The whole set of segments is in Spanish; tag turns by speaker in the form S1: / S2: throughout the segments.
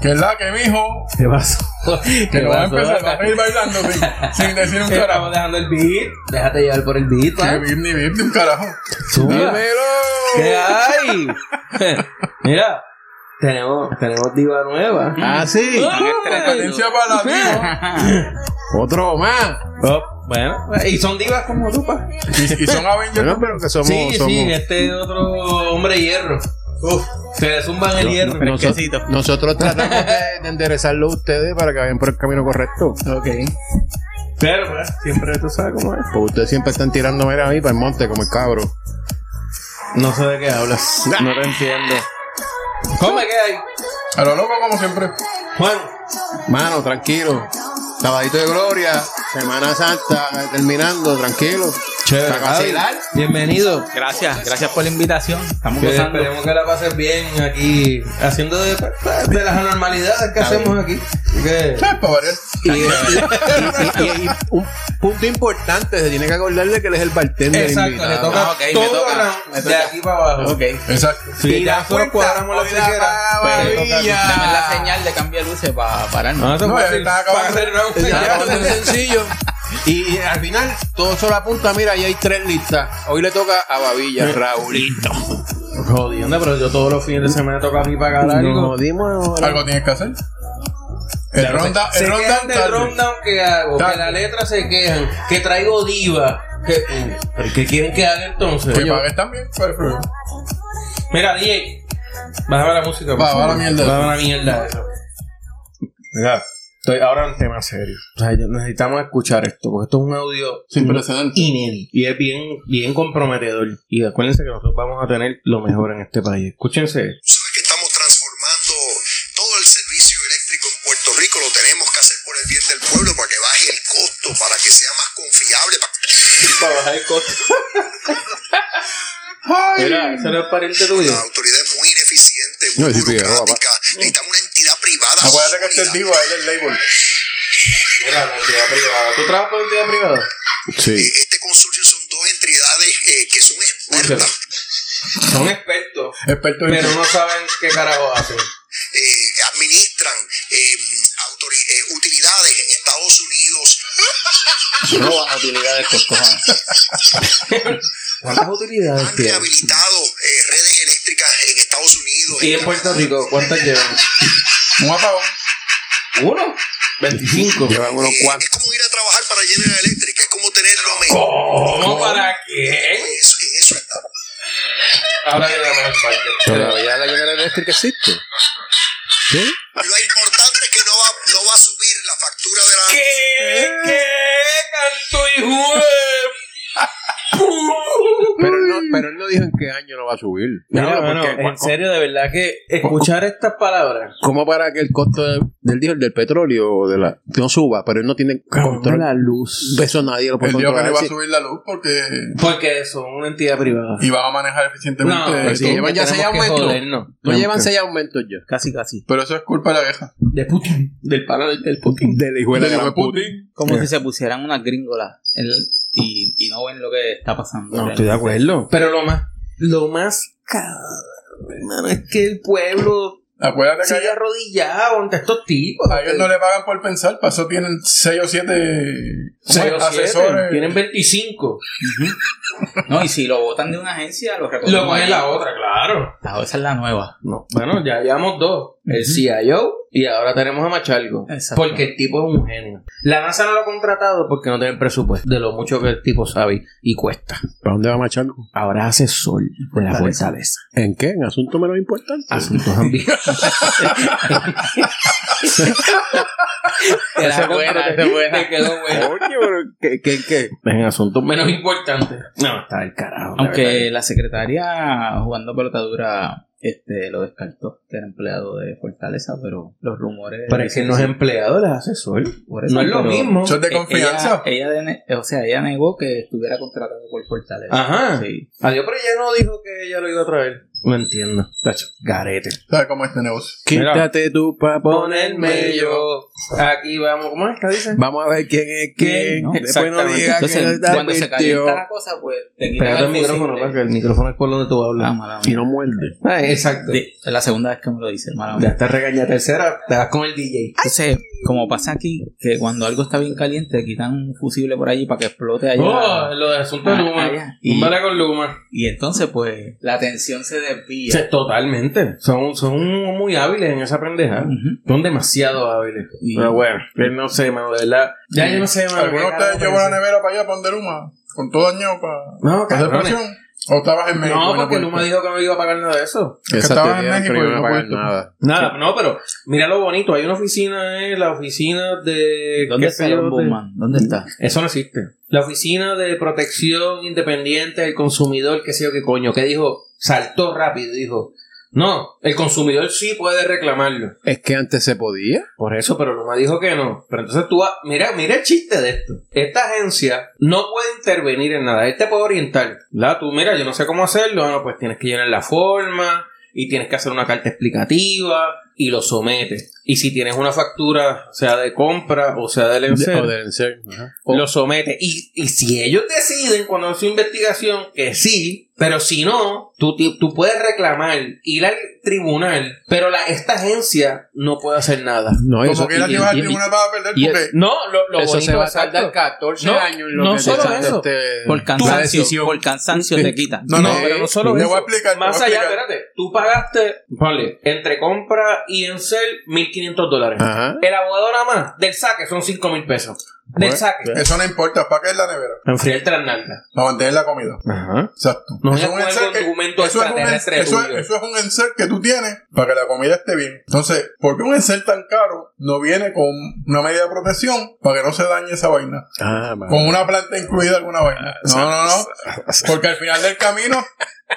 S1: Que es la que, mijo,
S2: ¿Qué pasó?
S1: que
S2: ¿Qué
S1: lo va a
S2: pasó?
S1: empezar, va a seguir bailando sin, sin decir un
S2: Estamos
S1: carajo.
S2: dejando el beat. Déjate llevar por el beat,
S1: Ni
S2: ¿sabes?
S1: beat, ni beat, ni un carajo.
S2: Zumba. ¿Qué
S1: ¡Dímelo!
S2: hay? Mira, tenemos, tenemos diva nueva.
S1: Ah, sí. Competencia para la Otro más.
S2: Oh, bueno, y son divas como tú, pa.
S1: Y, y son Avengers.
S3: Bueno, pero que somos.
S2: sí,
S3: somos
S2: sí, este otro hombre hierro. Uf, se le zumban el hierro.
S3: noso-
S4: Fresquecito.
S3: nosotros tratamos de, de enderezarlo a ustedes para que vayan por el camino correcto.
S2: Ok. Pero, pues, siempre tú sabes cómo es.
S3: Porque Pues ustedes siempre están tirándome a mí para el monte como el cabro.
S4: No sé de qué hablas. No te entiendo.
S2: ¿Cómo es que hay?
S1: A lo loco, como siempre.
S2: Bueno,
S3: Mano, tranquilo. Sabadito de gloria, Semana Santa, eh, terminando, tranquilo.
S4: Chévere.
S3: Para vacilar.
S2: bienvenido.
S4: Gracias, gracias por la invitación. Estamos
S2: Que
S4: gozando.
S2: esperemos que la pases bien aquí, haciendo de, pues, de las anormalidades que hacemos aquí. Así que-
S1: Sí, para variar.
S3: Y, y- y- y- y un punto importante, se tiene que acordarle que él es el bartender
S2: Exacto, le
S3: invitado.
S2: toca
S4: Ah, ok, me
S2: todo
S4: toca,
S2: round
S4: me
S2: de
S4: toca.
S2: aquí para abajo.
S4: Ok.
S1: Exacto.
S2: Si ya nosotros cuadramos la tiquera, pues,
S4: Dame la señal de cambio de luces para pararnos.
S2: No, eso
S1: No,
S2: fue
S1: él está acabando-
S2: para hacer round.
S3: Ya, bastante sencillo. Y al final, todo solo apunta, mira, ya hay tres listas. Hoy le toca a Babilla, Raulito.
S2: Jodiendo, pero yo todos los fines de semana toca a mí pagar algo.
S3: dimos
S1: Algo tienes que hacer. El ronda,
S2: Se
S1: el ronda,
S2: quejan del rundown que hago, que
S1: Tarde.
S2: la letra se quejan, que traigo diva. Que, uh, ¿Pero qué quieren que haga entonces?
S1: Que pagues también. ¿cuál es el problema?
S2: Mira, DJ, bájame la música. por
S1: Va,
S2: favor.
S1: va la mierda.
S2: Bájame la mierda. eso. Mira, estoy ahora en tema serio. O sea, yo- necesitamos escuchar esto, porque esto es un audio
S1: Sin precedentes.
S2: inédito y es bien, bien comprometedor. Y acuérdense que nosotros vamos a tener lo mejor en este país. Escúchense.
S5: sabes que estamos transformando todo el servicio eléctrico en Puerto Rico, lo tenemos que hacer por el bien del pueblo para que baje el costo, para que sea más confiable. para-
S2: Para bajar el costo. Mira, ese no es pariente tuyo.
S5: La autoridad es muy ineficiente, muy
S3: No, sí, Figueroa, va.
S5: burocrática. Necesitamos una entidad privada.
S1: Acuérdate que este es
S5: sólida.
S1: vivo, él es el label.
S2: Mira, la entidad privada. ¿Tú trabajas por entidad privada?
S3: Sí.
S5: Eh, Este consorcio son dos entidades eh, que son expertas.
S2: Son expertos,
S1: Experto en
S2: pero no saben qué carajo hacen.
S5: eh, administran eh, autori- eh, utilidades en Estados Unidos.
S4: No vas a utilidades coscojas.
S2: ¿Cuántas utilidades
S5: Han rehabilitado eh, redes eléctricas en Estados Unidos.
S2: Y en Puerto Rico, ¿cuántas llevan?
S1: un apagón.
S2: Uno. 25.
S3: Llevan unos
S5: Eh,
S3: cuantos.
S5: es como ir a trabajar para General Electric, es como tener lo mejor.
S2: ¿Cómo para qué?
S5: Eso, en eso está.
S2: Ahora llegamos al parque.
S3: Todavía la General Electric existe. ¿Sí?
S5: Lo importante es que no va, no va a subir la factura de la.
S2: ¿Qué? ¿Qué? Canto y juego.
S3: Pero él no, pero él no dijo en qué año no va a subir.
S2: No,
S3: Mira,
S2: bueno,
S3: porque-
S2: en serio, de verdad que escuchar estas palabras.
S3: ¿Cómo para que el costo de- del dijo el del petróleo o de la no suba? Pero él no tiene control.
S2: la luz.
S3: De Eso nadie lo puede
S1: Él dijo que
S3: controlar.
S1: le va a
S3: Sí.
S1: subir la luz porque
S2: Porque son una entidad privada.
S1: iban a manejar eficientemente.
S2: No, pues
S3: Pero
S1: todo.
S3: si llevan ya seis aumentos. No llevan seis aumentos ya.
S4: Casi, casi.
S1: Pero eso es culpa de la vieja.
S2: De Putin. Del pana del, del Putin.
S3: De la
S1: De la Putin.
S4: Como si se pusieran unas gringolas en- y, y no ven lo que está pasando.
S3: acuerdo.
S2: Pero lo más. Lo más. cabrón, Hermano, es que el pueblo
S1: Acuérdate que
S2: sigue
S1: a
S2: arrodillado ante estos tipos.
S1: ellos no le pagan por pensar. Para eso tienen seis o siete
S2: Seis o siete,
S1: asesores.
S2: Tienen 25.
S4: No, y si lo botan de una agencia, lo recogen.
S2: Lo coge la otra, claro.
S4: Ah, esa es la nueva.
S2: No. Bueno, ya llevamos dos. El CIO y ahora tenemos a Machalgo.
S4: Exacto.
S2: Porque el tipo es un genio. La NASA no lo ha contratado porque no tiene presupuesto. De lo mucho que el tipo sabe y cuesta.
S3: ¿Para dónde va Machalgo?
S2: Ahora hace sol en la fortaleza.
S3: ¿En qué? ¿En asunto menos importante?
S2: Asuntos ambientales.
S4: Esa es buena, esa es buena.
S2: Te quedó buena.
S3: Oye, pero ¿qué, qué, qué?
S2: En asuntos menos importantes. No, está del carajo. Pues la verdad.
S4: Aunque la secretaria jugando pelotadura este, lo descartó, que era empleado de Fortaleza, pero los rumores.
S2: Pero es que no es empleado, es asesor.
S4: Por eso,
S2: No es lo
S4: pero-
S2: mismo.
S1: Son de
S4: Eh,
S1: confianza.
S4: Ella, ella dene- o sea, ella negó que estuviera contratado por Fortaleza.
S2: Ajá.
S4: Sí.
S2: Adiós, pero ella no dijo que ella lo iba a traer. No entiendo. Tacho, garete.
S3: ¿Sabes cómo es este negocio?
S2: Quítate
S3: tú para
S2: Ponerme yo. Aquí vamos. ¿Cómo es que dicen?
S3: Vamos a ver quién es quién.
S4: ¿no?
S3: Después no
S4: Exactamente.
S3: diga
S4: Entonces,
S3: que no está
S4: cuando se
S3: vestido.
S4: calienta la cosa, pues te quitan
S2: Pégate el
S4: fusible.
S2: micrófono, porque el micrófono es por donde tú
S4: Ah,
S2: hablas.
S4: mala
S3: Y
S4: mía.
S3: no muerde.
S2: Ah, exacto.
S4: Sí, Es la segunda vez que me lo dice, mala mía.
S2: Ya te regaña tercera, te vas con el DJ.
S4: Entonces, como pasa aquí, que cuando algo está bien caliente, quitan un fusible por allí para que explote allá.
S1: Oh, lo de asunto de
S4: Ah,
S1: Luma.
S4: ah, ya.
S1: Un bala con Luma.
S4: Y entonces, pues, la tensión se desvía.
S2: Sí, totalmente. Son, son muy hábiles en esa pendeja.
S4: Ujú.
S2: Son demasiado hábiles.
S4: Y-
S2: Pero bueno, que no sé, mano, de verdad. Ya yo no sé, mano.
S6: ¿Alguno de
S2: qué carajo
S6: ustedes llevó la
S2: pensé.
S6: nevera para allá, para Anderuma? ¿Con todo daño para
S2: No,
S6: hacer
S2: cabrones.
S6: presión? ¿O estabas en México? pues,
S2: No,
S6: Buena
S2: porque
S6: puerta.
S2: Luma dijo que no iba a pagar nada de eso.
S6: que
S3: Esa
S6: estaba en
S3: teoría
S6: México
S3: que
S6: y
S3: no
S6: no
S3: pagan
S6: puesto.
S3: nada.
S2: Nada, no, pero mira lo bonito. Hay una oficina, eh, la oficina de.
S4: ¿Dónde
S2: qué
S4: está
S2: sé yo,
S4: Don
S2: de-
S4: Bowman? ¿Dónde está?
S2: Eso no existe. La oficina de protección independiente del consumidor, qué sé yo qué coño, que dijo, saltó rápido, dijo. No, el consumidor sí puede reclamarlo.
S3: Es que antes se podía.
S2: Por eso, pero Luma dijo que no. Pero entonces tú, vas- mira, mira el chiste de esto. Esta agencia no puede intervenir en nada. Él te puede orientar. La tú, mira, yo no sé cómo hacerlo. Ah, no, pues tienes que llenar la forma y tienes que hacer una carta explicativa y lo sometes. Y si tienes una factura, sea de compra o sea de
S3: De-
S2: lencero,
S3: o deben ser. ajá.
S2: lo somete. Y, y si ellos deciden cuando hacen su investigación que sí, pero si no, tú, ti- tú puedes reclamar, ir al tribunal, pero la, esta agencia no puede hacer nada.
S3: No,
S6: Como
S3: eso-
S6: quiera
S3: y-
S6: te vas al
S3: y-
S6: tribunal vas a perder
S3: y-
S6: porque...
S2: No, lo, lo
S3: eso
S2: bonito
S3: se va a
S2: exacto.
S3: tardar 14
S2: No,
S3: años. en lo
S2: no
S3: que te
S2: solo
S3: salta
S2: eso.
S3: este-
S4: Por
S3: la
S4: cansancio,
S3: decisión.
S4: por cansancio te quitan.
S6: No, no,
S2: No, pero no solo
S6: Te
S2: eso.
S6: voy a explicar. te voy a
S2: Más allá,
S6: explicar.
S2: espérate, tú pagaste, ponle, entre compra y en sell, 1.500 dólares.
S3: Ajá.
S2: El abogado nada más, del saque son 5.000 pesos. Del
S3: Bueno,
S2: saque.
S6: Eso no importa. ¿Para qué es la nevera?
S2: Enfriarte las nalgas.
S6: Para mantener la comida.
S3: Ajá.
S6: Exacto.
S2: No
S6: Eso
S2: es un ¿eh?
S6: encer que-
S2: argumento
S6: eso es un en-
S2: extraterrestre
S6: eso,
S2: tuyo.
S6: es, eso es un insert que tú tienes para que la comida esté bien. Entonces, ¿por qué un insert tan caro no viene con una medida de protección para que no se dañe esa vaina?
S3: Ah, madre.
S6: Con una planta incluida alguna vaina. No, no, no. Porque al final del camino,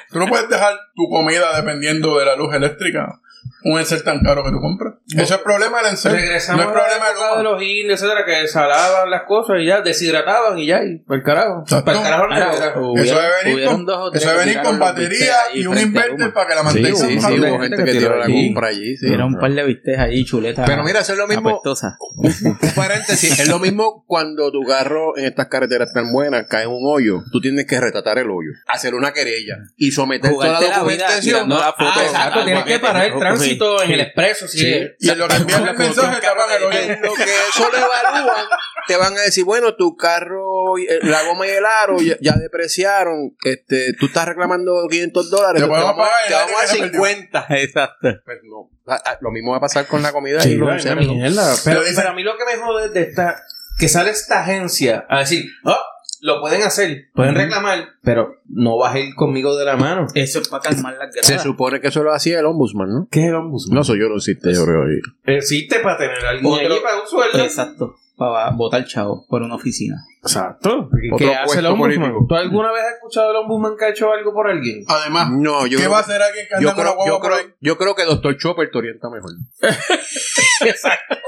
S6: tú no puedes dejar tu comida dependiendo de la luz eléctrica. Un insert tan caro que tú compras. Ese es el problema del insert. No
S2: Regresamos
S6: es
S2: a
S6: problema
S2: la
S6: del
S2: época de
S6: humo.
S2: los indios, etcétera, que salaban las cosas y ya, deshidrataban y ya, y por el carajo.
S6: Exacto.
S2: Para el carajo la
S4: Ahora,
S2: nevera.
S4: hubieron-
S6: Eso debe venir
S4: hubieron
S6: con-
S4: dos o tres
S6: Eso va a
S4: que
S6: venir
S4: tiraron
S6: con
S4: los
S6: batería
S4: bistecs ahí
S6: y un
S4: frente a
S6: inverter
S4: Luma.
S6: para que la
S3: Sí,
S6: mantenga
S3: sí, sí,
S6: saludable.
S3: hubo gente que tiró la
S2: Sí.
S3: compra allí. sí.
S4: Era un par de Ah, pues, bistecs allí, chuletas.
S2: Ah,
S3: Pero mira, eso es lo mismo.
S4: apestosas.
S3: Un paréntesis. es lo mismo cuando tu carro en estas carreteras tan buenas cae en un hoyo. Tú tienes que retratar el hoyo, hacer una querella y someter toda
S4: Jugarte
S3: la
S4: la vida
S3: documentación.
S4: tirando la foto. pues,
S2: Ah, exacto,
S4: al
S2: tienes que
S4: boquete.
S2: parar el tránsito en el expreso, sí.
S6: Y en lo que envían el mensaje tapan el hoyo.
S3: En lo que eso le evalúan, te van a decir, bueno, tu carro, y- eh, la goma y el aro ya, ya depreciaron, este, tú estás reclamando 500 dólares,
S6: Te
S3: pues
S6: podemos
S3: vamos,
S6: pagar el
S3: te
S6: año
S3: vamos a
S6: que se perdió.
S3: 50.
S4: Exacto.
S3: Pues no, Ah, ah, lo mismo va a pasar con la comida y los
S2: Pero,
S3: encerros.
S2: pero,
S6: dicen-
S2: pero a mí lo que me jode de esta, que sale esta agencia a decir, "Ah, lo pueden hacer, pueden reclamar, pero no vas a ir conmigo de la mano.
S4: Eso es para calmar las
S3: Se
S4: guerras.
S3: supone que eso lo hacía el ombudsman, ¿no?
S2: ¿Qué es el ombudsman?
S3: No soy yo lo hiciste, yo creo.
S2: Existe para tener alguien
S4: Otro-
S2: allí para un sueldo.
S4: Pues, Exacto. Para votar chavo por una oficina.
S2: Exacto.
S3: Otro
S2: ¿Qué hace el
S3: puesto
S2: ombudsman?
S3: político.
S2: ¿Tú alguna vez has escuchado el ombudsman que ha hecho algo por alguien?
S6: Además,
S3: No, yo
S6: ¿qué
S3: creo-
S6: va a hacer alguien que anda
S3: yo
S6: en una
S3: creo, yo
S6: guagua por
S3: creo-
S6: ahí?
S3: yo creo que Doctor Chopper te orienta mejor.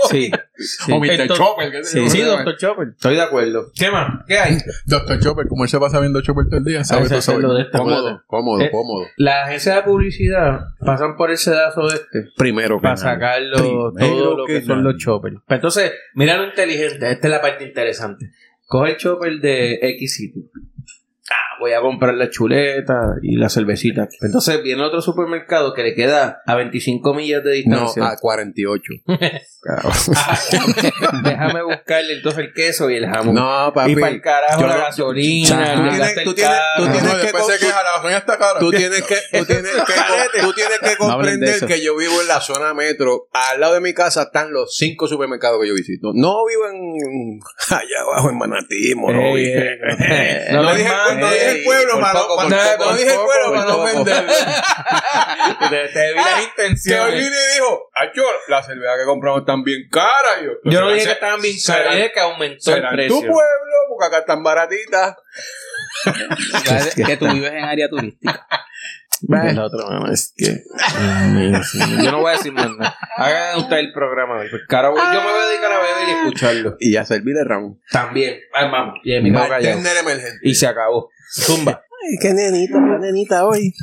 S4: Sí. sí.
S3: O Mr.
S2: Entonces-
S3: Chopper. que-
S4: Sí.
S2: Sí, doctor Chopper. Estoy de acuerdo. ¿Qué más? ¿Qué hay?
S6: Doctor Chopper, como él se pasa viendo Chopper todo el día,
S2: Ah,
S6: sabe
S2: ese
S6: todo
S2: es lo
S6: sobre
S2: de esta.
S3: Cómodo, cómodo,
S2: Eh,
S3: cómodo.
S2: Las agencias de publicidad pasan por el sedazo de este.
S3: Primero que
S2: para
S3: nada.
S2: sacar los-
S3: Primero
S2: todo lo que,
S3: que
S2: son
S3: nada.
S2: los choppers. Pero entonces, mira lo inteligente, esta es la parte interesante. Coge el chopper de X sitio. Ah, voy a comprar la chuleta y la cervecita. Pero Entonces viene otro supermercado que le queda a 25 millas de
S3: No,
S2: distancia.
S3: a 48.
S2: Déjame buscarle entonces el queso y el jamón.
S3: No,
S2: y
S3: papi.
S2: para el carajo
S3: yo
S2: la
S3: no-
S2: gasolina,
S3: Tú
S2: el
S3: tienes-
S2: gasto del
S3: tú tienes- tú
S2: carro.
S3: tienes
S6: No,
S3: que
S6: después se
S3: con-
S6: queja, la gasolina está cara.
S3: Tú tienes que, tú tienes que, tú tienes que
S4: No hablen de
S3: comprender
S4: eso.
S3: que yo vivo en la zona metro. Al lado de mi casa están los cinco supermercados que yo visito. No vivo en allá abajo en Manatí,
S2: Oh,
S3: Morovis.
S2: Ey, ey, ey.
S3: No,
S2: No
S3: dije,
S2: más,
S3: el- no dije
S2: ey,
S3: el pueblo
S2: por
S3: para no,
S2: poco,
S3: para-
S2: por
S3: no,
S2: poco,
S3: no dije el
S2: por
S3: pueblo
S2: poco,
S3: para no
S2: por poco.
S3: ofenderlo.
S2: Te, te vi las
S3: Ah, Que hoy
S2: intenciones.
S3: vine y dijo, Acho, la cerveza que compramos está bien cara. Y Yo,
S2: Yo no
S3: "Será-
S2: dije que estaban bien
S3: será-
S2: caras, pues. yo dije que aumentó el
S3: será en tu
S2: precio.
S3: pueblo, porque acá están baratitas.
S4: Que- que tú vives en área turística.
S2: El otro, mano, es que. Yo no voy a decir más nada. Hagan usted el programa hoy. Pues, cara, yo me voy a dedicar a beber y escucharlo.
S3: Y ya serví de round.
S2: También. Ah, vamos. Y en mi boca ya.
S3: Bartender emergente.
S2: Y se acabó. Zumba.
S7: Ay, qué nenita, qué nenita hoy.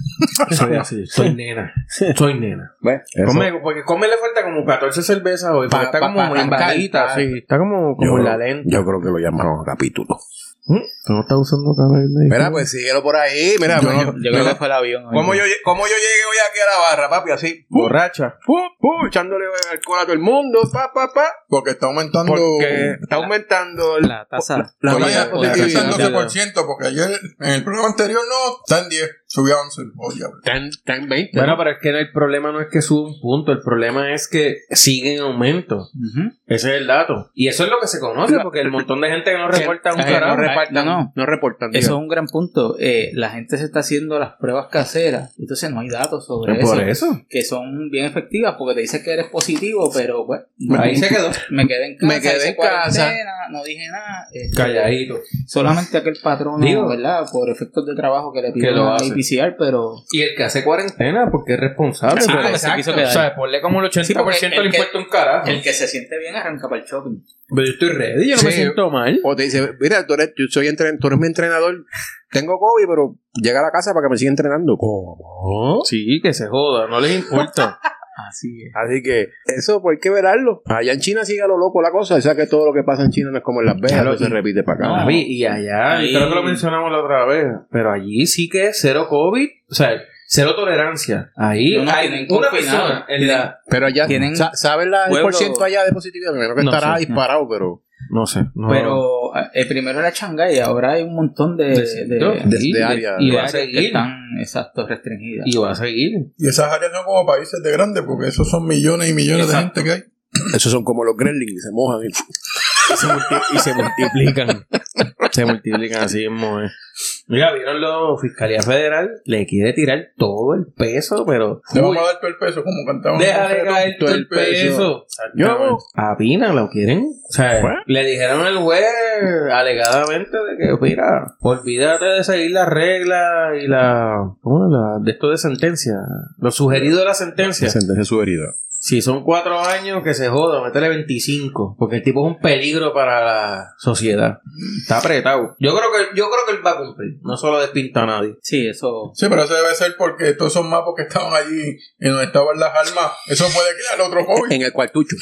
S2: Soy así, soy nena. Soy nena.
S3: Bueno, eso.
S2: Come, porque come le falta como 14 cervezas hoy. Porque
S3: Pa-
S2: está
S3: pa-
S2: como
S3: pa-
S2: muy
S3: arrancar,
S2: embadita,
S3: pa-
S2: sí. Está como, como en la lenta.
S3: yo creo que lo llamaron capítulo.
S6: ¿Mm?
S1: Tú no estás usando cabello.
S3: Mira, pues síguelo por ahí. Mira,
S6: Yo
S3: pues,
S6: no-
S4: Yo creo que fue el avión.
S3: ¿cómo, yo, lle- cómo yo llegué hoy aquí a la barra, papi? Así, pum,
S2: Borracha.
S3: pum, pum, echándole alcohol a todo el mundo, pa, pa, pa.
S6: Porque está aumentando.
S3: Porque está aumentando el-
S4: La taza.
S3: la
S6: Oye,
S3: tasa de
S6: porque está en
S3: positividad.
S6: 12%, porque ayer en el programa anterior no, está en 10, subió a 11. Oh, diablo.
S3: Están- están 20.
S2: Bueno, pero es que el problema no es que suba un punto, el problema es que sigue en aumento.
S4: Ujú.
S2: Ese es el dato. Y eso es lo que se conoce, porque el montón de gente que no reporta un
S4: Ay,
S2: carajo.
S4: no repartan.
S3: No,
S4: no.
S3: no reportan.
S4: Eso es
S3: digo.
S4: un gran punto. Eh, la gente se está haciendo las pruebas caseras. Entonces no hay datos sobre
S2: Por
S4: eso.
S2: eso.
S4: Que son bien efectivas porque te dicen que eres positivo, pero pues. no.
S2: Ahí se quedó.
S4: Me quedé en casa.
S3: Me quedé
S4: hice
S3: en casa.
S4: cuarentena, No dije nada. este,
S2: Calladito.
S4: Solamente aquel patrón,
S2: Digo.
S4: ¿verdad? Por efectos de trabajo que le piden
S2: lo
S4: a
S2: hace.
S4: IPCR, pero.
S2: Y el que hace cuarentena, porque es responsable.
S4: Ah,
S2: pero-
S4: que se quiso quedar.
S2: O sea, ponle como el 80%
S4: Sí, porque el
S2: le
S4: que-
S2: importa un carajo.
S4: El que se siente bien arranca para el shopping.
S2: Pero yo estoy ready, yo no me
S3: Sí.
S2: siento mal.
S3: O te dice, mira, tú eres, tú soy entren- tú eres mi entrenador. Tengo COVID, pero llega a la casa para que me siga entrenando.
S2: Sí, que se joda, no les importa.
S4: Así es.
S3: Así que eso pues hay que verarlo. Allá en China sigue a lo loco la cosa. O sea que todo lo que pasa en China no es como en Las Vegas,
S2: lo-
S3: no se repite para acá.
S4: No.
S2: Javi, y allá,
S4: Ahí.
S2: creo que lo mencionamos la otra vez, pero allí sí que es cero COVID, o sea, cero tolerancia. Ahí
S4: No, no,
S2: hay
S4: tienen
S2: una
S4: confinado.
S2: persona en la...
S3: Pero allá,
S4: Tienen
S3: sa- ¿sabes la, el
S4: pueblo-
S3: por ciento allá de positividad? Me imagino que
S2: No
S3: estará
S2: sé.
S3: disparado, pero
S2: No sé, no-
S4: Pero eh, el primero era Shanghái, ahora hay un montón de, de,
S3: de-
S2: Sí,
S3: de
S2: y-
S3: área.
S2: Y
S4: de
S2: va a
S4: áreas que
S2: seguir.
S4: están exacto, restringidas.
S2: Y va a seguir.
S6: Y esas áreas son como países de grandes, porque esos son millones y millones de gente que hay.
S3: esos son como los gremlins que se mojan. y-
S2: y se multiplican. se multiplican así mismo. eh. Mira, vieron los Fiscalía Federal, le quiere tirar todo el peso, pero.
S6: Le vamos a dar todo el peso, como cantaban.
S2: Deja
S6: en
S2: de
S6: el
S2: caer todo el peso.
S3: Yo-
S2: A Pina lo quieren. Pues. O sea,
S1: Bueno.
S2: le dijeron al juez alegadamente de que, mira, olvídate de seguir las reglas y la. ¿Cómo la? De esto de sentencia. Lo sugerido de la sentencia.
S3: Sentencia su herida.
S2: Si son cuatro años, que se joda, métele 25. Porque el tipo es un peligro para la sociedad. Está apretado. Yo creo que, yo creo que él va a cumplir. No solo despinta a nadie.
S4: Sí, eso.
S6: Sí, pero eso debe ser porque todos esos mapos que estaban allí en donde estaban las armas, eso puede crear otro COVID.
S3: En el cuartucho.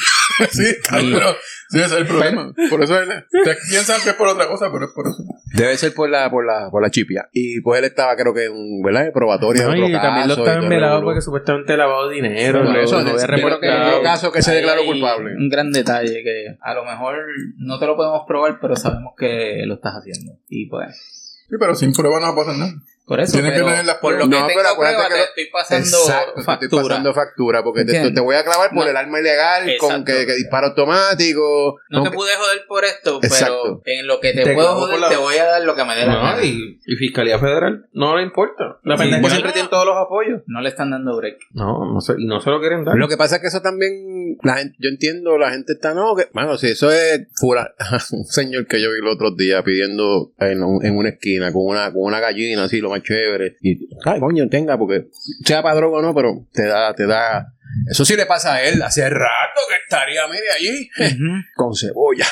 S6: sí, claro. Sí, ese es el problema. Por eso es- ustedes piensan que es por otra cosa, pero es por eso.
S3: Debe ser por la, por la, por la chipia. Y pues él estaba, creo que, en, ¿verdad? En probatoria.
S2: No,
S3: en otro
S2: y también lo
S3: caso, y
S2: están
S3: todo el
S2: velado
S3: revolú.
S2: porque supuestamente lavado de dinero.
S3: Por
S2: lo-
S3: eso,
S2: lo había
S3: de- de-
S2: reportado.
S3: creo que- este caso que se
S4: ahí
S3: declaró
S4: hay
S3: culpable.
S4: Un gran detalle que a lo mejor no te lo podemos probar, pero sabemos que lo estás haciendo. Y pues,
S6: Sí, pero sin prueba no va a pasar nada.
S4: por eso.
S6: Tienes que
S4: pero
S6: tener las
S4: por lo que
S3: pruebas. No,
S4: tengo
S3: pero acuérdate
S4: prueba,
S3: que
S4: te
S3: lo-
S4: estoy pasando
S3: Exacto, te estoy
S4: factura.
S3: pasando factura porque te,
S4: ¿Entiendes?
S3: te voy a clavar por
S4: No.
S3: el arma ilegal con
S4: Exacto.
S3: que, que disparo automático.
S4: No te
S3: con-
S4: pude joder por esto,
S3: Exacto.
S4: pero en lo que te,
S2: Te
S4: puedo
S2: clavo por
S4: joder,
S2: la-
S4: te voy a dar lo que me dé la
S2: No,
S4: gana.
S2: y, y Fiscalía Federal no le importa. La
S4: Sí,
S2: pendeja
S4: yo
S2: siempre
S4: no.
S2: tiene todos los apoyos.
S4: No le están dando break.
S2: No, no se, y no se lo quieren dar.
S3: Lo que pasa es que eso también, la gente, yo entiendo, la gente está, no, que, mano, si eso es fula- un señor que yo vi el otro día pidiendo en, un- en una esquina con una, con una gallina así, lo más chévere. Y, ay, coño, tenga, porque sea para droga o no, pero te da, te da. Eso sí le pasa a él, hace rato que estaría, mire, allí, con cebolla.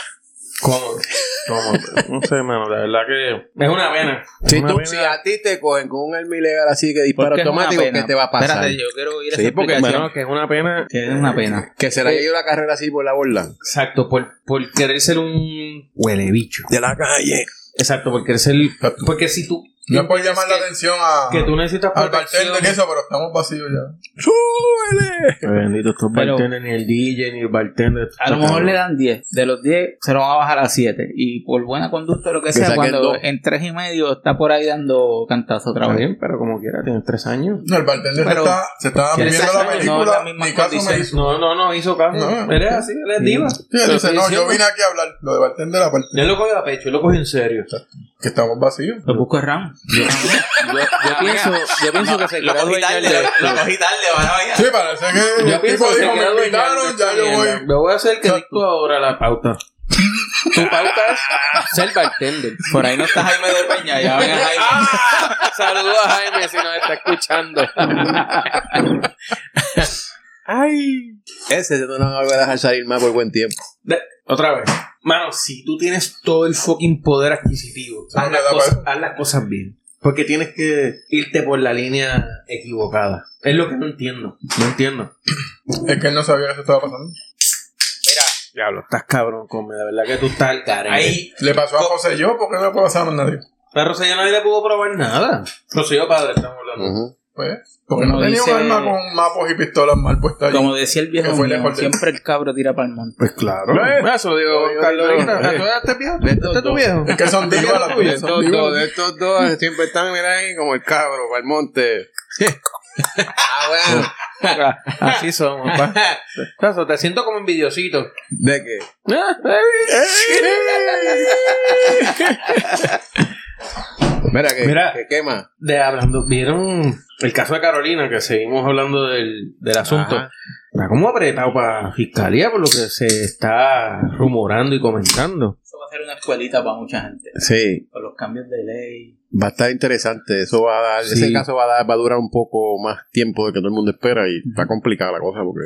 S2: Cómodo. Cómodo. No sé, mano, la verdad que. Es una pena.
S3: Si,
S2: Una
S3: tú,
S2: pena.
S3: si a ti te cogen con un arma ilegal así que dispara
S4: Porque es una
S3: automático,
S4: pena.
S3: ¿qué te va a pasar?
S4: Espérate, yo quiero ir a
S2: Sí,
S4: esa
S2: porque
S4: explicación.
S2: no, que es una pena.
S4: Que es una pena.
S3: Que se le haya ido la carrera así por la borda.
S2: Exacto, por, por querer ser un huele bicho.
S3: De la calle.
S2: Exacto, por querer ser. Porque si tú.
S6: No es por llamar la
S2: que-
S6: atención a,
S2: Que tú necesitas
S6: al bartender y
S2: protección.
S6: eso, pero estamos vacíos ya.
S3: ¡Súbele!
S2: Eh, Bendito, estos
S4: Pero-
S2: bartenders, ni el DJ, ni el bartender.
S4: A lo mejor le dan 10. De los 10 se lo van a bajar a 7. Y por buena conducta o lo que sea,
S3: saquen
S4: cuando
S3: dos.
S4: en 3 y medio está por ahí dando cantazo otra
S2: Está
S4: vez.
S2: bien, pero como quiera, tienes tres años.
S6: El bartender
S4: Pero-
S6: se está, se está
S4: ¿Quieres
S6: viviendo
S4: hacer
S6: la
S4: algo? No,
S6: película.
S4: las mismas
S6: mi caso me
S4: condiciones.
S6: hizo.
S2: No, no, no, hizo caso.
S6: No.
S2: Eres así, eres diva.
S6: Sí, él
S2: Pero
S6: dice,
S2: estoy
S6: no, yo
S2: diciendo-
S6: vine aquí a hablar lo de bartender, la parte
S2: Él lo cogió a pecho, él lo cogió en serio.
S6: que estamos vacíos.
S4: Lo Pues busco RAM.
S2: Yo pienso, yo pienso que se quedó dueño de esto.
S6: Sí, parece que
S2: Yo
S6: el tipo
S2: pienso que se
S6: dijo, me
S2: queda dueño de
S6: invitaron,
S2: esta
S6: ya yo voy.
S2: mierda. Yo voy a hacer que dicto ahora la pauta. Tu pauta es ser bartender.
S4: Por ahí no está Jaime de Peña. Ya ven a Jaime.
S6: Ah.
S2: Saludos a Jaime si nos está escuchando.
S3: Ese no lo voy a dejar salir más por buen tiempo.
S2: Otra vez. Mano, si tú tienes todo el fucking poder adquisitivo,
S6: No
S2: haz
S6: me
S2: las,
S6: da
S2: cosas,
S6: para
S2: haz las cosas bien. Porque tienes que irte por la línea equivocada. Es lo que no entiendo. No entiendo.
S6: Es que él no sabía que eso estaba pasando.
S2: Diablo, estás cabrón, come. De verdad que tú estás al eh. garete.
S6: Ahí le pasó a José yo, porque no le puede pasar a nadie?
S2: Pero Rosselló nadie le pudo probar nada. Rosselló padre, estamos hablando.
S3: Ujú.
S6: Pues, porque no
S4: Como
S6: tenía
S4: dice-
S6: un arma con mapos y pistolas mal puestas ahí.
S4: Como decía el viejo
S6: Que fue
S4: mío,
S6: lejos de-
S4: siempre el cabro tira para el monte.
S1: Pues claro.
S6: ¿Ves?
S2: Eso digo, Carlos, ahorita, ¿tú eras este viejo? ¿Este es tu viejo?
S6: Es que son divas las tuyas.
S3: Estos dos, de estos dos siempre están, mira ahí, como el cabro, para el monte. ah, bueno.
S2: Así somos, papá. Eso, te siento como envidiosito.
S3: ¿De qué? Mira, que,
S2: Mira.
S3: que quema.
S2: De hablando, ¿vieron el caso de Carolina? Que seguimos hablando del, del asunto.
S3: Ajá.
S2: Está como apretado para fiscalía por lo que se está rumorando y comentando.
S4: Eso va a ser una escuelita para mucha gente.
S3: Sí,
S4: Con los cambios de ley.
S3: va a estar interesante. Eso va a dar,
S2: Sí.
S3: ese caso va a dar, va a durar un poco más tiempo de que todo el mundo espera y está complicada la cosa porque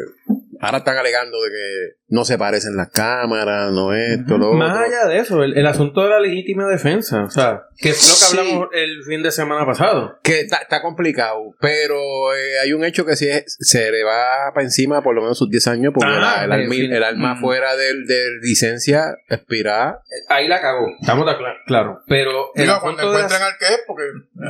S3: ahora están alegando de que no se parecen las cámaras, no esto, lo
S2: Más
S3: otro.
S2: allá de eso, el, el asunto de la legítima defensa, o sea, que fue lo que hablamos el fin de semana pasado.
S3: Que está, está complicado, pero eh, hay un hecho que sí es- se le va para encima por lo menos sus 10 años porque
S2: Ah,
S3: la- el, alma-
S2: sí.
S3: el alma
S4: Mm.
S3: fuera del, de licencia expirada
S2: Ahí la cagó, estamos de acla- claro. Pero el
S6: Digo,
S2: asunto
S6: cuando
S2: de la-
S6: encuentran al que es, porque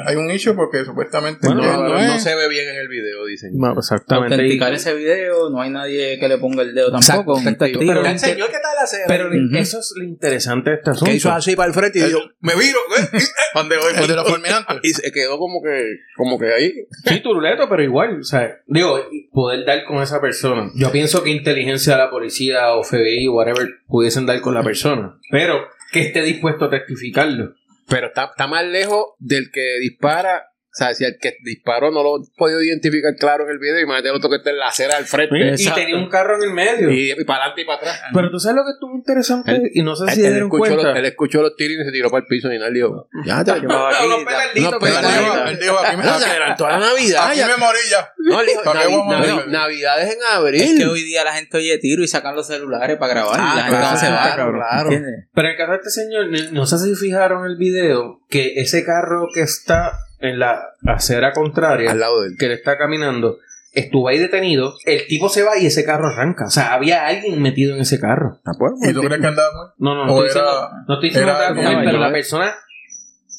S6: hay un issue, porque supuestamente
S2: Bueno,
S6: ya
S3: no,
S6: no
S3: no,
S6: es.
S3: no se ve bien en el video, dicen.
S2: No, exactamente. Y-
S4: Autenticar ese video, no hay nadie que le ponga el dedo
S3: Exacto,
S4: tampoco. un
S3: exacto.
S4: testigo.
S2: Pero-
S3: señor que está la acera.
S2: Pero
S4: Ujú.
S2: eso es lo interesante de este asunto.
S3: que hizo así para el frente y dijo,
S6: Me viro, ¿eh? ¿Dónde voy? ¿Dónde los fulminantes?
S3: y se quedó como que, como que ahí.
S2: Sí, turuleto, pero igual, o sea, digo, poder dar con esa persona. Yo pienso que inteligencia de la policía o FBI o whatever pudiesen dar con la persona, pero que esté dispuesto a testificarlo.
S3: Pero está, está más lejos del que dispara. O sea, si el que disparó no lo he podido identificar claro en el video, imagínate el otro que está en la acera del frente.
S2: Y tenía un carro en el medio.
S3: Y, para adelante y para atrás.
S2: Pero tú sabes lo que estuvo interesante
S3: Él-
S2: y no sé si se
S3: Ah, él,
S2: dieron
S3: escuchó los,
S2: cuenta.
S3: él escuchó los tiros y se tiró para el piso y nadie le dijo, ya te lo llevaba aquí.
S2: Unos
S3: ya".
S2: pegarditos
S3: Unos
S2: que
S6: Él
S2: Pero-
S6: dijo-
S3: pegarditos.
S6: él dijo, aquí me,
S3: No, se adelantó a la Navidad.
S6: aquí
S3: ya.
S6: me morí Ah, ya.
S3: No, le dijo,
S6: ¿Para qué
S3: "Navi-
S6: vamos a
S3: Navi-
S6: morir?
S3: Navidades en abril.
S4: Es que hoy día la gente oye tiro y sacan los celulares para grabar. y la gente
S3: claro,
S4: no se va,
S3: claro, claro.
S4: ¿entiendes?
S2: Pero en el caso de este señor, ni- no sé si fijaron el video, que ese carro que está en la acera contraria,
S3: Al lado de él.
S2: que él está caminando, estuvo ahí detenido, el tipo se va y ese carro arranca. O sea, había alguien metido en ese carro.
S6: ¿Y tú
S3: Pues,
S6: crees que andaba muy?
S2: No, no, no
S6: O
S2: estoy diciendo,
S6: era...
S2: no estoy diciendo
S6: era-
S2: nada con él,
S3: no,
S2: pero
S3: yo-
S2: la persona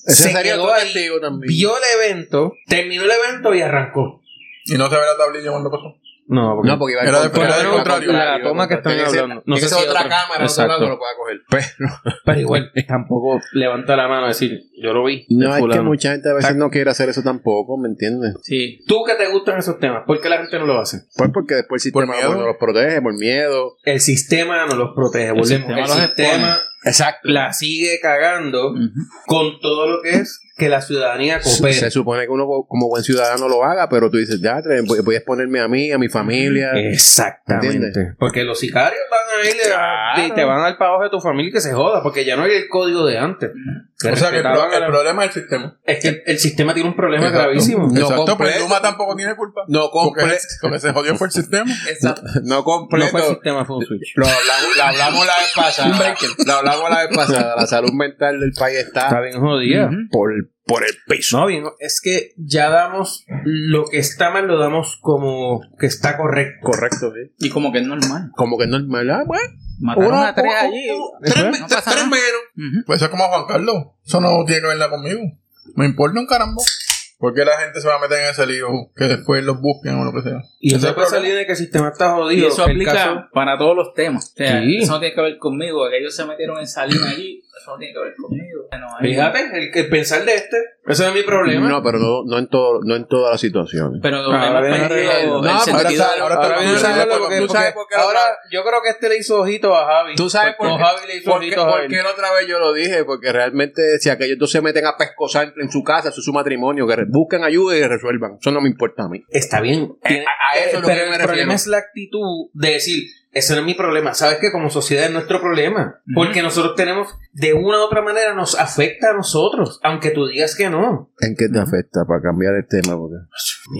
S3: Ese
S2: se
S3: sería
S2: quedó
S3: otro
S2: ahí,
S3: testigo también.
S2: vio el evento, terminó el evento y arrancó.
S6: Y no se ve la tablilla cuando pasó.
S2: No,
S3: No, porque iba
S6: Era de fuera
S2: del
S3: iba
S2: contrario.
S3: contrario,
S2: La toma que están
S3: Tiene ser-
S2: hablando. No
S3: tiene
S2: sé
S3: que ser
S2: si
S3: otra
S2: otra.
S3: cámara, otro lado
S2: Exacto.
S3: no lo pueda coger. Pero
S2: pero igual tampoco levanta la mano a decir, yo lo vi. el
S3: no es que
S2: fulano.
S3: mucha gente a veces no quiere hacer eso tampoco, ¿me entiendes?
S4: Sí.
S2: Tú que te gustan esos temas, ¿por qué la gente no lo hace?
S3: Pues porque después el
S6: Por
S3: sistema
S6: miedo.
S3: no los protege, por miedo.
S2: El sistema no los protege, volvemos. El
S4: sistema
S2: sistema,
S4: los expone.
S3: Exacto.
S2: la sigue cagando
S4: Ujú.
S2: con todo lo que es que la ciudadanía
S3: Se
S2: coopere.
S3: supone que uno co- como buen ciudadano lo haga, pero tú dices, ya, tre- voy voy a exponerme a mí, a mi familia.
S2: Exactamente.
S3: ¿Entiendes?
S2: Porque los sicarios van a ir
S3: Claro.
S2: y te van al pago de tu familia y que se joda, porque ya no hay el código de antes.
S6: O sea, que el, pro-
S2: respetaban a
S6: el
S2: la-
S6: problema es el sistema.
S2: Es que el, el sistema tiene un problema
S6: Exacto.
S2: gravísimo.
S3: No
S6: Exacto, pero
S3: completo.
S6: Luma tampoco tiene culpa.
S3: No
S6: Porque,
S3: completo.
S6: porque se jodió por el sistema.
S2: No
S3: No
S2: pues, fue el
S3: completo.
S2: sistema, fue un switch.
S3: Lo hablamos, lo hablamos la vez pasada. Lo hablamos la vez pasada. La salud mental del país
S2: Está
S3: está
S2: bien jodida.
S3: por, por el piso.
S2: No, bien, es que ya damos lo que está mal, lo damos como que está correcto.
S3: Correcto, sí.
S4: Y como que es normal.
S3: Como que no es normal. Ah, bueno.
S4: Mataron
S3: Una-
S4: a tres
S3: una-
S4: allí.
S3: Tres,
S4: no pasa nada. Ujú.
S6: Pues eso es como Juan Carlos. Eso no tiene que verla conmigo. Me importa un carambo. ¿Por qué la gente se va a meter en ese lío? Que después los busquen o lo que sea.
S2: Y
S6: Ese
S2: eso
S6: es
S2: puede
S6: el problema.
S2: salir de que el sistema está
S4: Y
S2: jodido.
S4: eso
S2: El
S4: aplica
S2: caso-
S4: para todos los temas. O sea,
S2: Sí.
S4: eso no tiene que ver conmigo. Que ellos se metieron en salir allí. Eso no tiene que ver conmigo. Bueno, ahí-
S2: Fíjate, el, el pensar de este, ese es mi problema.
S3: No, pero no, no en todo, no en todas las situaciones.
S4: Pero
S2: Ahora
S4: hemos
S2: viene
S4: perdido
S2: arreglado.
S4: el
S3: No,
S4: sentido
S6: ahora
S4: de-
S6: ahora
S2: Ahora viene
S6: Tú sabes
S2: Ronaldo
S6: por qué-
S2: porque-
S6: tú sabes
S2: porque
S3: por qué-
S2: ahora yo creo que este le hizo ojito a Javi.
S3: Tú sabes por
S2: O
S3: qué-
S2: Javi le hizo
S3: Porque,
S2: ojito a Javi.
S3: porque la otra vez yo lo dije, porque realmente si aquellos dos se meten a pescosar en su casa, eso es su matrimonio, que re- busquen ayuda y que resuelvan. Eso no me importa a mí.
S2: Está bien. Tiene- eh,
S3: a eso es lo
S2: pero
S3: que me
S2: el
S3: refiero.
S2: problema es la actitud de decir, ese no es mi problema. Sabes que como sociedad es nuestro problema. Porque nosotros tenemos, de una u otra manera, nos afecta a nosotros. Aunque tú digas que no.
S3: ¿En qué te afecta para cambiar el tema?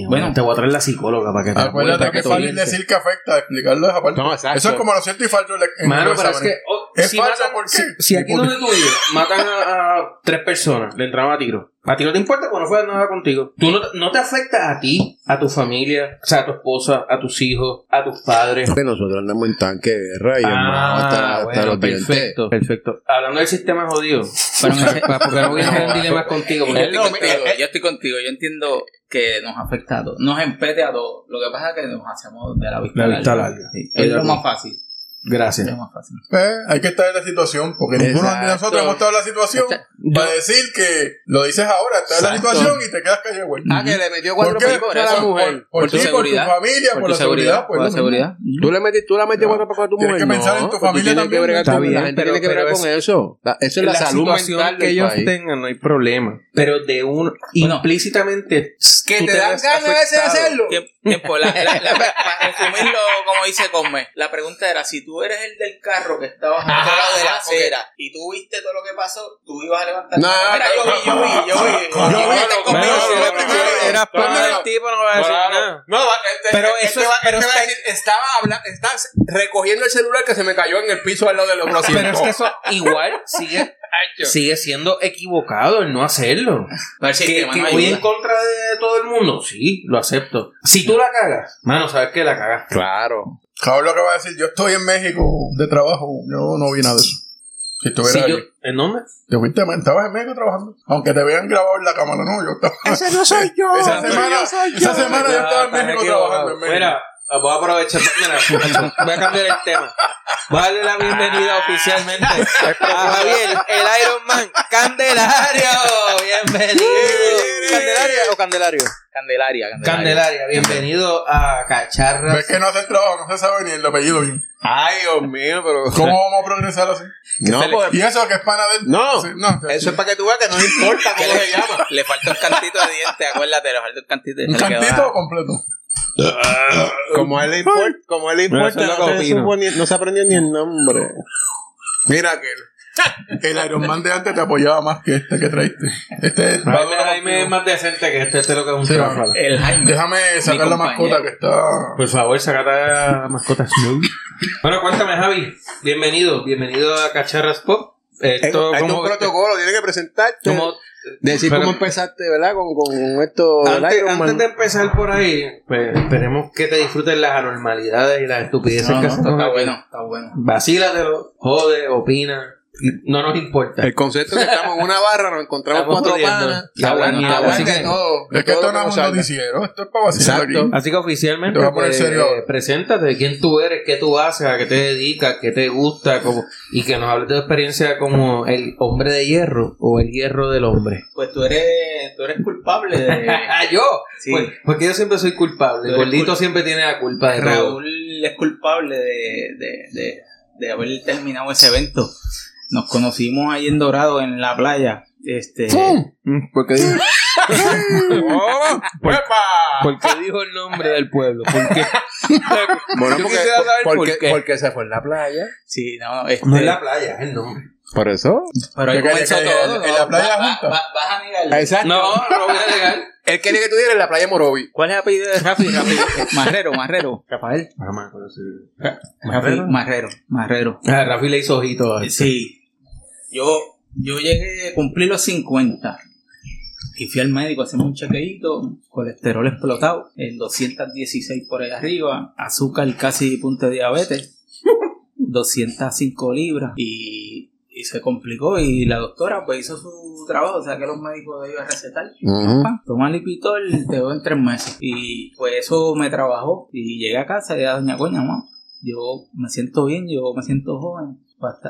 S2: Bueno, te voy a traer la psicóloga para que te
S6: Acuérdate
S2: acuerdes
S6: que es fácil decir que afecta, explicarlo es aparte.
S3: No, exacto.
S6: Eso es como lo cierto y falso. en- en
S2: Mano,
S6: los
S2: pero es que
S6: exámenes.
S2: oh,
S6: Es
S2: si,
S6: falso,
S2: matan-
S6: ¿por qué?
S2: si, si aquí donde tú vives matan a, a tres personas, le entraron a tiro. A ti no te importa porque no fue nada contigo. Tú no, no te afecta a ti, a tu familia, o sea, a tu esposa, a tus hijos, a tus padres.
S3: Que nosotros andamos en tanque de guerra y armados hasta,
S2: Ah,
S3: hasta
S2: bueno,
S3: los dientes.
S2: perfecto, perfecto. Hablando del sistema jodido,
S4: Pero me-
S2: porque no voy a entrar en dilemas contigo.
S4: Yo
S2: Porque
S4: estoy, contigo, yo estoy contigo, yo entiendo que nos afecta a todos, nos empete a todos. Lo que pasa es que nos hacemos de la vista
S2: La
S4: larga.
S2: vista larga.
S4: Sí,
S2: Estoy
S4: Es
S2: de
S4: lo
S2: acuerdo.
S4: más fácil. Es
S2: Gracias.
S4: lo más fácil.
S6: Eh, hay que estar en la situación, porque ninguno de nosotros
S4: Exacto.
S6: hemos estado en la situación
S4: Está-
S6: para decir que lo dices ahora, estás en la
S4: Exacto.
S6: situación y te quedas callado, güey.
S3: Ah, que le metió
S6: ¿Por
S3: cuatro
S6: qué?
S3: picos a la mujer.
S6: Por, por ti, por
S4: Por tu
S6: tu
S4: seguridad.
S6: familia, por, la seguridad. por
S4: por la
S6: lo mismo.
S4: seguridad.
S3: Tú le metiste, tú la metiste cuatro picos a tu
S6: Tienes
S3: mujer.
S6: que pensar
S3: no,
S6: en tu
S3: pues
S6: familia
S3: tú tienes
S6: también,
S3: Que bregar
S6: está
S3: con,
S2: bien,
S3: la gente
S2: pero-
S3: tiene que
S2: pero
S3: bregar con eso. La- eso es la, salud mental
S2: que
S3: del
S2: ellos
S3: país.
S2: tengan, no hay problema. Pero de un implícitamente
S4: Que
S2: tú ves afectado.
S4: Tiempo, la- la- la- para resumirlo, como dice Conme, la pregunta era: si tú eres el del carro que estabas al otro lado de la acera y tú viste todo lo que pasó, tú ibas a levantar.
S3: No,
S4: la mano. Mira, yo vi, yo vi, yo vi.
S6: No,
S4: yo vi,
S6: no,
S4: te
S6: no, no,
S4: conmigo, yo
S6: no,
S4: vi
S6: no,
S4: primero.
S6: no,
S2: Era pana
S6: Claro.
S2: del tipo, no va a decir "Ah, nada.
S8: No, este,
S2: Pero
S8: este
S2: eso-
S8: va,
S2: pero
S8: este va a
S2: está-
S8: decir, estaba hablando, estás recogiendo el celular que se me cayó en el piso al lado del hombro.
S2: Pero es que eso igual sigue, sigue siendo equivocado el no hacerlo.
S4: Pero el
S2: que,
S4: sistema
S2: que
S4: no
S2: voy
S4: ayuda.
S2: en contra de todo el mundo, sí, lo acepto. Si tú la cagas, mano, sabes que la cagas.
S3: Claro.
S6: Cabrón, lo que va a decir, yo estoy en México de trabajo, yo no vi nada de eso. Si estuviera
S2: Si
S6: ahí.
S2: yo, ¿En dónde?
S6: Te fuiste, a- estabas en México trabajando. Aunque te vean grabado en la cámara, no, yo estaba.
S7: Ese no soy yo.
S6: Esa
S7: ese
S6: semana-
S7: no soy yo.
S6: esa semana yo estaba en
S2: estás
S6: México
S2: equivocado.
S6: trabajando en México.
S2: Mira, voy a aprovechar. Mira, voy a cambiar el tema. Voy a darle la bienvenida oficialmente a Javier, el Iron Man Candelario. Bienvenido.
S7: ¿Candelaria o Candelario?
S4: Candelaria, Candelaria.
S2: Candelaria, bienvenido a Cacharras.
S6: Ves que no hace el trabajo, no se sabe ni el apellido bien.
S3: Ay, Dios mío, pero.
S6: ¿Cómo vamos a progresar así?
S3: No, pues,
S6: Y eso que es pana del.
S3: No.
S6: Sí, no.
S3: eso es para que tú veas que no importa cómo se llama.
S4: Le falta un cantito de diente, acuérdate, le falta un cantito de
S6: ¿Un
S4: diente.
S6: cantito o completo?
S3: Como a él le importa, como a él le
S2: Eso es
S3: importa,
S2: lo
S3: no,
S2: que
S3: se
S2: opino.
S3: supo ni- no se aprendió ni el nombre. Mira que
S6: El Iron Man de antes te apoyaba más que este que traiste. Este
S3: Ah.
S6: es-
S2: Jaime, Jaime es más decente que este, este es lo que es un
S6: Sí,
S2: tráfala.
S6: vamos.
S4: El Jaime.
S6: Déjame sacar
S4: Mi
S6: la
S4: compañero.
S6: mascota que está.
S2: Por favor, sacate a mascotas. Bueno, cuéntame, Javi. Bienvenido, bienvenido a Cacharras Pop. Esto,
S3: hay
S2: ¿cómo-
S3: un protocolo, tienes que presentarte.
S2: cómo-
S3: decir
S2: pero-
S3: cómo empezaste, ¿verdad? Con, con esto del
S2: Antes,
S3: Iron Man.
S2: antes de empezar por ahí, pues, esperemos que te disfruten las anormalidades y las estupideces
S4: No, no,
S2: que
S4: está
S2: hacemos aquí.
S4: bueno, está bueno.
S2: Vacílatelo, jode, opina. No nos importa.
S3: El concepto es que estamos en una barra, nos encontramos
S2: Estamos
S3: cuatro
S2: jodiendo.
S3: panas.
S2: Está bueno,
S3: hablando-
S2: está bueno.
S3: hablando de
S2: Así que-
S3: todo, de
S6: Es que
S3: todo
S6: esto
S3: lo
S6: no es
S3: nos
S6: un
S3: salga.
S6: noticiero, esto es para vacilar
S3: Exacto.
S6: aquí.
S2: Así que oficialmente,
S6: Te voy a poner
S2: pues,
S6: serio ahora.
S2: preséntate, quién tú eres, qué tú haces, a qué te dedicas, qué te gusta, cómo- y que nos hables de tu experiencia como el hombre de hierro o el hierro del hombre.
S4: Pues tú eres, tú eres culpable de.
S2: Ah, yo.
S4: Sí.
S2: Pues- porque yo siempre soy culpable.
S4: Tú eres
S2: Gordito
S4: cul-
S2: siempre tiene la culpa de todo.
S4: Raúl es culpable de, de, de, de haber terminado ese evento. Nos conocimos ahí en Dorado, en la playa. Este,
S2: ¿Por qué, dijo? ¿Por, por qué dijo el nombre del pueblo? ¿Por qué?
S3: Bueno,
S2: Yo
S3: porque,
S2: quisiera saber por
S3: porque-
S2: qué.
S3: porque se fue en la playa.
S4: sí, no, este,
S2: No es la playa, es el nombre.
S3: Por eso.
S4: pero ahí
S6: Que- que-
S4: comenzó
S6: que-
S4: todo.
S6: en
S4: ¿no?
S6: la playa
S4: Va-
S6: junta.
S4: va- va- vas a negarlo.
S3: Exacto.
S2: No, no voy a negar.
S3: Él quería que tú dieras en la playa Morovi.
S4: ¿Cuál es el apellido de Rafi? Rafi. eh, Marrero, Marrero. Rafael. Ra- Rafi, Marrero, Marrero.
S2: Ah, Rafi le hizo ojito. a-
S4: Sí. Yo, yo llegué a cumplir los 50. Y fui al médico a hacerme un chequeíto, colesterol explotado, en 216 por ahí arriba, azúcar casi punto de diabetes, 205 libras. Y, y se complicó y la doctora pues hizo su trabajo, o sea que los médicos iban a recetar.
S3: Ah.
S4: Pa, Toma Lipitol, te veo en tres meses. Y pues eso me trabajó. Y llegué a casa y dije, doña coña, mamá, yo me siento bien, yo me siento joven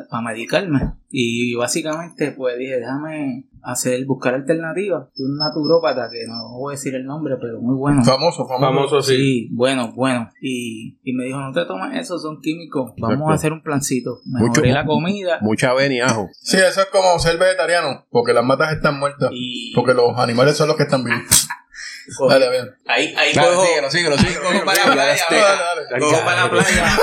S4: para medicarme. Y básicamente pues dije, déjame hacer, buscar alternativas. Y un naturópata, que no voy a decir el nombre, pero muy bueno.
S6: Famoso, famoso.
S2: Famoso sí.
S4: Sí, bueno, bueno. Y, y me dijo, no te tomes eso, son químicos. Vamos
S3: Exacto.
S4: a hacer un plancito.
S3: Mucho-
S4: Mejoré la comida.
S3: Mucha avena y ajo.
S6: Sí, eso es como ser vegetariano, porque las matas están muertas.
S4: Y
S6: Porque los animales son los que están vivos.
S4: cogí-
S6: Dale, ven.
S4: ahí, ahí
S3: Dale,
S4: cojo-
S3: Pues, síguelo, síguelo, síguelo.
S4: cojo para la
S3: síguelo.
S4: playa,
S6: Dale,
S4: ¿verdad?
S6: dale, dale.
S4: Cojo para la playa.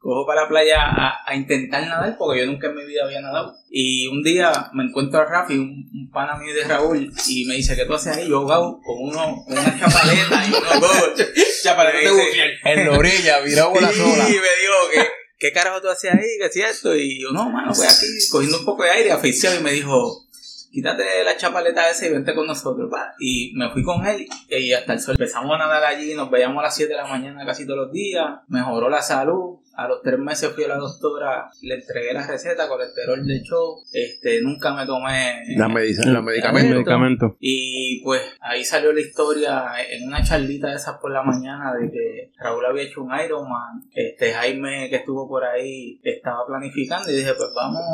S4: Cojo para la playa a, a intentar nadar porque yo nunca en mi vida había nadado. Y un día me encuentro a Rafi, un, un pana mío de Raúl, y me dice, ¿qué tú haces ahí? Yo ahogado con, uno, con una chapaleta y unos gogos.
S2: Chaparro,
S4: Me
S2: no te
S4: dice-
S2: bufies.
S3: En la orilla, virado
S4: Y
S3: la
S4: me
S3: sola.
S4: dijo que, ¿qué carajo tú hacías ahí? ¿Qué es cierto? Y yo, no, mano, voy aquí cogiendo un poco de aire asfixiado y me dijo, quítate la chapaleta esa y vente con nosotros, pa. Y me fui con él y hasta el sol. Empezamos a nadar allí, nos veíamos a las 7 de la mañana casi todos los días, mejoró la salud. A los tres meses fui a la doctora, le entregué la receta, colesterol de show, este, nunca me tomé...
S3: La medicina, los
S4: Bueno.
S3: medicamentos.
S1: Medicamento.
S4: Y pues ahí salió la historia en una charlita de esas por la mañana de que Raúl había hecho un Ironman. Este Jaime que estuvo por ahí estaba planificando y dije, pues vamos,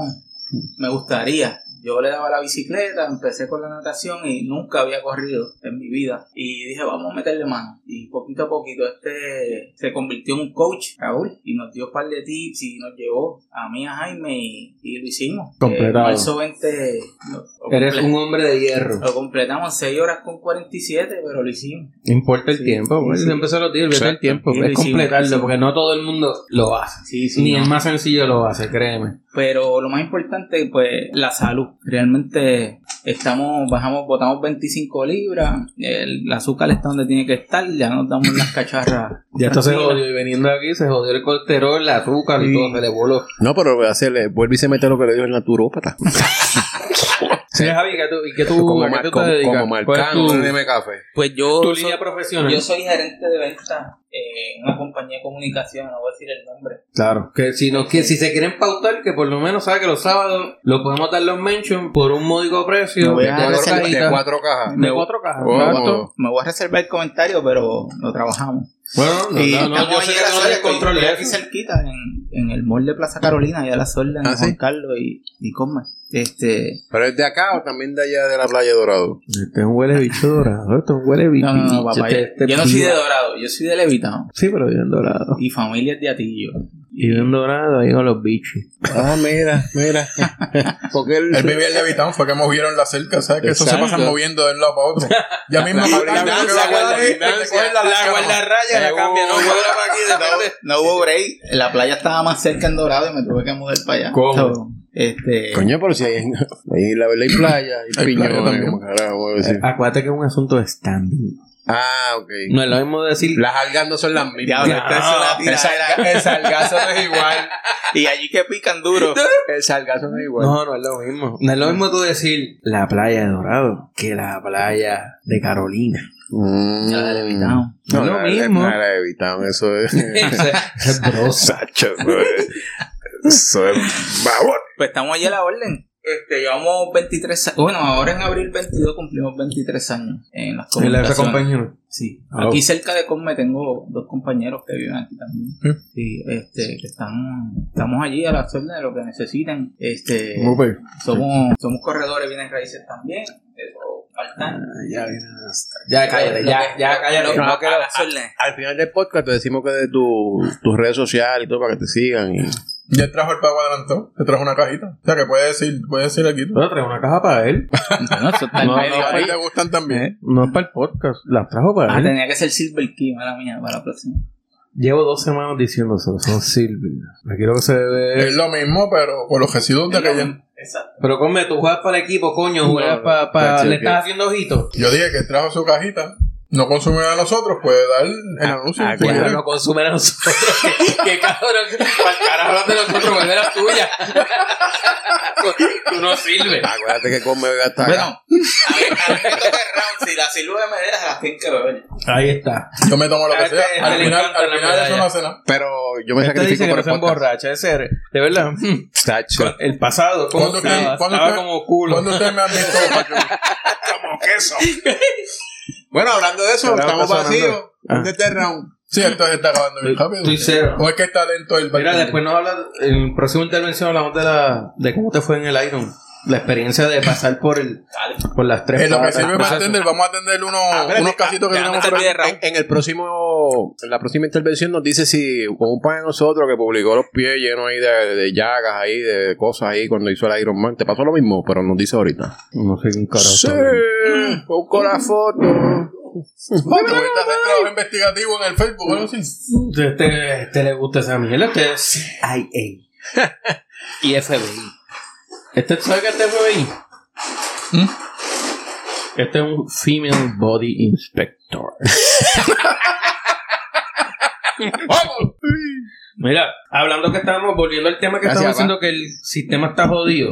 S4: me gustaría. Yo le daba la bicicleta, empecé con la natación y nunca había corrido en mi vida. Y dije, vamos a meterle mano. Y poquito a poquito este se convirtió en un coach, Raúl, y nos dio un par de tips y nos llevó a mí, a Jaime, y, y lo hicimos.
S1: Completado.
S4: Eh, marzo 20. lo- lo
S2: Eres
S4: completamos.
S2: un hombre de hierro.
S4: Lo completamos 6 horas con 47, pero lo hicimos.
S2: No importa el tiempo, güey.
S4: sí.
S2: Siempre se lo digo, olvídate el tiempo. pues,
S4: Sí, lo
S2: Es
S4: hicimos, lo
S2: completarlo,
S4: hicimos.
S2: porque no todo el mundo lo hace.
S4: Sí,
S2: Ni el más sencillo lo hace, créeme.
S4: Pero lo más importante, pues, la salud. Realmente estamos, bajamos, botamos 25 libras, el azúcar está donde tiene que estar, ya nos damos las cacharras.
S2: Ya esto se
S4: tranquilas.
S2: jodió. Y veniendo aquí se jodió el colesterol, la azúcar y todo, pues. se le voló.
S3: No, pero hacerle, vuelve y se mete lo que le dio el naturópata.
S2: Sí, Javi, ¿qué tú, y qué tú,
S3: como
S2: a qué
S3: Mar-
S2: tú
S3: como-
S2: te dedicas?
S3: como
S2: ¿Cuál es
S3: Marcano,
S2: tu,
S3: NM Café.
S4: Pues yo,
S2: tu
S4: soy,
S2: línea profesional?
S4: yo soy gerente de venta eh, en una compañía de comunicación, no voy a decir el nombre.
S2: Claro, que si, no, que si se quieren pautar, que por lo menos sabe que los sábados lo podemos dar los mentions por un módico precio.
S4: No voy
S2: de
S4: a
S2: cuatro
S4: reservar-
S2: cajitas.
S3: Ah, De cuatro cajas.
S4: Me, voy-
S2: cajas.
S3: Oh,
S2: Exacto.
S4: me voy a reservar el comentario, pero lo trabajamos.
S2: Bueno, no,
S4: Y
S2: no, no, yo
S4: estamos
S2: sé
S4: ahí
S2: que
S4: a la
S2: no
S4: sol,
S2: tienes
S4: estoy
S2: control de
S4: aquí
S2: eso.
S4: cerquita, en, en el mall de Plaza Carolina, allá a la sol, en
S3: Ah,
S4: Juan
S3: ¿sí?
S4: Carlos y, y Cosme. Este,
S3: Pero es de acá o también de allá de la playa de Dorado.
S2: Este es un huele bicho dorado, este es un huele bicho.
S4: no, no, no, papá.
S2: Este-
S4: yo-
S2: este
S4: yo no soy de
S2: piba.
S4: Dorado, yo soy de Levitado.
S2: Sí, pero bien dorado.
S4: Y familia es de Atillo.
S2: Y bien dorado ahí con los bichos.
S3: Ah, mira, mira. Porque él.
S6: El bebé el levitón fue que movieron la cerca, ¿sabes? Que eso se
S3: Exacto.
S6: pasan moviendo de un lado para otro. Ya mismo
S3: La-
S6: matan
S3: la-
S6: a uno que
S3: la-
S6: va a
S3: la-
S6: quedar ahí,
S3: la-
S6: te cogen la-
S2: La guardarraya la cambia, no
S4: No hubo break, la playa estaba más cerca en Dorado y me tuve que mudar para allá.
S2: ¿Cómo?
S4: So, este,
S3: Eh, Coño, pero si hay. Ahí la verdad hay playa, hay
S6: Hay playa
S3: piñones,
S6: también.
S3: como carajo, voy a decir.
S2: Acuérdate que es un asunto de standing.
S3: Ah, ok.
S2: No es lo mismo decir.
S3: Las algas no son las mismas.
S4: diablo, esta es una
S3: el,
S4: tiradera.
S3: salga- el salgazo no es igual.
S4: Y allí que pican duro.
S3: El salgazo no es igual.
S2: No, no es lo mismo. No es lo mismo tú decir la playa de Dorado que la playa de Carolina.
S3: Mm.
S4: Ya, de Levittown.
S3: No,
S2: No,
S3: la-
S2: lo mismo.
S3: la- la evitaban, eso es.
S2: Es brosa.
S3: Sacho, eso es. Eso es. babón.
S4: Pues estamos allí a la orden. Este, llevamos 23 años. Bueno, ahora en abril 22 cumplimos 23 años en las
S2: Y la
S4: comunicaciones.
S2: compañero.
S4: Sí.
S2: Oh.
S4: Aquí cerca de Cosme tengo dos compañeros que viven aquí también.
S2: Mm.
S4: Sí, este, que están, estamos allí a la orden de lo que necesitan. Este, somos, somos corredores, bienes raíces también. Eso, faltan.
S2: Ah, Ya, ya cállate, ya, Ah, ya cállate.
S4: Lo-
S2: No, que
S4: a
S2: lo-
S4: las órdenes.
S3: Al final del podcast te decimos que de tu- tus redes sociales y todo para que te sigan. Y...
S6: Ya trajo el pago adelantado, te trajo una cajita. O sea que puedes decir, puedes decir aquí.
S2: Bueno, trae una caja para él.
S4: No, eso está en
S2: No,
S4: medio
S2: no,
S6: A
S4: ahí.
S6: ti te gustan también.
S2: No es para el podcast. Las trajo para
S4: Ah,
S2: él.
S4: tenía que ser Silver King a la mía para la próxima.
S2: Llevo dos semanas diciéndoselo. Son Silvia. Me quiero que se ve.
S6: Es lo mismo, pero con los residuos de aquella.
S4: Exacto.
S2: Pero come, tú juegas para el equipo, coño. Juegas
S3: No, no,
S2: para.
S3: está chido,
S2: le
S3: que-
S2: estás haciendo ojitos.
S6: Yo dije que trajo su cajita, no consumió a nosotros, puede dar el anuncio.
S3: ah,
S6: si
S3: claro,
S2: Pero
S6: quiere.
S2: no consumen a nosotros. ¿Qué, qué cabrón. Para el carajo de nosotros, pues de la tuya. tú no sirves.
S3: Acuérdate que come vega hasta acá.
S4: Bueno, a mí, a mí me toca el round. Si la silva me deja, la tienen que beber.
S2: Ahí está.
S6: Yo me tomo lo que
S2: Este-
S6: sea.
S2: este
S6: Al
S2: le
S6: final,
S2: encanta
S6: al
S2: la
S6: final eso
S2: medalla.
S6: no hace nada.
S3: pero yo me
S2: Este
S3: sacrifico
S2: dice que
S3: por
S2: no
S3: el
S2: se
S3: podcast.
S2: emborracha. Ese, eres. de verdad.
S3: Chacho.
S2: El pasado. ¿Cómo
S6: ¿Cuándo
S2: estaba?
S6: te- cuándo
S2: Estaba
S6: te-
S2: como culo.
S6: ¿Cuándo ustedes me han visto Paco?
S3: Como queso. bueno, hablando de eso,
S2: Pero
S3: estamos
S2: está sonando.
S3: vacíos.
S2: Ah.
S3: De este round.
S6: Sí, esto se está acabando bien rápido.
S2: Estoy cero.
S6: ¿O es que está lento el
S2: Mira, después nos habla, en la próxima intervención hablamos de la de cómo te fue en el Iron. La experiencia de pasar por el por las tres
S6: En lo que
S2: patas,
S6: sirve
S2: el
S6: para
S2: proceso.
S6: atender, vamos a atender unos,
S3: espérate,
S6: unos casitos que
S4: ya,
S6: tenemos
S4: antes
S6: por
S4: de
S6: ahí.
S4: ir, Raúl.
S3: En, en el próximo, en la próxima intervención nos dice si con un pan de nosotros que publicó los pies llenos ahí de, de llagas ahí, de cosas ahí cuando hizo el Iron Man. Te pasó lo mismo, pero nos dice ahorita.
S2: No sé quién carajo.
S3: Sí,
S2: está hablando.
S3: busco la foto.
S6: Tú estás haciendo trabajo investigativo en el Facebook, algo así.
S2: Este, este le gusta esa mierda, este es IA. y FBI. Este, ¿Sabes qué es este FBI? ¿Mm? Este es un Female Body Inspector. Mira, hablando que estábamos, volviendo al tema que
S3: Gracias,
S2: estábamos diciendo que el sistema está jodido.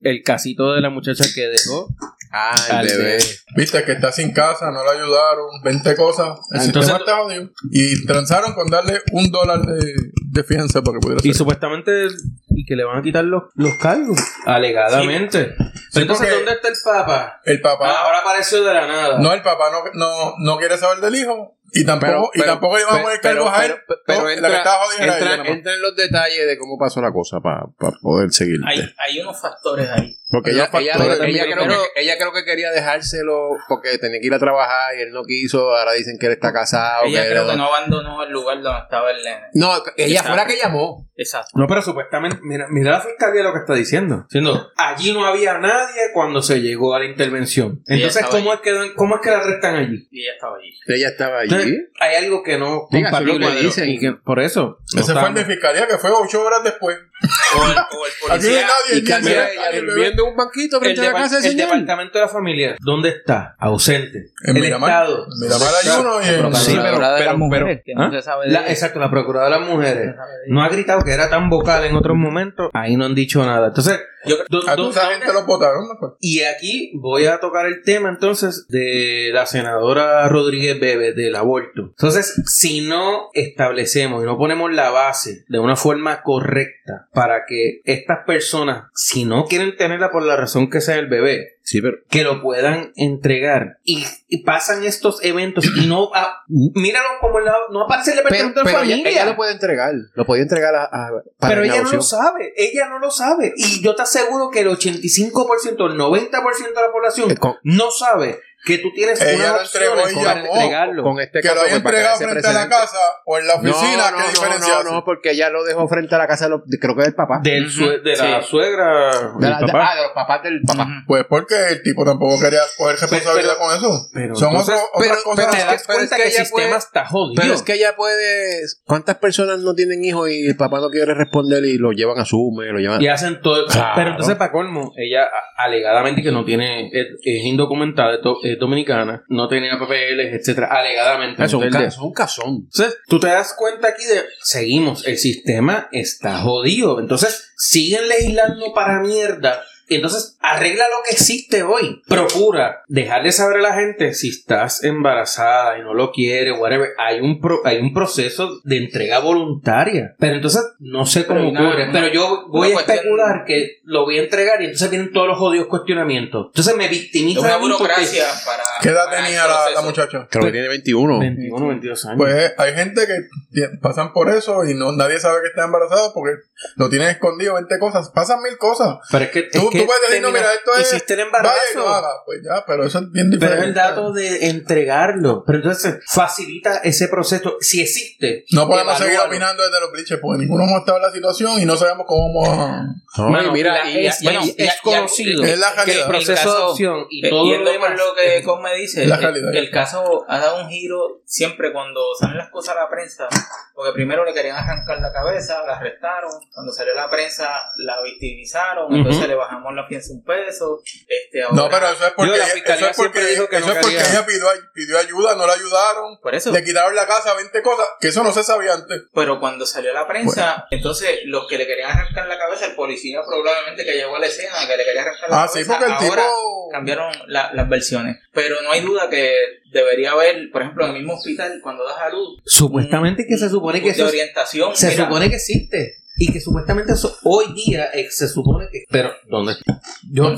S2: El casito de la muchacha que dejó.
S3: Ah, el bebé.
S6: Viste que está sin casa, no le ayudaron, 20 cosas. El
S2: Ah,
S6: sistema
S2: entonces-
S6: está jodido. Y transaron con darle un dólar de, de fianza para que pudiera
S2: Y
S6: salir.
S2: supuestamente, y que le van a quitar los, los cargos. Alegadamente. Pero entonces,
S6: porque-
S2: ¿dónde está el papa?
S6: El papá.
S2: Ah, ahora apareció de la nada.
S6: No, el papá no, no, no quiere saber del hijo. Y tampoco,
S3: Pero-
S6: y
S3: pero-
S6: tampoco le vamos a poner cargos a él.
S3: pero- pero
S6: No, la que
S3: entra,
S6: estaba jodida era
S3: entra-
S6: ella nomás.
S3: entra en los detalles de cómo pasó la cosa para poder seguirte.
S4: Hay, hay unos factores ahí.
S3: Porque
S6: Hay
S3: ella,
S6: unos
S3: ella-
S6: factores.
S3: ella
S4: El
S3: creo
S4: primero-
S3: que, ella creo que quería dejárselo porque tenía que ir a trabajar y él no quiso. Ahora dicen que él está casado.
S4: Ella
S3: que él-
S4: creo que no abandonó el lugar donde estaba el nene.
S3: No, ella fue la que llamó.
S4: Exacto.
S2: No, pero supuestamente, mira, mira la fiscalía lo que está diciendo. Diciendo, allí no había nadie cuando se llegó a la intervención.
S4: Ella
S2: Entonces,
S4: estaba
S2: ¿cómo es, que, ¿cómo es que la arrestan allí?
S4: Y ella estaba allí.
S3: Ella estaba allí.
S2: Entonces, hay algo que no
S3: Diga, eso es lo
S2: compatible
S3: que
S2: de lo-
S3: dicen.
S2: y que por eso. no
S6: Ese fue el
S2: estábamos-
S6: de fiscalía que fue ocho horas después.
S8: O el, o el
S6: Aquí no hay
S8: policía.
S6: nadie.
S3: y que
S6: ni
S3: mira,
S6: el-
S3: ella
S6: ni el bebé.
S3: durmiendo en un banquito
S2: el,
S3: frente a la
S2: depart-
S3: casa del
S2: el
S3: señor.
S2: departamento de la familia, ¿dónde está? Ausente.
S6: En
S2: el
S6: Miramar.
S2: Estado.
S6: En Miramar hay uno y en-
S2: Sí, pero-
S4: Procuradora de las
S2: pero-
S4: mujeres, que
S2: ¿Ah?
S4: no se sabe de
S2: La- exacto, la procuradora de las mujeres.
S4: No sabe de-
S2: No ha gritado que era tan vocal en otros momentos. Ahí no han dicho nada. Entonces, do-
S6: A
S2: do-
S6: toda esa gente los votaron. ¿no?
S3: Este
S6: fue?
S2: y aquí voy a tocar el tema entonces de la senadora Rodríguez Bebe del aborto. Entonces, si no establecemos y no ponemos la base de una forma correcta para que estas personas, si no quieren tenerla por la razón que sea el bebé,
S3: Sí, pero
S2: que lo puedan entregar y, y pasan estos eventos y no a, míralo como el lado no aparece la
S3: pero,
S2: de
S3: pero ella,
S2: familia
S3: ella lo puede entregar. Lo podía entregar a, a- para
S2: pero
S3: la
S2: ella no lo
S3: adopción.
S2: sabe ella no lo sabe y yo te aseguro que el 85% el 90% de la población
S3: Eh, con-
S2: no sabe que tú tienes
S6: Ella lo
S2: unas
S6: entregó
S2: opciones
S6: y
S2: para
S6: llamó.
S2: entregarlo
S3: Con este
S6: Que
S3: caso,
S6: lo haya
S3: pues, para
S6: entregado
S3: que se
S6: frente a la
S3: presente.
S6: casa o en la oficina.
S3: no,
S6: ¿Qué
S3: no,
S6: diferencia
S3: no,
S6: hace?
S3: no, porque ella lo dejó frente a la casa de los- de- creo que del papá.
S2: Del sue- de la suegra
S3: De
S2: del
S3: la- de-
S2: papá.
S3: ah, de los papás del papá.
S4: Ujú.
S6: Pues porque el tipo tampoco quería coger responsabilidad con eso.
S2: pero
S6: Son
S2: entonces-
S6: otro- otras
S3: pero-
S6: cosas.
S2: te das
S3: pero es
S2: cuenta
S3: que
S2: que el
S3: ella
S2: sistema
S3: puede-
S2: está jodido
S3: Pero es que ella puede. ¿Cuántas personas no tienen hijos y el papá no quiere responder y lo llevan a Sume, lo llevan
S2: Y hacen todo.
S3: Claro.
S2: Pero entonces, para colmo, ella a- alegadamente que no tiene. Es, es indocumentada, es, do- es dominicana, no tenía papeles, etcétera Alegadamente.
S3: Eso
S2: no
S3: es un,
S2: tenía-
S3: ca- eso es un cazón.
S2: Entonces, tú te das cuenta aquí de. Seguimos, el sistema está jodido. Entonces, siguen legislando para mierda. Y Entonces, arregla lo que existe hoy. Procura dejarle saber a la gente si estás embarazada y no lo quiere, whatever. Hay un, pro- hay un proceso de entrega voluntaria. Pero entonces, no sé
S4: Pero
S2: cómo
S4: hay nada,
S2: ocurre.
S4: ¿no?
S2: Pero yo voy
S4: Una
S2: a
S4: cuestión-
S2: especular que lo voy a entregar y entonces vienen todos los jodidos cuestionamientos. Entonces, me
S4: Es
S2: victimiza
S4: una
S2: a mí porque-
S4: burocracia para.
S6: ¿Qué edad
S4: para el
S6: tenía la- la
S4: proceso.
S6: muchacha?
S3: Creo que tiene 21.
S2: 21, 22 años.
S6: Pues hay gente que tie- pasan por eso y no nadie sabe que está embarazada porque lo tienen escondido, 20 cosas, pasan mil cosas.
S2: Pero es que, es
S6: Tú,
S2: que
S6: tú puedes decir, no,
S2: termina-
S6: mira, esto es...
S2: Hiciste el
S6: Vaya
S2: embarazo.
S6: y lo haga. Pues ya, pero eso es bien
S2: pero
S6: diferente.
S2: es el dato de entregarlo. Pero entonces facilita ese proceso. Si existe.
S6: No podemos seguir
S2: evalúalo.
S6: opinando desde los bleachers porque ninguno hemos estado en la situación y no sabemos cómo... vamos a-
S8: Ah.
S3: No,
S4: Mano,
S3: y mira,
S4: la-
S3: y-
S4: ya-
S2: Es,
S4: bueno,
S2: es
S4: ya- ya-
S2: conocido.
S6: Es la
S2: que el
S6: realidad.
S2: proceso
S4: El caso-
S2: de adopción y
S4: Eh,
S2: todo
S4: yendo
S2: lo
S4: por
S2: demás.
S4: lo que Cosme dice,
S6: La
S4: el-
S6: realidad.
S4: el, caso ha dado un giro siempre cuando salen las cosas a la prensa, porque primero le querían arrancar la cabeza, la arrestaron, cuando salió la prensa la victimizaron,
S2: Ujú.
S4: entonces le bajamos la fianza un peso, este ahora-
S6: No, pero eso es porque,
S2: Yo, la
S6: ella,
S2: fiscalía
S6: eso es porque,
S2: siempre dijo que
S6: eso
S2: no
S6: es porque
S2: quería.
S6: ella pidió, pidió ayuda, no la ayudaron,
S4: por eso,
S6: le quitaron la casa, 20 cosas, que eso no se sabía antes.
S4: pero cuando salió la prensa, entonces los que le querían arrancar la cabeza, el policía probablemente que llegó a la escena, que le quería arrancar la
S6: Ah, sí,
S4: cabeza,
S6: porque el
S4: ahora
S6: tipo...
S4: cambiaron la- las versiones. Pero no hay duda que debería haber, por ejemplo, en el mismo hospital, cuando das a luz,
S2: Supuestamente que se supone que
S4: de
S2: eso es-
S4: orientación.
S2: se
S4: Mm. mira,
S2: supone que existe. Y que supuestamente eso hoy día eh, se supone que. Pero, ¿dónde está? Yo.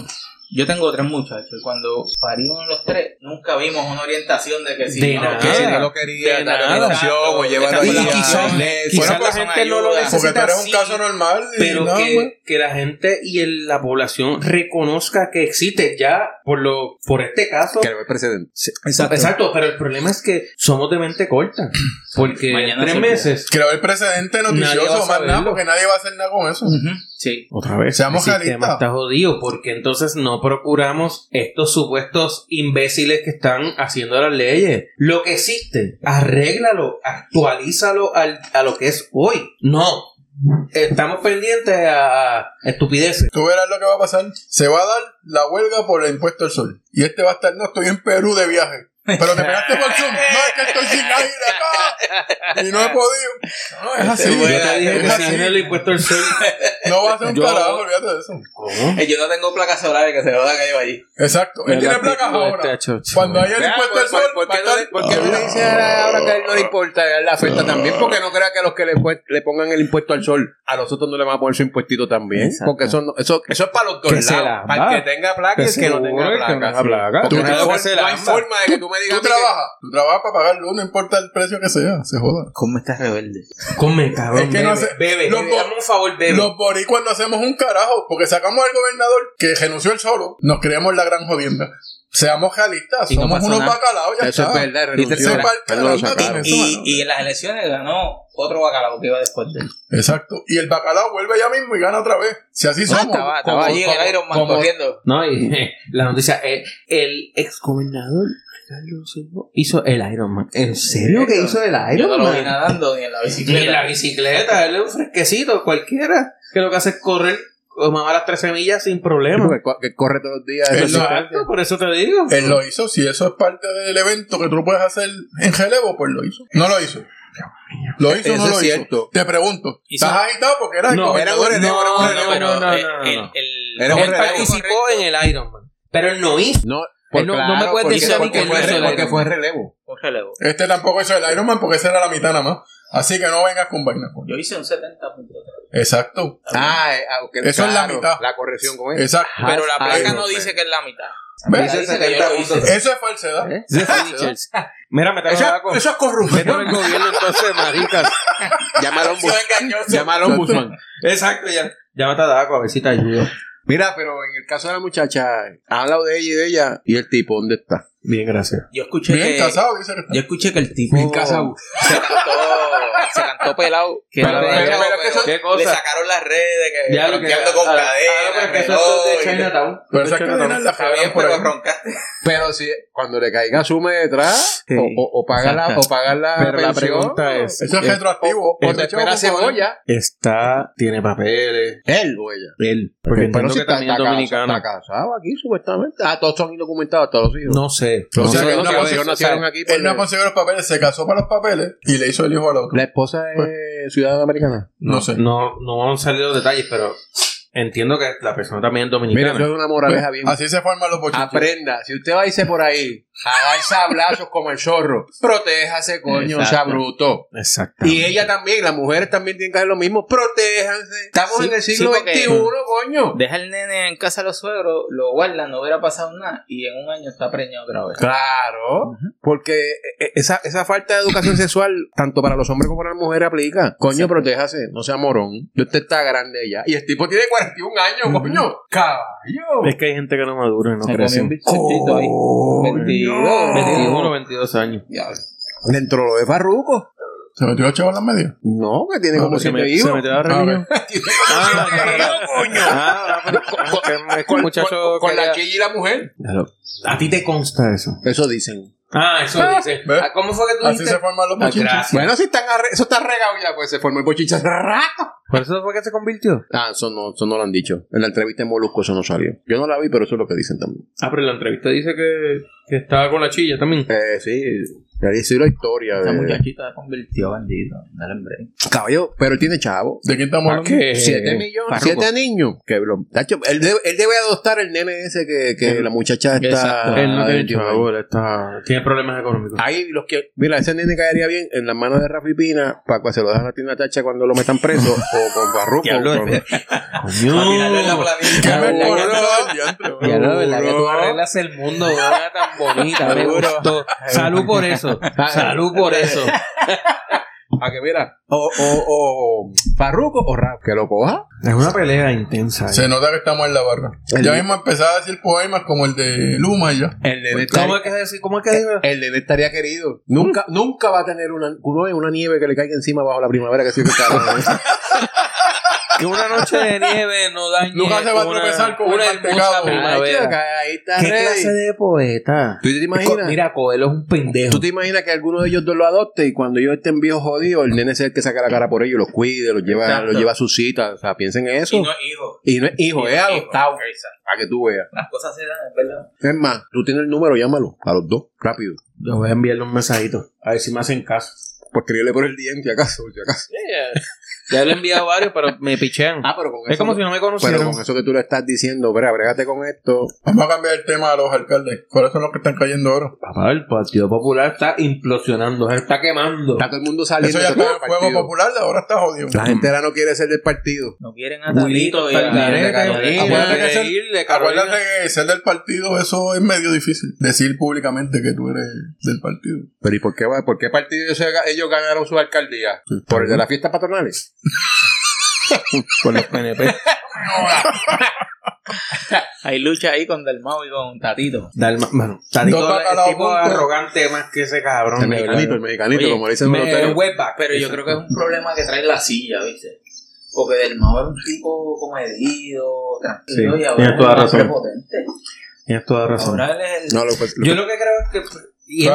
S4: Yo tengo tres muchachos y cuando parimos los tres nunca vimos una orientación de que si
S2: De
S4: no,
S2: nada.
S4: que
S2: Ah,
S8: Que no lo quería,
S2: de
S8: darle
S2: nada.
S8: atención o llevarlo
S2: Y
S8: allí a
S2: quizás-
S8: Nestlé.
S2: quizás
S8: Bueno,
S2: la
S8: pues,
S2: gente no lo
S4: ayuda.
S2: necesita,
S6: Porque tú eres un
S2: sí,
S6: caso normal y
S2: pero
S6: nada, pues.
S2: que, que la gente y el- la población reconozca que existe ya por lo por este caso
S3: que le ve precedente.
S2: Exacto. pero el problema es que somos de mente corta. Porque en
S4: Mañana
S2: tres
S4: se
S2: meses.
S6: Creo el precedente
S2: Nadie va a
S6: noticioso, más
S2: saberlo.
S6: nada, porque nadie va a hacer nada con eso.
S4: Ujú, Sí.
S2: Otra vez.
S6: Seamos
S2: el sistema
S6: realistas.
S2: está jodido porque entonces no procuramos estos supuestos imbéciles que están haciendo las leyes. Lo que existe, arréglalo, actualízalo al- a lo que es hoy. No. Estamos pendientes a a estupideces.
S6: Tú verás lo que va a pasar. Se va a dar la huelga por el impuesto al sol. Y este va a estar, no, estoy en Perú de viaje. Pero te pegaste por Zoom. No, es que estoy sin aire acá. Y no he podido. No, es así.
S2: Yo te dije que
S6: Es
S2: si
S6: así.
S2: no le he puesto el sol.
S6: No va a ser un carajo, olvídate de eso.
S8: Eh, Yo no tengo placas solares que se joda que llevo allí.
S6: Exacto. Él tiene placas
S2: este
S4: este,
S6: ahora. Cuando haya el
S8: Vea,
S6: impuesto
S8: ¿por-
S6: del sol,
S8: por- ¿Por
S6: va a
S8: qué no le-
S6: estar-
S8: por qué no le dice ahora ahora que a él no le importa la oferta también? Porque no crea que los que le, pue- le pongan el impuesto al sol, a nosotros no le van a poner su impuestito también.
S7: Exacto.
S8: Porque eso, no- eso, eso es para los dos
S7: Que se
S8: lados.
S7: la
S8: Para el
S7: va.
S8: que tenga placa y el que no tenga placa. Porque
S6: Tú
S8: no, hay
S6: trabajas-
S8: for- no hay forma de que tú me digas
S6: Tú
S8: a mí que-
S6: trabajas. Tú trabajas para pagarlo, no importa el precio que sea. Se joda.
S4: ¿Cómo estás rebelde?
S2: Come, cabrón.
S6: Es que no
S2: bebe,
S6: hace-
S2: bebe,
S6: los
S2: bebe,
S6: bo-
S2: hazme un favor, bebe.
S6: Los boricuas no hacemos un carajo. Porque sacamos al gobernador que renunció el solo. Nos creemos la gran jodienda. Seamos realistas.
S4: Y no
S6: Somos
S4: pasa
S6: unos
S4: nada.
S6: bacalaos. Ya
S3: Eso es
S6: está.
S3: verdad,
S4: Viste,
S3: renunció.
S6: Sepa el
S3: Él no lo
S6: carajo con
S3: sacaron.
S6: eso,
S4: Y,
S6: mano.
S4: y en las elecciones ganó otro bacalao que iba después de él.
S6: Exacto. Y el bacalao vuelve ya mismo y gana otra vez. Si así
S4: Ah,
S6: somos.
S4: estaba,
S8: Como
S4: estaba allí en
S8: como-
S4: el Iron Man
S8: como-
S4: corriendo.
S2: No, y la noticia, eh, el exgobernador Ricardo Silva hizo el Iron Man. ¿En serio que hizo el
S4: Yo no
S2: Iron
S4: lo vi
S2: Man?
S4: nadando ni en la
S2: Y en la
S4: bicicleta.
S2: bicicleta, él es un fresquecito cualquiera, que lo que hace es correr o mamar las 13 millas sin problema.
S3: Que co- Que corre todos los días.
S6: Él
S3: eso
S6: lo-
S3: sí.
S2: Exacto, por eso te digo.
S6: Él lo hizo. Si eso es parte del evento que tú lo puedes hacer en relevo, pues lo hizo. No lo hizo. Lo hizo o no
S3: Eso
S6: lo
S3: es
S6: hizo.
S3: cierto.
S6: Te pregunto.
S4: Hizo-
S6: ¿Estás agitado? Porque era el
S2: No,
S6: gobernador.
S2: no, no,
S4: Pero,
S2: no, no,
S4: eh,
S2: no, no,
S4: el-
S2: no.
S4: el-
S3: Era un
S2: Él
S3: relevo
S2: participó en el Iron Man, pero él no hizo.
S3: No,
S2: Él no- no me puedes
S3: Pues porque-
S2: decir a mí
S3: porque
S2: que
S3: fue
S2: no hizo
S3: re-
S2: el
S3: porque
S2: Iron
S3: fue
S2: Man.
S3: relevo.
S4: un relevo.
S6: Este tampoco hizo el Iron Man porque esa era la mitad nada más. Así que no vengas con vainas. coño.
S4: Yo hice un 70.3.
S6: Exacto.
S3: Ah, eh, ah, ok,
S6: Eso es la
S3: claro,
S6: mitad.
S3: La corrección, ¿cómo es?
S6: Exacto.
S2: Ah,
S4: Pero la placa
S3: Iron
S4: no
S3: Man.
S4: dice que es la mitad.
S6: ¿Ves?
S4: Ella dice que yo lo hice.
S6: Eso es falsedad.
S2: ¿Eh? Mira, me
S6: Eso,
S2: trajo la
S6: eso es corrupción.
S2: gobierno entonces, maricas.
S3: Llámalo a un bus- llámalo a un busman.
S2: Exacto, ya. Llámate a Daco a ver si te ayuda.
S3: Mira, pero en el caso de la muchacha, ha hablado de ella y de ella. ¿Y el tipo dónde está?
S2: Bien, gracias.
S4: Yo escuché
S6: Bien
S4: que.
S6: casado, dice.
S4: Yo escuché que el tipo.
S2: eh,
S4: Se cantó. se cantó pelado. Que
S2: Pero-
S4: era
S2: pero-
S4: pelado,
S2: pero-
S4: pero-
S2: ¿Qué
S8: Le
S2: cosa?
S8: sacaron las redes, que
S2: Ya lo que
S8: ronqueando con
S2: ah,
S8: cadena.
S2: ah, no, pero es que eso es de Chinatown.
S6: Pero
S2: Es
S6: esa
S2: de Chinatown.
S6: cadena la
S8: Está bien,
S6: jalan por
S8: pero
S6: ahí.
S8: roncaste.
S3: Pero si cuando le caiga sume detrás,
S4: Sí.
S3: o, o, o paga la,
S4: Exacto.
S3: o paga la
S2: Pero la
S3: pensión,
S2: pregunta es,
S6: Eso es
S2: eh,
S6: retroactivo.
S3: o te espera cebolla,
S2: está, tiene papeles,
S3: él o ella.
S2: él. Porque
S3: Pero
S2: entiendo
S3: si
S2: que
S3: está,
S2: también
S3: está,
S2: es
S3: casado,
S2: dominicano.
S3: está casado aquí, supuestamente. Ah, todos son indocumentados, todos los hijos.
S2: No sé.
S6: O
S3: No
S6: sea,
S3: sé,
S6: que no
S3: no sé, los
S6: consiguió-
S3: hijos nacieron aquí. pues, por
S6: Él no
S3: la-
S6: consiguió los papeles, se casó para los papeles y le hizo el hijo a la otra.
S3: la esposa
S2: Pues,
S3: es ciudadana americana.
S6: No sé.
S2: No, no han salido detalles, pero entiendo que la persona también es dominicana.
S3: Mira, eso es una moraleja
S2: pues,
S3: bien.
S6: Así se forman los bochitos.
S3: Aprenda, si usted va a irse por ahí, haga sablazos como el zorro, protéjase, coño, no sea bruto.
S2: Exacto.
S3: Y ella también, las mujeres también tienen que hacer lo mismo, protéjanse. Estamos
S4: Sí,
S3: en el
S4: sí,
S3: siglo
S4: porque-
S3: XXI, coño.
S4: Deja el nene en casa de los suegros, lo guardan, no hubiera pasado nada y en un año está preñado otra vez.
S3: Claro, porque eh, esa, esa falta de educación sexual, tanto para los hombres como para las mujeres, aplica. Coño, protéjase, no sea morón. Usted está grande ya. Y el tipo tiene 41 años, coño. Caballo.
S2: Es que hay gente que no madura y no
S4: Se
S2: crece.
S4: comió un
S3: Oh,
S4: bichotito ahí. 22.
S2: 21, 22 años.
S3: Dentro lo de Farruco.
S6: ¿Se metió los chavos en las medias?
S3: No, que tiene
S6: No,
S3: como
S6: pero
S2: Se,
S3: siete
S2: me, se
S3: hijos.
S2: metió la religión. Ah, ah, ah, pero- que este muchacho
S3: Con
S2: quería-
S3: la chilla y la mujer.
S2: A ti te consta eso.
S3: Eso dicen.
S2: Ah, eso dice.
S6: ¿Ves?
S2: Ah, ¿Cómo fue que tú
S6: Así
S2: dijiste?
S6: se forman los
S2: Ah,
S6: bochitos.
S2: gracias.
S3: Bueno, si están arre- eso está regado ya, pues se formó el bochicha hace rato.
S2: ¿Por eso fue que se convirtió?
S3: Ah, eso no, eso no lo han dicho. En la entrevista de Molusco eso no salió. Yo no la vi, pero eso es lo que dicen también.
S2: Ah, pero en la entrevista dice que, que estaba con la chilla también.
S3: Eh, sí, ya dice la historia
S4: Esa
S3: de...
S4: muchachita se convirtió bandido. Dale hombre.
S3: Caballo, pero él tiene chavo.
S6: ¿De quién estamos hablando?
S2: qué?
S3: Siete millones,
S2: Farruko.
S3: siete niños. Que lo- tacho, él, debe, él debe adoptar el nene ese que, que
S2: Él-
S3: la muchacha está.
S2: Exacto. Él no tiene
S3: 21 años.
S2: chavo, él está... Tiene problemas económicos.
S3: Ahí los que. Mira, ese nene caería bien en las manos de Rafi Pina para que se lo dejan a Tina Tacha cuando lo metan preso. o con Barruco.
S2: Diablo, eh.
S8: A mirarlo en la
S6: ¿Qué
S8: planilla.
S6: me
S2: Cabrón.
S6: acordó? Diantre, bro.
S2: Ya la verdad que tú arreglas el mundo de una manera tan bonita, me gustó. Salud por eso, salud por eso.
S3: A que mira. O, o, o Farruco o Rafi. Que lo coja.
S2: Es una pelea intensa.
S6: Se nota que estamos en la barra.
S3: El-
S6: Ya mismo empezaba a decir poemas como el de Luma y ya.
S3: El nene
S2: Pues, ¿Cómo
S3: estaría,
S2: es que decir? ¿Cómo es que dijo?
S3: el nene estaría querido. Nunca, nunca va a tener una, uno es una nieve que le caiga encima bajo la primavera que siempre está.
S2: Que una noche de nieve no dañe
S6: Nunca se va a
S2: una-
S6: tropezar con
S2: una
S6: el
S2: hermosa
S6: mantecado.
S2: primavera.
S3: Ahí está
S2: ¿Qué
S3: ready.
S2: clase de poeta?
S3: ¿Tú te imaginas?
S2: Co- Mira, Coelho es un pendejo.
S3: ¿Tú te imaginas que alguno de ellos dos lo adopte y cuando ellos estén viejos jodidos, el nene sea el que saca la cara por ellos, los cuide, los lleva,
S4: Exacto.
S3: los lleva a su cita? O sea, piensen en eso.
S4: Y no es hijo.
S3: es hijo, es adoptado.
S4: Exacto.
S3: a que tú veas.
S4: Las cosas se dan, es verdad.
S3: Es más, tú tienes el número, llámalo a los dos, rápido.
S2: Yo voy a enviarle un mensajito. A ver si me hacen caso.
S3: Pues escríbele por el DM, si acaso, si acaso. Ah,
S2: Ya le he enviado varios, pero me pichean.
S3: pero con
S2: es como si no me conocieran.
S3: Pero con eso que tú le estás diciendo, espera, brégate con esto.
S6: Vamos a cambiar el tema a los alcaldes. ¿Cuáles son los que están cayendo ahora?
S2: Papá, el Partido Popular está implosionando, se está quemando.
S3: Está todo el mundo saliendo.
S6: Eso ya
S3: de todo
S6: está en
S3: el
S6: juego
S3: partido.
S6: popular, de ahora está jodido.
S3: La gente ahora no quiere ser del partido.
S4: No quieren a Tatito y a
S2: Carete,
S4: Carolina.
S6: Acuérdate que
S2: de
S6: ser-
S2: ir, de Carolina.
S6: Acuérdate que ser del partido, eso es medio difícil. Decir públicamente que tú eres del partido.
S3: Pero ¿y por qué, va- por qué partido ellos, ellos ganaron su alcaldía? ¿Por el de las fiestas patronales?
S2: Con los PNP.
S4: Hay lucha ahí con Dalmau y con Tatito.
S2: Dalma, bueno, Tatito
S6: Dos
S2: es
S6: bacalaos
S2: el tipo
S6: juntos.
S2: arrogante más que ese cabrón.
S3: el mexicanito, el mexicanito,
S4: Oye,
S3: como le dicen los
S2: me-
S3: hoteles.
S2: webback,
S4: Pero yo creo que es un problema que trae la silla, ¿viste? Porque Dalmau era un tipo comedido, tranquilo
S2: Sí,
S4: y ahora
S2: tienes toda
S4: es más
S2: razón.
S4: prepotente. eh,
S2: Tienes toda razón.
S4: Ahora él es el
S3: No, lo, pues, lo-
S2: yo lo que creo es que. yendo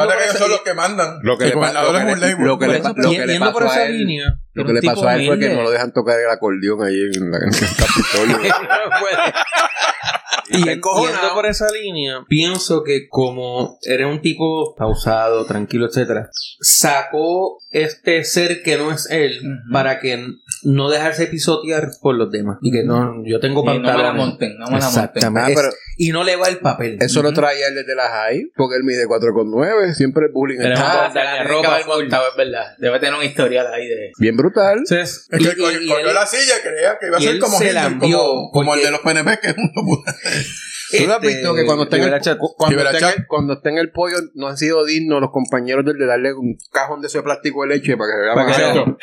S6: Acuérdate
S2: por
S6: que ellos
S2: esa-
S6: son los que mandan.
S3: Lo que
S6: El
S3: le pa-
S6: gobernador
S3: lo que
S6: es un
S3: le-
S6: label.
S3: lo que
S4: Por
S3: le
S4: eso,
S3: pa- lo que
S2: y-
S3: le
S2: yendo por
S3: pasó a
S2: esa
S3: él.
S2: línea.
S3: Lo
S4: Era
S3: que
S4: un
S3: le
S4: tipo
S3: pasó a él fue que
S4: humilde.
S3: no lo dejan tocar el acordeón ahí en, la, en el Capitolio.
S2: No puede. Y yendo por esa línea, pienso que como era un tipo pausado, tranquilo, etcétera, sacó este ser que no es él
S4: Ujú.
S2: para que n- no dejarse pisotear por los demás. Y que no, yo tengo
S4: Y no me la
S2: pantalones.
S4: monten, no me la monten.
S2: Exactamente.
S3: Ah, pero-
S2: Es- y no le va el papel.
S3: Eso lo traía él desde la high, porque él mide 4,9. Siempre el bullying
S4: Tenemos que
S3: está
S4: montarle la ropa al montado, es verdad. Debe tener un historial ahí de...
S3: bien brutal.
S2: Entonces,
S6: Es
S2: y-
S6: que cogió,
S2: y- y
S6: cogió
S2: él-
S6: la silla, creía que iba a
S2: y
S6: ser
S2: él
S6: como
S2: se la
S6: Hitler,
S2: envió,
S6: como, como el
S2: porque-
S6: de los PNP, que es un
S3: ¿Tú lo has
S2: este,
S3: visto que cuando está, en el,
S2: Iberachat.
S3: cu- cuando, está en
S6: Iberachat.
S3: el, cuando está en el pollo no han sido dignos los compañeros del de darle un cajón de ese plástico de leche para que se vea más
S2: Claro.
S3: alto?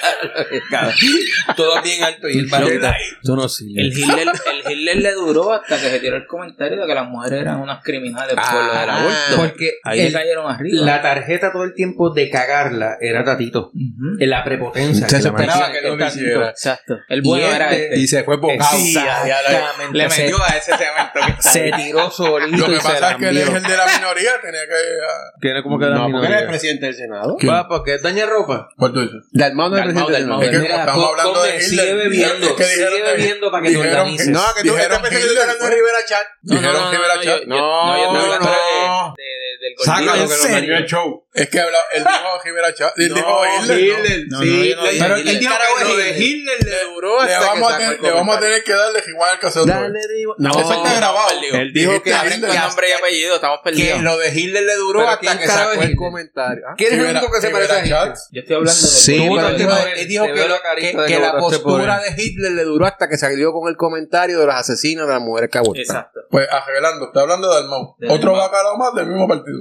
S2: Todo bien alto y el varita. Tú no sirves.
S4: El Hitler, el Hitler le duró hasta que se tiró el comentario de que las mujeres eran unas criminales por lo del aborto.
S2: Porque
S4: Ahí
S2: el-
S4: le cayeron arriba.
S2: la tarjeta todo el tiempo de cagarla era Tatito.
S4: Ujú.
S2: En la prepotencia.
S3: Se
S2: que la
S3: sospechaba
S2: mantenía.
S3: que no lo hiciera.
S4: Exacto. El bueno
S2: Y
S4: era
S2: este-
S4: este.
S3: Y se fue bocado.
S2: Exactamente.
S4: Le
S2: Se-
S4: metió a ese segmento que está
S2: Se
S4: ahí.
S2: tiró solito
S6: Lo que
S2: y se
S6: pasa
S2: la
S6: es que él es
S2: envió.
S6: el de la minoría, tenía que... ah,
S2: Tiene como que
S3: No, porque él es el presidente del Senado.
S6: ¿quién?
S2: Va, porque es daña ropa.
S6: ¿Cuál tú dices?
S3: Del hermano del
S4: Dalmau,
S3: presidente del
S4: Dalmau,
S3: Senado.
S6: Es que
S2: mira,
S6: estamos
S2: co-
S6: hablando de
S2: come,
S6: Hitler.
S2: sigue bebiendo,
S6: Es que dijeron
S2: sigue
S6: que-
S2: bebiendo para que te
S6: dijeron
S2: organices.
S3: No, que tú
S6: dijeron
S3: yo pensé que
S6: Hitler.
S3: yo estaba hablando de Rivera Chat.
S6: Dijeron que iba a la chat.
S4: yo- no, yo estoy hablando
S6: no.
S4: de- de- del
S2: Sácalo,
S4: gordito.
S2: que lo dañó el
S6: show. Es que habla, él dijo Jimena Chávez. Él dijo Hitler.
S4: No, no, yo no dije
S6: Pero
S4: Hitler.
S6: él dijo que lo de
S3: Hitler le duró
S6: ¿no? Le, vamos a tener, le vamos a tener que darle igual al caso otra vez.
S3: No,
S6: Eso está grabado.
S3: Él dijo que
S6: Dijiste
S4: Con
S6: Hitler.
S4: nombre y apellido, estamos perdidos.
S3: lo de Hitler le duró
S2: Pero
S3: hasta
S2: ¿quién
S3: que
S2: carajo
S3: sacó
S2: es
S3: el
S2: Hitler?
S3: comentario. Ah,
S2: ¿Quién es el
S6: Jimena-
S2: único que se
S6: Jimena
S2: parece a Hitler?
S6: Chávez.
S4: Yo estoy hablando del
S3: Sí,
S4: gordito
S3: pero
S2: te
S3: él
S4: del-
S3: dijo,
S2: veo-
S3: él dijo
S2: te veo la
S3: que,
S2: carita
S3: que-
S2: de
S3: que
S2: que
S3: la
S2: votaste por
S3: postura de Hitler le duró hasta que salió con el comentario de las asesinas de las mujeres que abortan.
S4: Exacto.
S6: Pues arreglando, está hablando de Dalmau.
S4: De
S6: Otro
S4: Dalmau.
S6: bacalao más del mismo partido.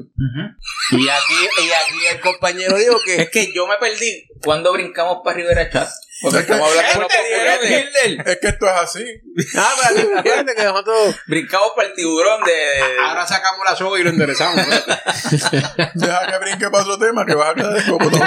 S3: Y aquí, y aquí el compañero dijo que
S4: Es que yo me perdí cuando brincamos para Rivera Chat. Porque
S6: Pues Es que-
S4: estamos hablando de los populares.
S2: Hitler.
S6: Es que esto es así.
S3: Ah, pero acuérdate que nosotros
S4: Brincamos para el tiburón de.
S3: ahora sacamos la soga y lo enderezamos. ¿no?
S6: Deja que brinque para otro tema que vas a quedar como todo.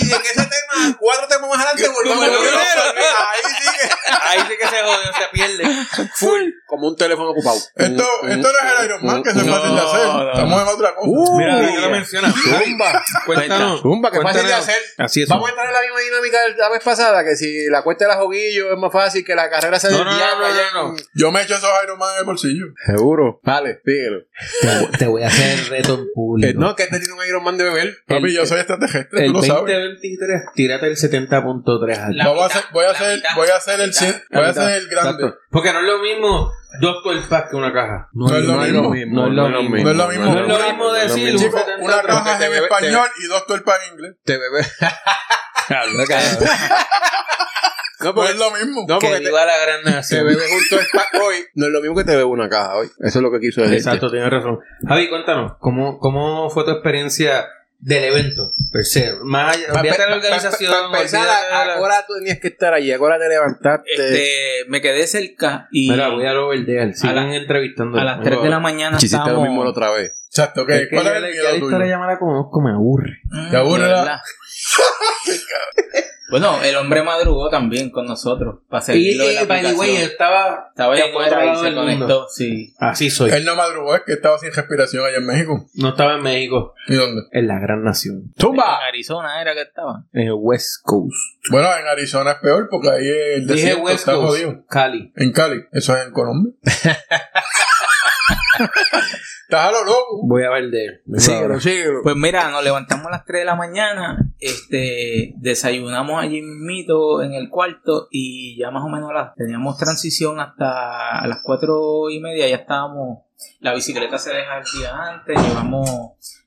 S3: y en ese tema, cuatro temas más adelante volvamos
S4: Como
S3: al
S4: el
S3: primero. Ahí sigue.
S2: Ahí sí que se jodió, se pierde.
S3: Full. Como un teléfono ocupado. Mm,
S6: Esto, esto no es el Iron Man que eso es fácil de hacer. Estamos en otra cosa.
S4: Uh.
S2: Mira, ¿de qué lo mencionas?
S3: Zumba.
S2: Cuéntanos.
S3: Zumba, que fácil de
S2: Cuéntanos.
S3: hacer.
S2: Así es.
S3: Vamos a entrar en la misma dinámica de la vez pasada, que si la cuesta de las joguillos es más fácil que la carrera se
S2: No, no,
S3: desviara
S2: no, no,
S3: allá
S2: no,
S3: en-
S6: Yo me echo esos Iron Man en el bolsillo.
S3: Seguro. mm. Vale, síguelo.
S2: Te, te voy a hacer el reto en
S3: Eh,
S2: público.
S3: no, que este tiene un Iron Man de beber.
S6: Papi,
S2: El-
S6: yo soy extraterrestre,
S2: el
S6: tú lo sabes.
S2: 2023, tírate el 70.3 al
S4: La
S6: Vamos a
S4: mitad,
S6: hacer- voy a
S4: la
S6: hacer,
S4: mitad,
S6: voy a hacer el, cien- voy a
S2: mitad.
S6: hacer el grande.
S2: Exacto. Porque no es lo mismo dos por pack que una caja.
S6: No es lo mismo.
S2: No es lo mismo.
S6: No es lo mismo.
S2: No es lo mismo decir un
S6: Chico,
S2: 73.
S6: una caja
S3: te
S6: en
S3: bebe-
S6: español y dos tolpas en inglés.
S3: Te bebe. no,
S6: No
S3: porque,
S6: es lo mismo.
S3: no,
S2: Que
S3: porque te,
S2: viva la gran
S3: te
S2: nación.
S3: bebe junto el pack hoy. No es lo mismo que te bebe una caja hoy. Eso es lo que quiso decir.
S2: Exacto, tienes razón. Javi, cuéntanos, ¿cómo, ¿cómo fue tu experiencia del evento? Per se, más allá, olvídate de la organización,
S3: Pensar,
S2: olvídate de la-
S3: ahora tú tenías que estar allí, ahora te levantaste.
S4: Este, me quedé cerca y
S2: Mira, voy a lo verdear, sigan entrevistando.
S4: a las 3 de la mañana
S3: Hiciste
S4: estábamos...
S3: lo mismo la otra vez.
S6: Exacto, que
S2: Es que
S6: ¿cuál es
S2: ya
S6: el
S2: la ya la
S6: miedo tuyo?
S2: historia ya me la conozco, me aburre.
S4: Mm,
S6: Te aburre
S4: de
S6: la-
S4: Mm, verdad. Bueno, el hombre madrugó también con nosotros para
S2: Y,
S4: seguirlo de la
S2: by the way,
S4: aplicación.
S2: estaba,
S4: Estaba
S2: ya
S4: ahí
S2: fue otro
S4: fuera y
S2: lado
S4: se
S2: del mundo.
S4: conectó, sí.
S2: Así soy.
S6: Él no madrugó, es que estaba sin respiración allá en México.
S2: Ah, No estaba en México.
S6: ¿Y dónde?
S2: En la gran nación.
S4: En Arizona era que estaba.
S2: En el West Coast.
S6: Bueno, en Arizona es peor porque ahí el
S2: Dije
S6: desierto
S2: West
S6: está
S2: Coast.
S6: jodido.
S2: Cali.
S6: En Cali, eso es en Colombia. Estás a lo loco.
S2: Voy a ver de él.
S3: Síguelo, síguelo.
S4: Pues mira, nos levantamos a las 3 de la mañana, este, desayunamos allí mismito en el cuarto y ya más o menos las, teníamos transición hasta a las 4 y media, ya estábamos, la bicicleta se deja el día antes, llevamos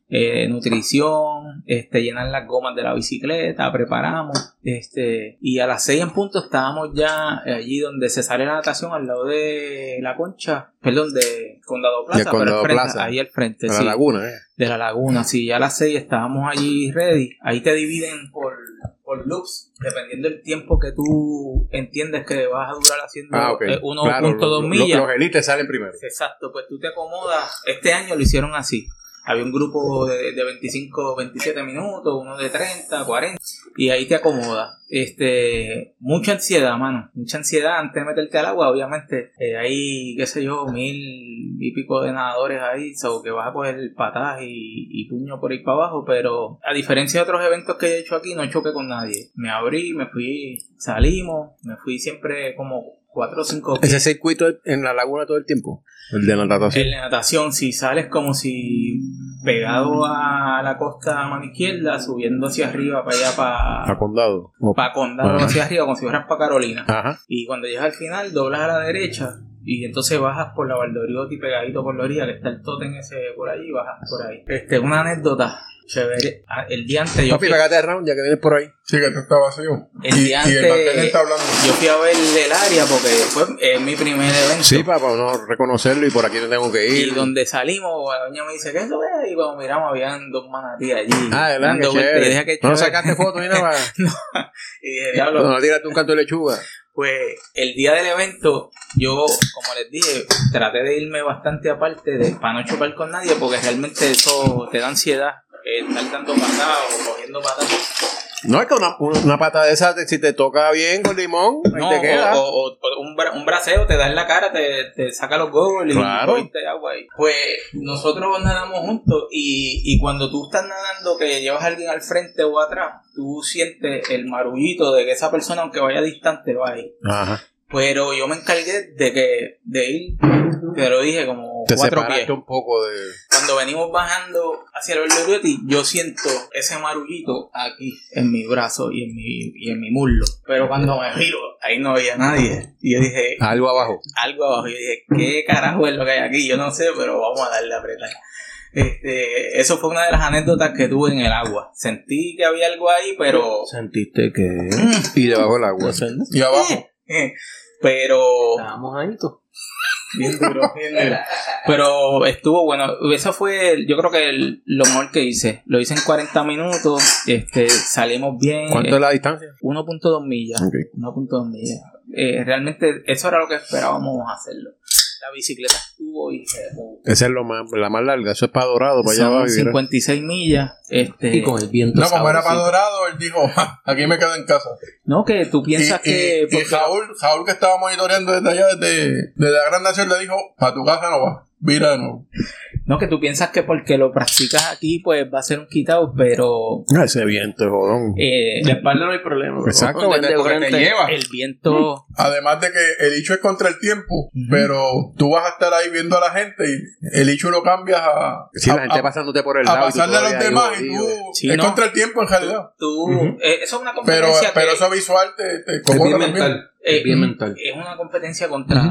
S4: eh, nutrición, este, llenan las gomas de la bicicleta, preparamos, este, y a las 6 en punto estábamos ya allí donde se sale la natación al lado de la concha, perdón, de Condado Plaza, pero
S3: Condado
S4: al frente,
S3: Plaza.
S4: ahí al frente,
S3: A la
S4: sí.
S3: laguna, eh.
S4: De la laguna, sí, ya a las 6 estábamos allí ready. Ahí te dividen por, por loops, dependiendo del tiempo que tú entiendes que vas a durar haciendo
S3: Ah, ok.
S4: eh, 1.2
S3: Claro, lo- lo-
S4: millas.
S3: Los elites salen primero.
S4: Exacto, pues tú te acomodas. Este año lo hicieron así. Había un grupo de, de 25, 27 minutos, uno de 30, 40, y ahí te acomodas. Este, mucha ansiedad, mano. Mucha ansiedad antes de meterte al agua, obviamente. eh, hay, qué sé yo, mil y pico de nadadores ahí, so que vas a coger patas y, y puño por ahí para abajo, pero a diferencia de otros eventos que he hecho aquí, no choqué con nadie. Me abrí, me fui, salimos, me fui siempre como cuatro o cinco
S3: Ese circuito es en la laguna todo el tiempo. El de la natación.
S4: en la natación, si sales como si pegado a la costa a mano izquierda, subiendo hacia arriba para allá,
S3: A
S4: para,
S3: condado. O-
S4: para
S6: Ah.
S4: condado
S3: Ajá.
S4: hacia arriba, como si fueras para Carolina.
S3: Ajá.
S4: Y cuando llegas al final, doblas a la derecha y entonces bajas por la Valdoriotti pegadito por la orilla, que está el totem ese por ahí, y bajas por ahí. Este, una anécdota chévere. Ah, El día antes yo
S3: Papi,
S4: fui,
S3: pégate de round ya que vienes por ahí.
S6: Sí, que tú estás vacío.
S4: El
S6: y,
S4: día
S6: y el
S4: antes-
S6: mantel está hablando.
S4: yo fui a ver el área porque después es mi primer evento.
S3: Sí, para no reconocerlo y por aquí no tengo que
S4: Y
S3: ir.
S4: donde salimos, la doña me dice, ¿qué es eso? eh?" Y cuando miramos, habían dos manatíes allí.
S3: Ah, de verdad,
S4: dando
S3: que
S4: vueltas.
S3: chévere.
S4: Y dije, "Qué
S3: No
S4: chévere".
S3: sacaste fotos ni nada.
S4: Y dije,
S3: No,
S4: diablo.
S3: no tírate un canto de lechuga.
S4: Pues el día del evento, yo, como les dije, traté de irme bastante aparte de, para no chocar con nadie, porque realmente eso te da ansiedad. eh, Estar dando patadas o cogiendo patadas.
S3: No, es que una, una pata de esas, te- si te toca bien con limón, ahí
S4: No,
S3: te queda.
S4: o, o- o un, bra- un braseo te da en la cara, te, te saca los goggles
S3: Claro.
S4: y cogiste agua ahí. Pues nosotros nadamos juntos y, y cuando tú estás nadando que llevas a alguien al frente o atrás, tú sientes el marullito de que esa persona, aunque vaya distante, va ahí.
S3: Ajá.
S4: Pero yo me encargué de que de ir, te lo dije, como
S3: Te
S4: cuatro pies.
S3: separaste un poco de...
S4: Cuando venimos bajando hacia el Oloriotti, yo siento ese marullito aquí en mi brazo y en mi, y en mi muslo. Pero cuando me giro, ahí no había nadie. Y yo dije,
S3: Algo abajo.
S4: algo abajo. Yo dije, ¿qué carajo es lo que hay aquí? Yo no sé, pero vamos a darle a apretar. Este, eso fue una de las anécdotas que tuve en el agua. Sentí que había algo ahí, pero
S2: Sentiste que.
S3: Y debajo del agua.
S6: Y abajo.
S4: pero
S2: Estábamos ahí, tú.
S4: Bien duro, bien duro. Pero estuvo bueno. Eso fue, el- yo creo que el- lo mejor que hice. Lo hice en 40 minutos. Este, salimos bien.
S3: ¿Cuánto
S4: Eh,
S3: es la distancia?
S4: 1.2 millas.
S3: Ok.
S4: 1.2 millas. Eh, realmente, eso era lo que esperábamos hacerlo. La bicicleta estuvo y se movió.
S3: Esa es lo más, la más larga. Eso es para dorado,
S6: Pues
S3: para allá
S4: Son
S3: abajo. y mira.
S4: 56 millas. Este,
S2: Y con el viento.
S6: No, como era para
S2: sabrosito.
S6: Dorado, él dijo, "Ja, aquí me quedo en casa.
S4: no, que tú piensas
S6: y, y-
S4: que.
S6: y
S4: porque-
S6: Saúl, Saúl que estaba monitoreando desde allá, desde, desde la Gran Nación, le dijo, a tu casa no vas, mira de nuevo.
S4: no, que tú piensas que porque lo practicas aquí, pues va a ser un quitado, pero.
S3: Ah, Ese viento es jodón.
S4: eh,
S2: De espalda no hay problema. bro.
S3: Exacto,
S2: Porque
S3: vete
S2: te-
S3: porque
S2: porque
S3: te
S2: te lleva.
S4: el viento.
S6: Mm. Además de que el hecho es contra el tiempo, pero tú vas a estar ahí viendo a la gente y el hecho lo cambias a,
S3: Sí,
S6: a,
S3: la gente
S6: a-
S3: pasándote por el
S6: a
S3: lado. y tú
S6: pasarle a los
S3: todavía ahí
S6: demás y
S3: jodido.
S6: tú...
S4: Sí,
S6: es
S4: no.
S6: contra el tiempo en realidad.
S4: tú eh, eso es una
S6: Pero,
S4: competencia
S6: pero
S4: que,
S6: eso visual te, te
S2: Es
S6: convoca
S2: bien
S6: también.
S2: mental.
S4: eh,
S2: Es bien mental.
S4: es una competencia contra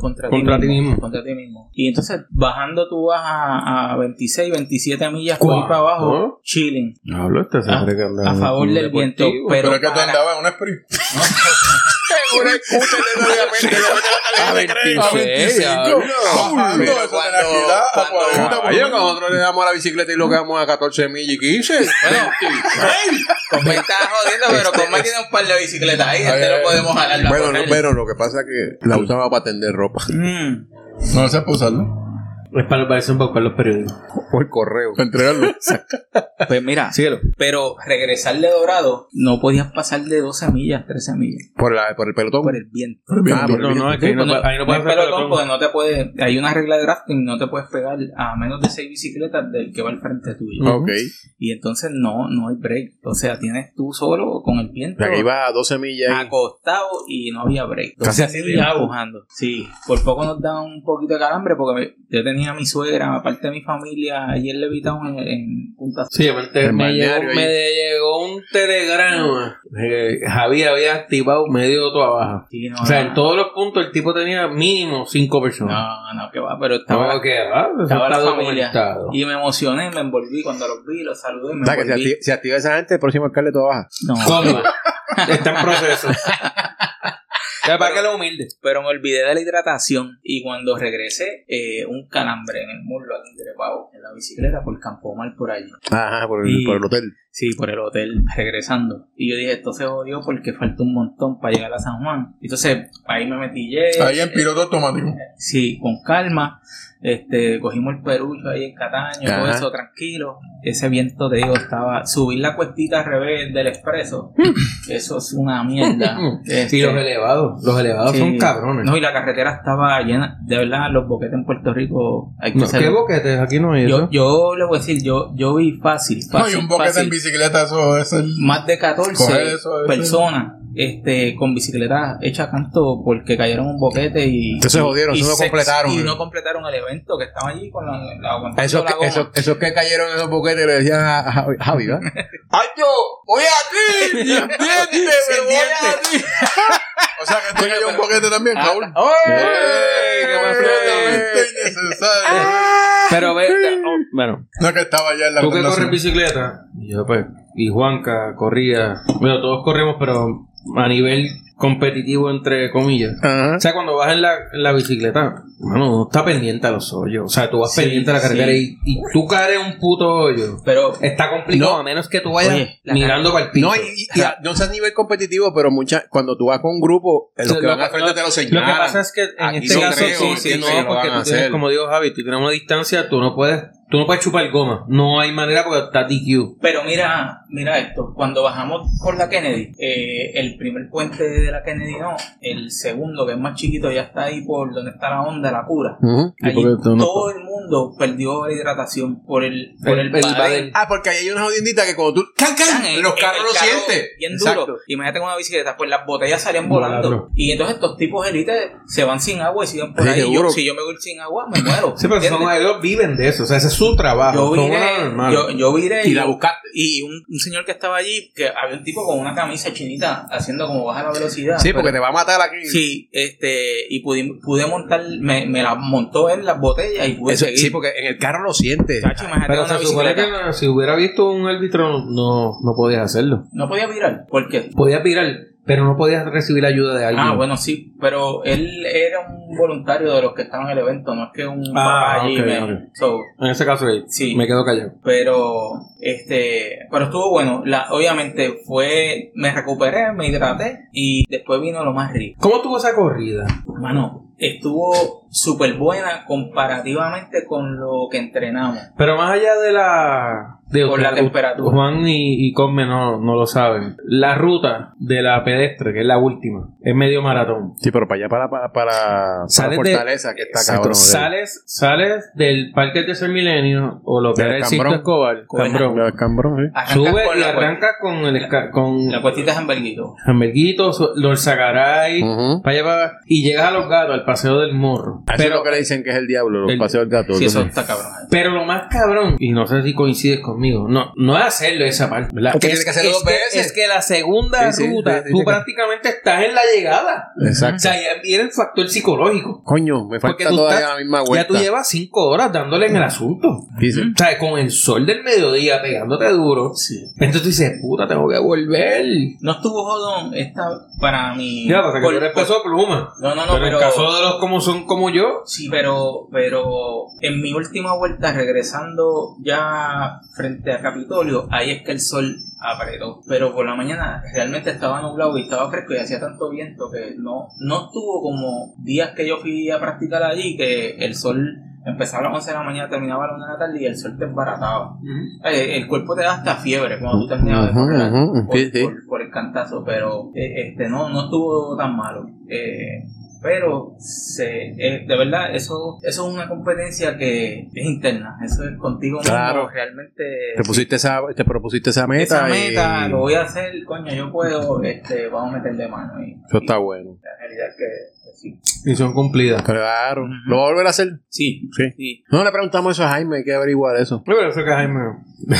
S4: contra,
S2: Contra ti mismo.
S4: contra ti mismo y entonces bajando tú vas a, a 26 27 millas por ahí
S2: ¿Cuá?
S4: para abajo
S2: ¿Oh?
S4: chilling
S1: Hablo este
S4: Ah,
S1: siempre que anda
S4: a
S1: en-
S4: favor
S1: en
S4: del viento
S2: deportivo.
S4: pero,
S6: Pero, es que tú
S4: para-
S6: andabas en un sprint. Bajando
S3: A 26,
S4: eh,
S3: Pero
S6: de
S3: cuando-
S6: tranquilidad a
S4: cuando-
S6: 40 por
S3: Caballo, cuando nosotros le damos a la bicicleta y lo quedamos a 14 mil y 15.
S4: bueno, Cosme está jodiendo,
S6: Este,
S4: pero Cosme tiene un par de bicicletas ahí, este lo podemos jalar. Mm.
S3: Bueno, no, pero lo que pasa es que la usaba para tender ropa.
S6: No se puede usarlo.
S2: Es para los para los periódicos.
S3: Por correo.
S6: Para entregarlo.
S4: Pues mira,
S2: Síguelo.
S4: pero regresar de Dorado no podías pasar de 12 millas, 13 millas
S3: Por, la, por el pelotón.
S4: por el viento.
S6: Ah,
S2: No, no, es que ahí no,
S4: Bueno,
S2: pa- ahí no
S4: no hay
S2: puede
S4: pelotón porque no te puedes, hay una regla de drafting, no te puedes pegar a menos de seis bicicletas del que va al frente tuyo.
S3: Ok.
S4: Y entonces no, no hay break. O sea, tienes tú solo con el
S3: O
S4: viento
S3: sea, que iba a 12 millas. ahí.
S4: acostado y no había break.
S2: Casi
S4: Entonces
S2: así de
S4: seguía empujando. Sí, por poco nos da un poquito de calambre porque me- yo tenía a mi suegra, aparte de mi familia, allí en Levitown en, en Punta
S2: Sí, aparte
S3: En
S2: me llegó,
S3: balneario ahí.
S2: me llegó un telegrama. Eh, Javier había activado medio todo abajo.
S4: Sí, no,
S2: O sea,
S4: no,
S2: en todos los puntos el tipo tenía mínimo cinco personas.
S4: No, no, que va, pero
S2: Estaba,
S4: estaba,
S2: que, ah, eso
S4: estaba
S2: está
S4: la familia.
S2: documentado.
S4: Y me emocioné, me envolví cuando los vi, los saludé, me
S3: O sea, que si
S4: envolví.
S3: activa, si activa esa gente, el próximo alcalde todo baja.
S4: No,
S2: Cómodo. está en proceso. Para que lo humilde.
S4: pero me olvidé de la hidratación y cuando regresé, eh, un calambre en el muslo aquí trepado en la bicicleta por Campo Mal por allí.
S3: Ajá, por el,
S4: Y-
S3: por el hotel.
S4: Sí, por el hotel, regresando. Y yo dije, esto se jodió porque falta un montón para llegar a San Juan. Entonces, ahí me metí yeso,
S6: Ahí en
S4: eh,
S6: piloto automático.
S4: Sí, con calma. Este, cogimos el perucho ahí en Cataño, todo
S3: Ajá.
S4: eso tranquilo. Ese viento, te digo, estaba. Subir la cuestita al revés del expreso, eso es una mierda. Este,
S2: Y los elevados. Los elevados
S4: sí.
S2: Ah, son cabrones.
S4: No, y la carretera estaba llena. De verdad, los boquetes en Puerto Rico hay que
S2: No,
S4: ser-
S2: ¿Qué boquetes? Aquí no hay
S4: yo,
S2: eso.
S4: yo le voy a decir, yo, yo vi fácil,
S6: No, y
S4: fácil,
S6: un boquete
S4: fácil.
S6: en bicicleta, eso es el.
S4: más de 14
S6: Coger eso, eso.
S4: personas este, con bicicletas hechas canto porque cayeron un boquete y.
S3: Entonces se jodieron,
S4: y
S3: eso no
S4: se-
S3: completaron.
S4: Y no completaron el evento que estaban allí con la, la, aguantando
S3: Esos
S4: la
S3: que,
S4: goma.
S3: esos, esos que cayeron en esos boquetes le decían a a Javi, Javi, ¿verdad?
S6: ¡Ay, yo! ¡Voy aquí! ¡Sin dientes! ¡Me voy aquí! O sea, que tú cayó un boquete también, Raúl.
S2: ¡Oh!
S6: Eh,
S2: ¡Ey! ¿Qué pasó?
S6: Completamente innecesario.
S2: Pero ve, oh, bueno,
S6: No, que estaba ya en la
S2: tú que corres
S6: condenación.
S2: bicicleta. Y yo, pues, y Juanca corría. Bueno, todos corrimos, pero a nivel competitivo, entre comillas.
S3: Ajá.
S2: O sea, cuando vas en la, en la bicicleta, mano, no está pendiente a los hoyos. O sea, tú vas
S4: Sí,
S2: pendiente a la carretera
S4: sí.
S2: y, y tú caes en un puto hoyo.
S4: Pero
S2: Está complicado,
S3: No.
S2: a menos que tú vayas
S4: Oye, la-
S2: mirando para el piso.
S3: No, y, y- y a- no sé a nivel competitivo, pero mucha, cuando tú vas con un grupo, eh, los
S2: Lo
S3: que van
S2: que-
S3: al frente
S2: no,
S3: te lo
S2: Lo
S3: señalan.
S2: que pasa es que en
S3: Aquí
S2: este
S3: no
S2: caso,
S3: creo,
S2: sí, sí,
S3: entiendo que
S2: no,
S3: lo
S2: porque
S3: van a
S2: tú tienes,
S3: hacer.
S2: como dijo Javi, tú tienes una distancia, tú no puedes, tú no puedes chupar goma. No hay manera porque está DQ.
S4: Pero mira, mira esto, cuando bajamos por la Kennedy, eh, el primer puente de la Kennedy no, el segundo que es más chiquito ya está ahí por donde está la onda, la cura.
S3: Ujú.
S4: Allí
S3: porque tú no-
S4: todo el mundo perdió la hidratación por el, por
S2: El-
S4: el,
S2: el
S4: badén.
S2: badén.
S3: Ah, porque ahí hay una jodiendita que cuando tú. ¡Can, can!
S4: Están en-
S3: los
S4: en
S3: carros
S4: el
S3: lo
S4: carro
S3: sienten.
S4: Bien
S3: Exacto.
S4: duro. Imagínate con una bicicleta, pues las botellas salían
S2: Volando.
S4: volando. Y entonces estos tipos élites se van sin agua y siguen por
S3: Sí,
S4: ahí. Yo-
S3: seguro.
S4: si yo me voy sin agua, me muero.
S2: Sí, pero
S4: ¿entiendes?
S2: son, ellos viven de eso, o sea, ese es su trabajo.
S4: yo
S2: son
S4: viré,
S2: unos
S4: yo, yo viré
S3: Y la buscaste.
S4: y un, un señor que estaba allí, que había un tipo con una camisa chinita haciendo como baja la velocidad.
S3: Sí,
S4: pero-
S3: porque te va a matar aquí.
S4: Sí, este, y pude, pude montar, me, me la montó él las botellas y pude
S3: Eso-
S4: seguir.
S3: sí, porque en el carro lo sientes.
S4: Chacho, imagínate
S2: Pero
S4: una
S2: se supone
S4: Ah, bicicleta.
S2: que si hubiera visto un árbitro, no, no podías hacerlo.
S4: No podía virar, ¿por qué?
S2: Podías virar, pero no podías recibir ayuda de alguien.
S4: Ah, bueno, sí, pero él era un voluntario de los que estaban en el evento, no es que un
S2: Ah,
S4: papá allí
S2: ok,
S4: me-
S2: ok.
S4: so,
S2: En ese caso, eh,
S4: Sí.
S2: me quedo callado.
S4: pero este, pero estuvo bueno, la, obviamente fue, me recuperé, me hidraté y después vino lo más rico.
S2: ¿Cómo tuvo esa corrida?
S4: Mano, estuvo súper buena comparativamente con lo que entrenamos.
S2: Pero más allá de la... De
S4: Por la temperatura.
S2: Juan y, y Cosme no, no lo saben. La ruta de la pedestre, que es la última, es medio maratón.
S3: Sí, pero para allá, para, para, para,
S2: Sales de-
S3: Fortaleza, que está
S2: Exacto.
S3: cabrón.
S2: sales, sales del Parque del Tercer Milenio o lo que
S3: Del
S2: era el Cinto
S3: Cambrón.
S2: Escobar,
S4: Coger-
S2: Cambrón.
S3: El cambrón, sí.
S4: Arrancas
S2: Sube
S4: con
S2: y
S4: la
S2: arranca con el... esca-
S4: cuest-
S2: Con
S4: La cuestita es Hamburguito.
S2: Jamberguito, su- Lord Sagaray,
S3: Ujú.
S2: para allá para- y llegas a los gatos, al paseo del morro.
S3: Eso es
S2: Pero,
S3: lo que le dicen que es el diablo, los
S2: El-
S3: paseos del gato.
S4: Sí, eso
S3: ¿cómo?
S4: está cabrón.
S2: pero lo más cabrón, y no sé si coincides conmigo, no, no es hacerlo esa parte, ¿verdad?
S3: Porque
S2: Es-
S3: tienes que hacerlo
S2: es
S3: dos veces.
S2: es que la segunda
S3: Sí, sí,
S2: ruta,
S3: sí, sí,
S2: tú
S3: sí.
S2: prácticamente estás en la llegada. O
S3: Exacto.
S2: sea, ya viene el factor psicológico.
S3: Coño, me
S2: Porque
S3: falta
S2: tú
S3: todavía
S2: estás-
S3: la misma
S2: Ya tú
S3: vuelta.
S2: llevas cinco horas dándole en el asunto.
S3: Dice,
S2: O sea, con el sol del mediodía pegándote duro. Entonces tú dices, puta, tengo que volver.
S4: No estuvo jodón esta para mi.
S2: Ya, pasa que
S4: por-
S2: tú eres peso pluma.
S4: No, no, no,
S2: Pero,
S4: pero.
S2: en caso de los como son como yo,
S4: Sí, pero, pero en mi última vuelta, regresando ya frente a Capitolio, ahí es que el sol apretó. Pero por la mañana realmente estaba nublado y estaba fresco y hacía tanto viento que no, no estuvo como días que yo fui a practicar allí que el sol Empezaba a las 11 de la mañana, terminaba a las 1 de la tarde y el sol te embarataba. Eh, el, cuerpo te da hasta fiebre cuando tú terminabas de
S3: Ujú,
S4: correr
S3: ujú,
S4: por,
S3: sí, sí.
S4: por- por el cantazo, pero eh, este no, no estuvo tan malo. Eh, pero se, eh, de verdad, eso, eso es una competencia que es interna. Eso es contigo mismo.
S3: Claro.
S4: Realmente
S3: Te pusiste esa, te propusiste esa meta.
S4: esa
S3: y-
S4: meta lo voy a hacer, coño, yo puedo, este, vamos a meterle mano. Y,
S3: Eso está bueno.
S4: y la realidad es que, que sí.
S2: Misión cumplida.
S3: Claro. ¿Lo va a volver a hacer?
S4: Sí,
S3: Sí.
S4: sí.
S3: No le preguntamos eso a Jaime, hay que averiguar eso.
S2: Yo creo que es Jaime.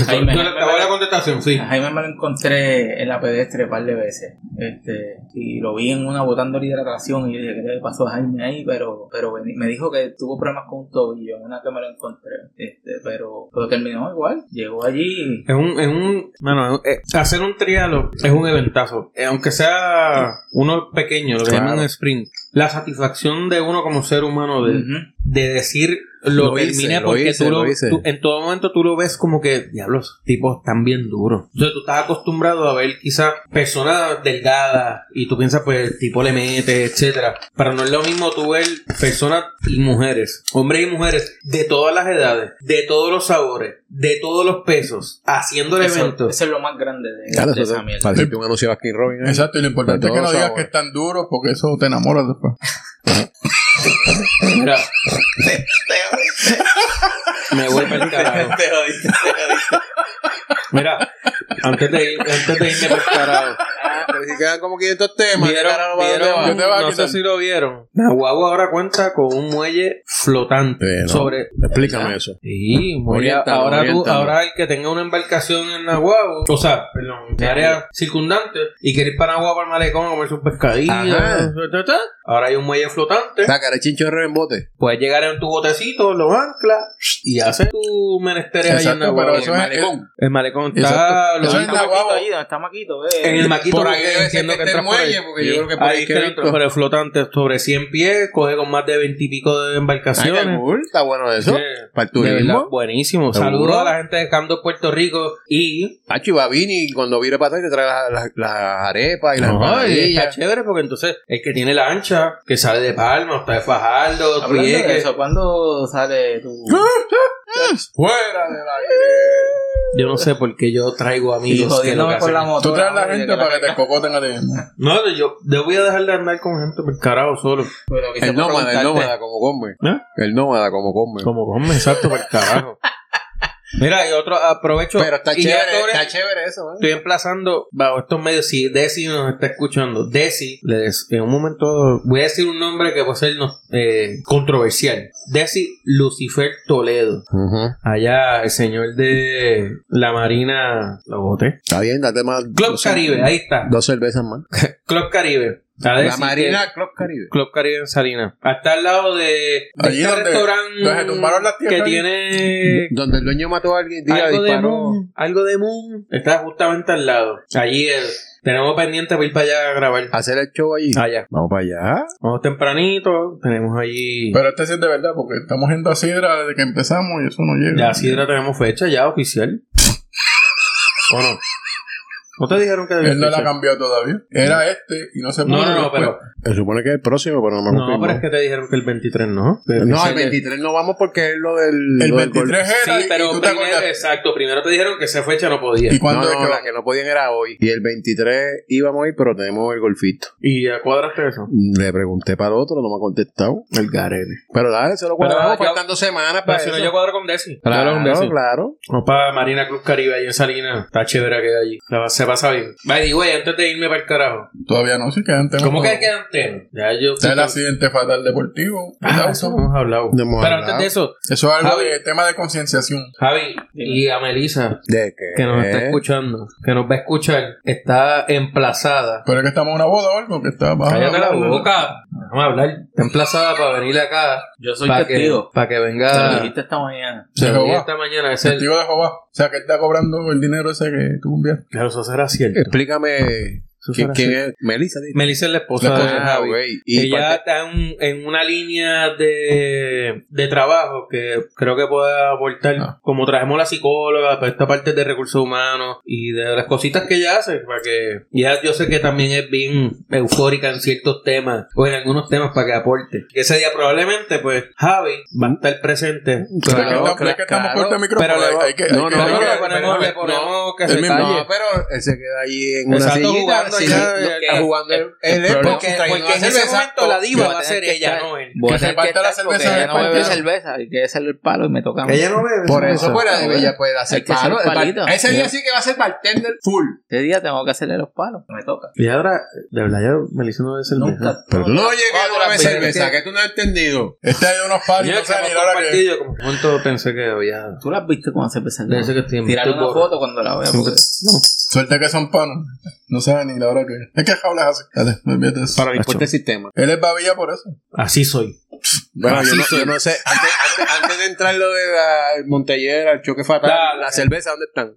S4: Jaime,
S2: Yo le- te voy a la contestación, sí.
S4: A Jaime me lo encontré en la pedestre un par de veces. Este, y lo vi en una botando de hidratación y yo dije, ¿qué le pasó a Jaime ahí? Pero, pero veni- me dijo que tuvo problemas con un tobillo en una que me lo encontré. Este, pero, pero terminó igual. Llegó allí. y-
S2: Es un, es un, bueno, eh, hacer un trialo es un eventazo. Eh, aunque sea uno pequeño, lo que
S3: Claro.
S2: llaman un sprint. La satisfacción de uno como ser humano de,
S4: Ujú.
S2: de decir lo,
S3: Lo hice,
S2: terminé
S3: lo
S2: porque
S3: hice,
S2: tú,
S3: lo
S2: lo,
S3: hice.
S2: tú- en todo momento tú lo ves como que, diablo, esos tipos están bien duros. Entonces tú estás acostumbrado a ver quizás personas delgadas y tú piensas, pues el tipo le mete, etcétera. Pero no es lo mismo tú ver personas y mujeres, hombres y mujeres de todas las edades, de todos los sabores, de todos los pesos, haciendo el
S4: Eso,
S2: evento.
S4: eso es lo más grande de,
S3: Claro,
S4: de
S3: eso
S4: esa
S3: te-
S4: mierda.
S3: pareciste un anuncio de Baskin Robin. ¿eh?
S6: Exacto, y lo importante es que
S3: todos
S6: no digas
S3: sabores.
S6: que están duros porque eso te enamoras después.
S2: Mira. Me voy para el carajo.
S4: Te jodiste, te jodiste.
S2: Mira, antes de, ir- antes de irme para el carajo.
S3: Ah, pero si quedan como 500 temas,
S2: Vieron-
S3: ahora no va a
S2: vieron-
S3: hablar.
S6: yo te voy a
S2: no sé
S6: quitar.
S2: si lo vieron. Nahuabo ahora cuenta con un muelle flotante
S3: Eh, no.
S2: sobre.
S3: Explícame eso.
S2: Sí, muelle-
S3: Oriéntalo,
S2: ahora tú,
S3: oriéntalo.
S2: ahora el que tenga una embarcación en Nahuabo, o sea, perdón, de área circundante, y quiere ir para Nahuabo al malecón a comerse un pescadillo,
S3: Ajá.
S2: ta, ta, ta. ahora hay un muelle flotante,
S3: Sácale chincho de rebote.
S2: puedes llegar en tu botecito, lo anclas y haces tu menesteres ahí en
S6: Exacto,
S2: Nahuabo.
S6: pero eso
S2: el,
S6: es.
S2: malecón, el malecón está,
S6: Exacto.
S2: lo
S6: Eso es
S2: único-
S6: Nahuabo.
S4: Maquito ahí, ¿dónde está Maquito? Eh,
S2: en el maquito
S3: Por ahí
S2: que
S3: debe ser
S2: entiendo
S3: que esté el
S2: entras por ahí.
S3: muelle, porque yo creo que por
S2: Ahí
S3: ahí
S2: es que entra sobre el flotante sobre 100 pies, coge con más de 20 y pico de embarcaciones.
S3: Está bueno
S2: Sí,
S3: eso. Para el
S2: de verdad,
S3: turismo.
S2: buenísimo.
S3: ¿Seguro?
S2: Saludos a la gente de Cando Puerto Rico y
S3: Ah, Chivabini, cuando vire para atrás te trae las las- las arepas y las
S2: Ay, ah, está
S3: empanadillas.
S2: chévere porque entonces el que tiene la ancha, que sale de Palma, está de Fajardo,
S4: hablando de
S2: Vieques.
S4: eso, ¿cuándo sale tu...?
S6: Fuera del aire.
S2: Yo no sé por qué yo traigo
S4: Y
S2: amigos que lo que
S4: jodiéndome por
S2: hacen.
S4: la moto.
S6: Tú traes a la gente para que te cocoten a ti mismo.
S2: No, yo, yo voy a dejar de andar con gente por carajo solo.
S4: Pero quise
S3: El nómada, el
S4: preguntarte-
S3: nómada como come.
S2: ¿Eh?
S3: El nómada como come.
S2: Como come, exacto, por carajo. Mira, y otro aprovecho.
S3: Pero está
S2: y ya sobre-
S3: chévere, está chévere eso, ¿eh?
S2: Estoy emplazando bajo estos medios. Si Desi nos está escuchando, Desi, le des- en un momento dado, voy a decir un nombre que puede ser no- eh, controversial. Desi Lucifer Toledo.
S3: Ujú.
S2: Allá, el señor de la Marina. Lo boté.
S3: Está bien, date más.
S2: Club
S3: dos-
S2: Caribe, ahí está.
S3: Dos cervezas más.
S2: Club Caribe. A
S3: La
S2: Desi,
S3: Marina Club Caribe.
S2: que- Club Caribe en Salinas. Hasta al lado de, de
S6: Allí
S2: este
S6: donde-
S2: restaurante
S6: donde se tumbaron las tierras
S2: que
S6: ahí.
S2: tiene
S3: Donde el dueño mató a alguien, diga,
S2: Eh, algo de,
S3: disparó.
S2: Moon, algo de Moon. Está justamente al lado. Allí es. Tenemos pendiente para ir para allá a grabar.
S3: Hacer el show allí.
S2: Allá.
S3: Vamos para allá.
S2: Ah, Vamos tempranito, tenemos allí.
S6: Pero este sí es de verdad, porque estamos yendo a Sidra desde que empezamos y eso no llega.
S2: ya Sidra tenemos fecha ya oficial. ¿O no? ¿No te dijeron que había
S6: Él no la
S2: fecha?
S6: ha cambiado todavía. Era este y no se
S2: No,
S6: pudo
S2: no, no,
S6: después.
S2: pero.
S3: Se supone que es el próximo, pero no me
S2: No,
S3: confirmó.
S2: pero es que te dijeron que el 23 no.
S3: No,
S2: Oficial
S3: el 23 no vamos porque es lo del.
S6: El
S3: lo del gol-
S6: 23
S2: Sí,
S6: era y- y
S2: pero
S6: tú te
S2: primero,
S6: acordaste.
S2: exacto, primero te dijeron que esa fecha no podía.
S6: ¿Y cuándo
S3: No,
S6: es
S3: no,
S6: que
S3: la
S6: va?
S3: que no podían era hoy. Y el 23 íbamos a ir, pero tenemos el golfito.
S2: ¿Y ya cuadraste eso?
S3: Le pregunté para el otro, no me ha contestado.
S2: El garete.
S3: Pero dale, se lo
S2: Pero
S3: guardamos.
S2: yo-
S3: Faltan dos semanas para
S2: si no,
S3: eso.
S2: yo cuadro con Desi. Cuadro con
S3: Claro,
S2: Desi.
S3: claro.
S2: Vamos para Marina Cruz Caribe, ahí en Salinas. Está chévere que hay allí. La- se pasa bien. By the way, antes de irme para el carajo.
S6: Todavía no, sí quedan temas.
S2: ¿Cómo que
S6: por-
S2: quedan temas? Ya yo.
S6: Está el accidente fatal deportivo.
S2: Ah,
S6: ¿verdad?
S2: eso no hemos hablado.
S3: No hemos
S2: Pero
S3: hablado.
S2: antes de eso,
S6: Eso es algo
S2: Javi.
S6: de tema de concienciación.
S2: Javi y a Melissa,
S3: ¿De qué?
S2: que nos está escuchando, que nos va a escuchar, está emplazada.
S6: Pero es que estamos en una boda o algo que está bajo.
S2: Cállate la boca. Déjame hablar. Está emplazada para venir acá.
S4: Yo soy
S2: para que,
S4: testigo.
S2: pa' que
S4: Te lo
S2: venga.
S4: dijiste esta mañana.
S2: Se lo
S6: Jehová.
S2: dije esta mañana. Es el,
S6: Testigo de Jehová. O sea, que él está cobrando el dinero ese que tú enviaste.
S2: claro, eso será cierto.
S3: Explícame ¿Quién, quién es? Melissa. dice.
S2: Melissa es la esposa,
S3: La
S2: de
S3: esposa de
S2: Javi.
S3: Javi. Y
S2: Ella
S3: parte-
S2: está en, en una línea de, de trabajo que creo que puede aportar,
S6: Ah.
S2: como trajimos la psicóloga, para esta parte de recursos humanos y de las cositas que ella hace, para que ya yo sé que también es bien eufórica en ciertos temas o en algunos temas para que aporte. Ese día probablemente, pues, Javi va a estar presente.
S6: Es que
S3: Claro,
S6: estamos- es que estamos
S3: claro.
S6: cortos de micrófono.
S2: Pero le va-
S6: hay que- hay
S3: no,
S6: que-
S3: no,
S6: hay
S2: Pero
S6: que-
S2: le ponemos, le
S6: no,
S2: ponemos que
S6: el
S2: se
S6: mismo.
S2: calle.
S8: No, pero él se queda ahí en una
S2: Exacto,
S8: sillita.
S2: jugando
S8: sí,
S2: ya,
S8: no,
S2: ya,
S8: que- jugando el, el,
S6: Porque-
S8: Xbox,
S7: porque
S8: trayendo la
S7: en ese
S8: cerveza.
S7: momento la diva
S8: Yo-
S7: va a ser
S2: Que
S7: ella,
S2: ya no él.
S4: Voy a
S6: Que se
S4: tener
S6: parta la cerveza
S4: estar porque
S6: en
S4: ella
S6: el
S4: no bebe
S6: partido.
S4: cerveza, hay que hacerle el palo y me toca. a mí.
S2: Ella no bebe.
S8: Por
S4: Eso, pues,
S8: eso fuera de ella puede hacer
S4: Hay que hacer
S8: palo.
S4: palito.
S8: Ese día sí que va a ser bartender full.
S4: Este día tengo que hacerle los palos, me toca.
S2: Y ahora, de verdad, yo Melissa no es el
S4: Nunca.
S3: Pero
S8: No llegué a una
S2: las veces
S8: cerveza, que tú no has entendido.
S6: Este hay unos paris,
S2: Yo
S6: no sé ni la hora que.
S2: partido, como que momento pensé que había.
S4: ¿Tú las viste cuando se empezó?
S2: De ese que estoy en-
S4: Tirar
S2: estoy
S4: una
S2: pobre.
S4: foto cuando la vea. pues. porque-
S6: Suerte que son panos. No sé ni la hora que. Es que jaulas así. Dale, me olvides de eso.
S3: Para el del sistema.
S6: Él es babilla por eso.
S2: Así soy.
S3: Bueno, yo
S8: Así
S3: no,
S8: soy.
S3: yo no sé. Antes, antes- antes de entrar lo de la Montellera, el choque fatal,
S2: Dale.
S3: la cerveza, ¿dónde están?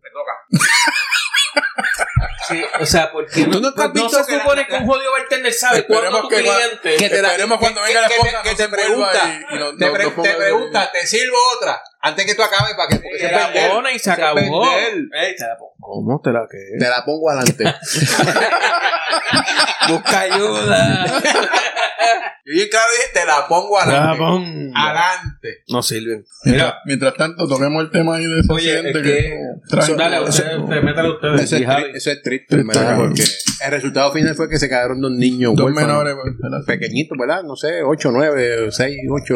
S2: Sí, o sea, porque pues,
S3: Tú no te has
S2: no
S3: visto
S2: se
S3: que la-
S2: supone que un jodido bartender sabe cuándo
S6: Esperemos
S2: tu
S6: que cua-
S2: cliente.
S3: que te la-
S6: Esperemos cuando
S8: que-
S6: venga la
S8: que-
S6: esposa.
S8: que
S6: no
S8: te
S6: se vuelva
S8: pregunta,
S6: y- y no-
S8: Te,
S6: no-
S8: pre-
S6: no ponga-
S8: te pregunta, te sirvo otra. Antes que tú acabes, para que. porque
S2: Se
S8: se
S2: la
S8: prende.
S2: abona y se acabó.
S8: vender.
S2: Ey, se la abona.
S3: ¿Cómo te la que Te la pongo adelante.
S2: Busca ayuda.
S8: Yo bien claro dije, te la pongo adelante. Adelante.
S2: No sirven.
S6: Mientras, mientras tanto, toquemos el tema ahí de ese
S2: Oye,
S6: accidente
S2: es
S6: que.
S2: que-
S6: trae-
S2: Dale, ustedes, ustedes, métale ustedes.
S3: Eso es,
S2: Y Javi.
S3: tri- eso es triste, en ¿verdad?
S6: Triste.
S3: Porque el resultado final fue que se quedaron dos niños.
S6: Dos
S3: huérfanos.
S6: menores, güey, de la-
S3: Pequeñitos, ¿verdad? No sé, 8, 9, 6, 8.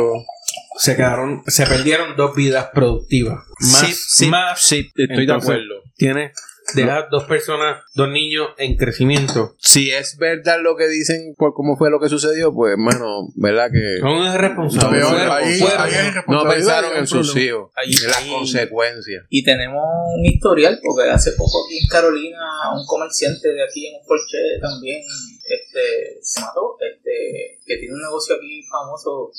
S2: se quedaron, se perdieron dos vidas productivas. Más,
S7: Sí, sí,
S2: más.
S7: sí.
S2: Estoy de acuerdo. Tiene dejar dos personas, dos niños en crecimiento.
S3: Si es verdad lo que dicen por cómo fue lo que sucedió, pues, hermano, ¿verdad que
S2: Son
S6: Lo
S2: irresponsables.
S6: peor,
S2: Fueron,
S6: ahí-
S2: fueron.
S6: ahí hay
S3: no
S6: responsabilidad
S3: pensaron
S6: y hay
S3: en sus
S6: problema.
S3: hijos?
S4: Ahí-
S3: En las
S4: ahí-
S3: consecuencias.
S4: Y tenemos un historial, porque hace poco aquí en Carolina, un comerciante de aquí en un Porsche también este, se mató, este, que tiene un negocio aquí famoso.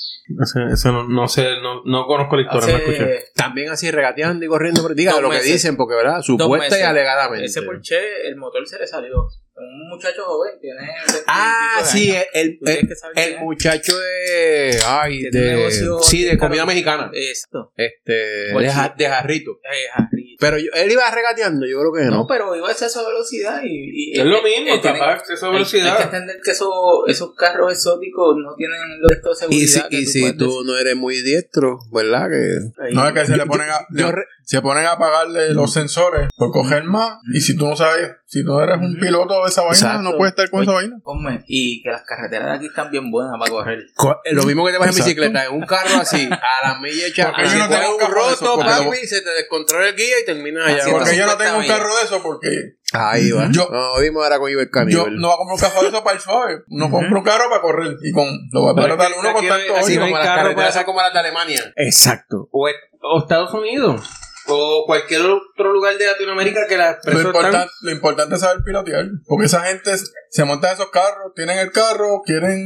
S2: Ese- ese no, no sé, no, no conozco la historia, no escuché.
S4: Hace
S3: También así regateando y corriendo, pero diga
S4: Dos
S3: lo que
S4: meses.
S3: dicen, porque, ¿verdad? Supuesta y
S4: meses.
S3: alegadamente.
S4: ese Porsche, el motor se le salió. Un muchacho joven, tiene... 20 y
S3: Ah,
S4: pico de
S3: sí,
S4: años.
S3: el,
S4: Tú tienes
S3: el,
S4: que saber
S3: el
S4: quién es.
S3: muchacho de. Ay,
S4: Tiene un
S3: de.
S4: negocio
S3: Sí,
S4: aquí
S3: de
S4: en
S3: comida
S4: Carolina.
S3: mexicana.
S4: Esto.
S3: Este. De, ja- de jarrito.
S4: Eh, Harry.
S3: Pero yo- él iba regateando, yo creo que
S4: No,
S3: no.
S4: pero iba a exceso de velocidad y... y-
S2: Es lo
S4: eh,
S2: mismo,
S4: eh, tiene-
S2: capaz, esa
S4: hay- Hay, que
S2: velocidad.
S4: entender que eso- esos carros exóticos no tienen los de seguridad.
S3: Y si,
S4: que
S3: y
S4: tú
S3: si
S4: puedes
S3: tú no eres muy diestro, ¿verdad? Que.
S4: decir.
S6: No, es que se le ponen a,
S3: yo
S6: le-
S3: re-
S6: se ponen a pagarle los sensores por coger más. Y si tú no sabes, si tú eres un piloto de esa vaina,
S3: Exacto.
S6: no puedes estar con esa vaina.
S4: Hombre, y que las carreteras de aquí están bien buenas para correr.
S3: co- eh, Lo mismo que te vas en
S6: Exacto.
S3: bicicleta, en un carro así, a la milla hecha.
S6: Porque
S3: a
S6: yo
S3: la-
S6: no
S3: te
S6: tengo
S3: da
S6: un carro de esos,
S3: roto,
S6: porque
S3: papi, se te descontrola el guía y terminas
S4: Así
S3: allá.
S4: es.
S6: Porque yo no tengo un
S4: 150
S6: carro de eso porque
S3: Ahí va.
S6: Yo-
S3: no, vimos ahora con Iber
S6: yo
S3: Caníbal.
S6: no voy a comprar un carro de eso para el suave. No compro un carro para correr. Y con lo voy a
S2: Pero
S6: tratar
S2: es que
S6: uno con
S2: aquí
S6: tanto
S2: no hay- así
S6: hoyo.
S2: no hay
S3: como las
S2: carro para-
S3: carreteras son como las de Alemania.
S2: Exacto. O, es- o Estados Unidos. O cualquier otro lugar de Latinoamérica que las
S6: Lo,
S2: personas
S6: importan-
S2: están-
S6: lo importante es saber pilotear. Porque esa gente es- se monta en esos carros, tienen el carro, quieren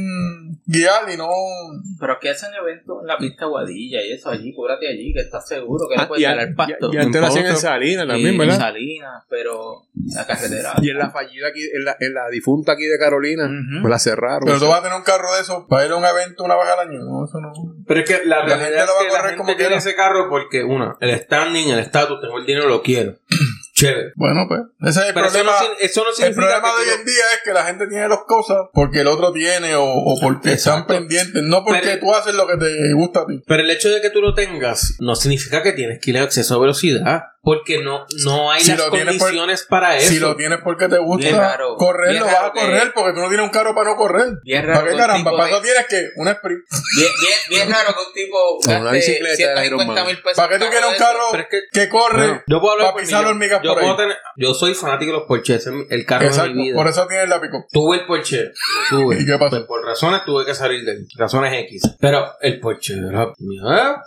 S6: guiar y no.
S4: Pero aquí hacen eventos en la pista Guadilla y eso allí, cúbrate allí, que estás seguro que no puedes
S3: Ah, y a-
S4: dar el pasto.
S3: Y antes lo hacían en Salinas también, ¿verdad?
S4: en Salinas, pero la carretera.
S3: Y en la fallida aquí, en la, en la difunta aquí de Carolina,
S4: Ujú.
S3: pues la cerraron.
S6: Pero tú vas a tener un carro de eso para ir a un evento una vez al año. No, eso no.
S2: Pero es que la,
S6: gente
S2: realidad
S6: lo va a
S2: es que la
S6: correr
S2: gente
S6: como
S2: tiene
S6: quiera.
S2: ese carro porque, una, el standing, el estatus, tengo el dinero, lo quiero. Chévere.
S6: Bueno, pues. Ese es el
S2: Pero eso no,
S6: problema.
S2: sin- eso no
S6: El
S2: significa
S6: problema de
S2: que tú-
S6: hoy en día es que la gente tiene las cosas porque el otro tiene o, o porque están
S2: Exacto.
S6: pendientes, no porque
S2: Pero-
S6: tú haces lo que te gusta a ti.
S2: Pero el hecho de que tú lo tengas no significa que tienes que ir a exceso de velocidad, porque no, no hay
S6: Si
S2: las
S6: lo tienes por-
S2: condiciones para eso.
S6: Si lo tienes porque te
S4: Bien
S6: gusta
S4: raro.
S6: correr,
S4: Bien
S6: lo vas a
S4: raro que-
S6: correr porque tú no tienes un carro para no correr.
S4: Bien raro.
S6: ¿Para qué
S4: que un
S6: caramba?
S4: tipo
S6: Para eso
S4: de-
S6: tienes que un sprint.
S4: bien, bien, bien raro que un tipo
S3: Con una
S4: gaste
S2: Este,
S3: bicicleta de Iron
S4: 150
S3: Man.
S4: mil pesos.
S6: ¿Para qué tú
S4: en
S6: quieres un
S4: Pues eso?
S6: carro
S2: Pero es que-
S6: que corre?
S2: Bueno, yo puedo hablar
S6: para
S2: por mí,
S6: pisar
S2: yo-
S6: hormigas
S2: yo
S6: por
S2: puedo
S6: ahí.
S2: tener- yo soy fanático de los Porsche, ese es mi- el carro de
S6: Exacto,
S2: mi vida.
S6: por eso tienes la pico.
S2: Tuve el Porsche, lo tuve.
S6: ¿Y qué pasó?
S2: Pues por razones tuve que salir de él, razones X. Pero el Porsche, ¿verdad? Mira,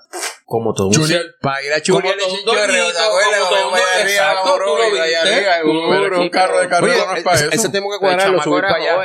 S8: Como todo un
S6: Julián.
S8: Para ir a
S2: Como
S8: chulear
S2: todo
S8: el
S2: un
S8: chinchorreo,
S2: doñito,
S8: ¿te acuerdas?
S2: como todo un
S8: Vaya
S2: don-
S8: arriba,
S2: exacto, tú
S8: vamos,
S2: lo
S8: bro, y vaya
S2: viste.
S8: arriba,
S2: Tú lo
S8: bro.
S6: Pero es que un carro de carrera no es para
S8: Oye,
S6: eso.
S8: ese tengo que cuadrarlo, subir para allá.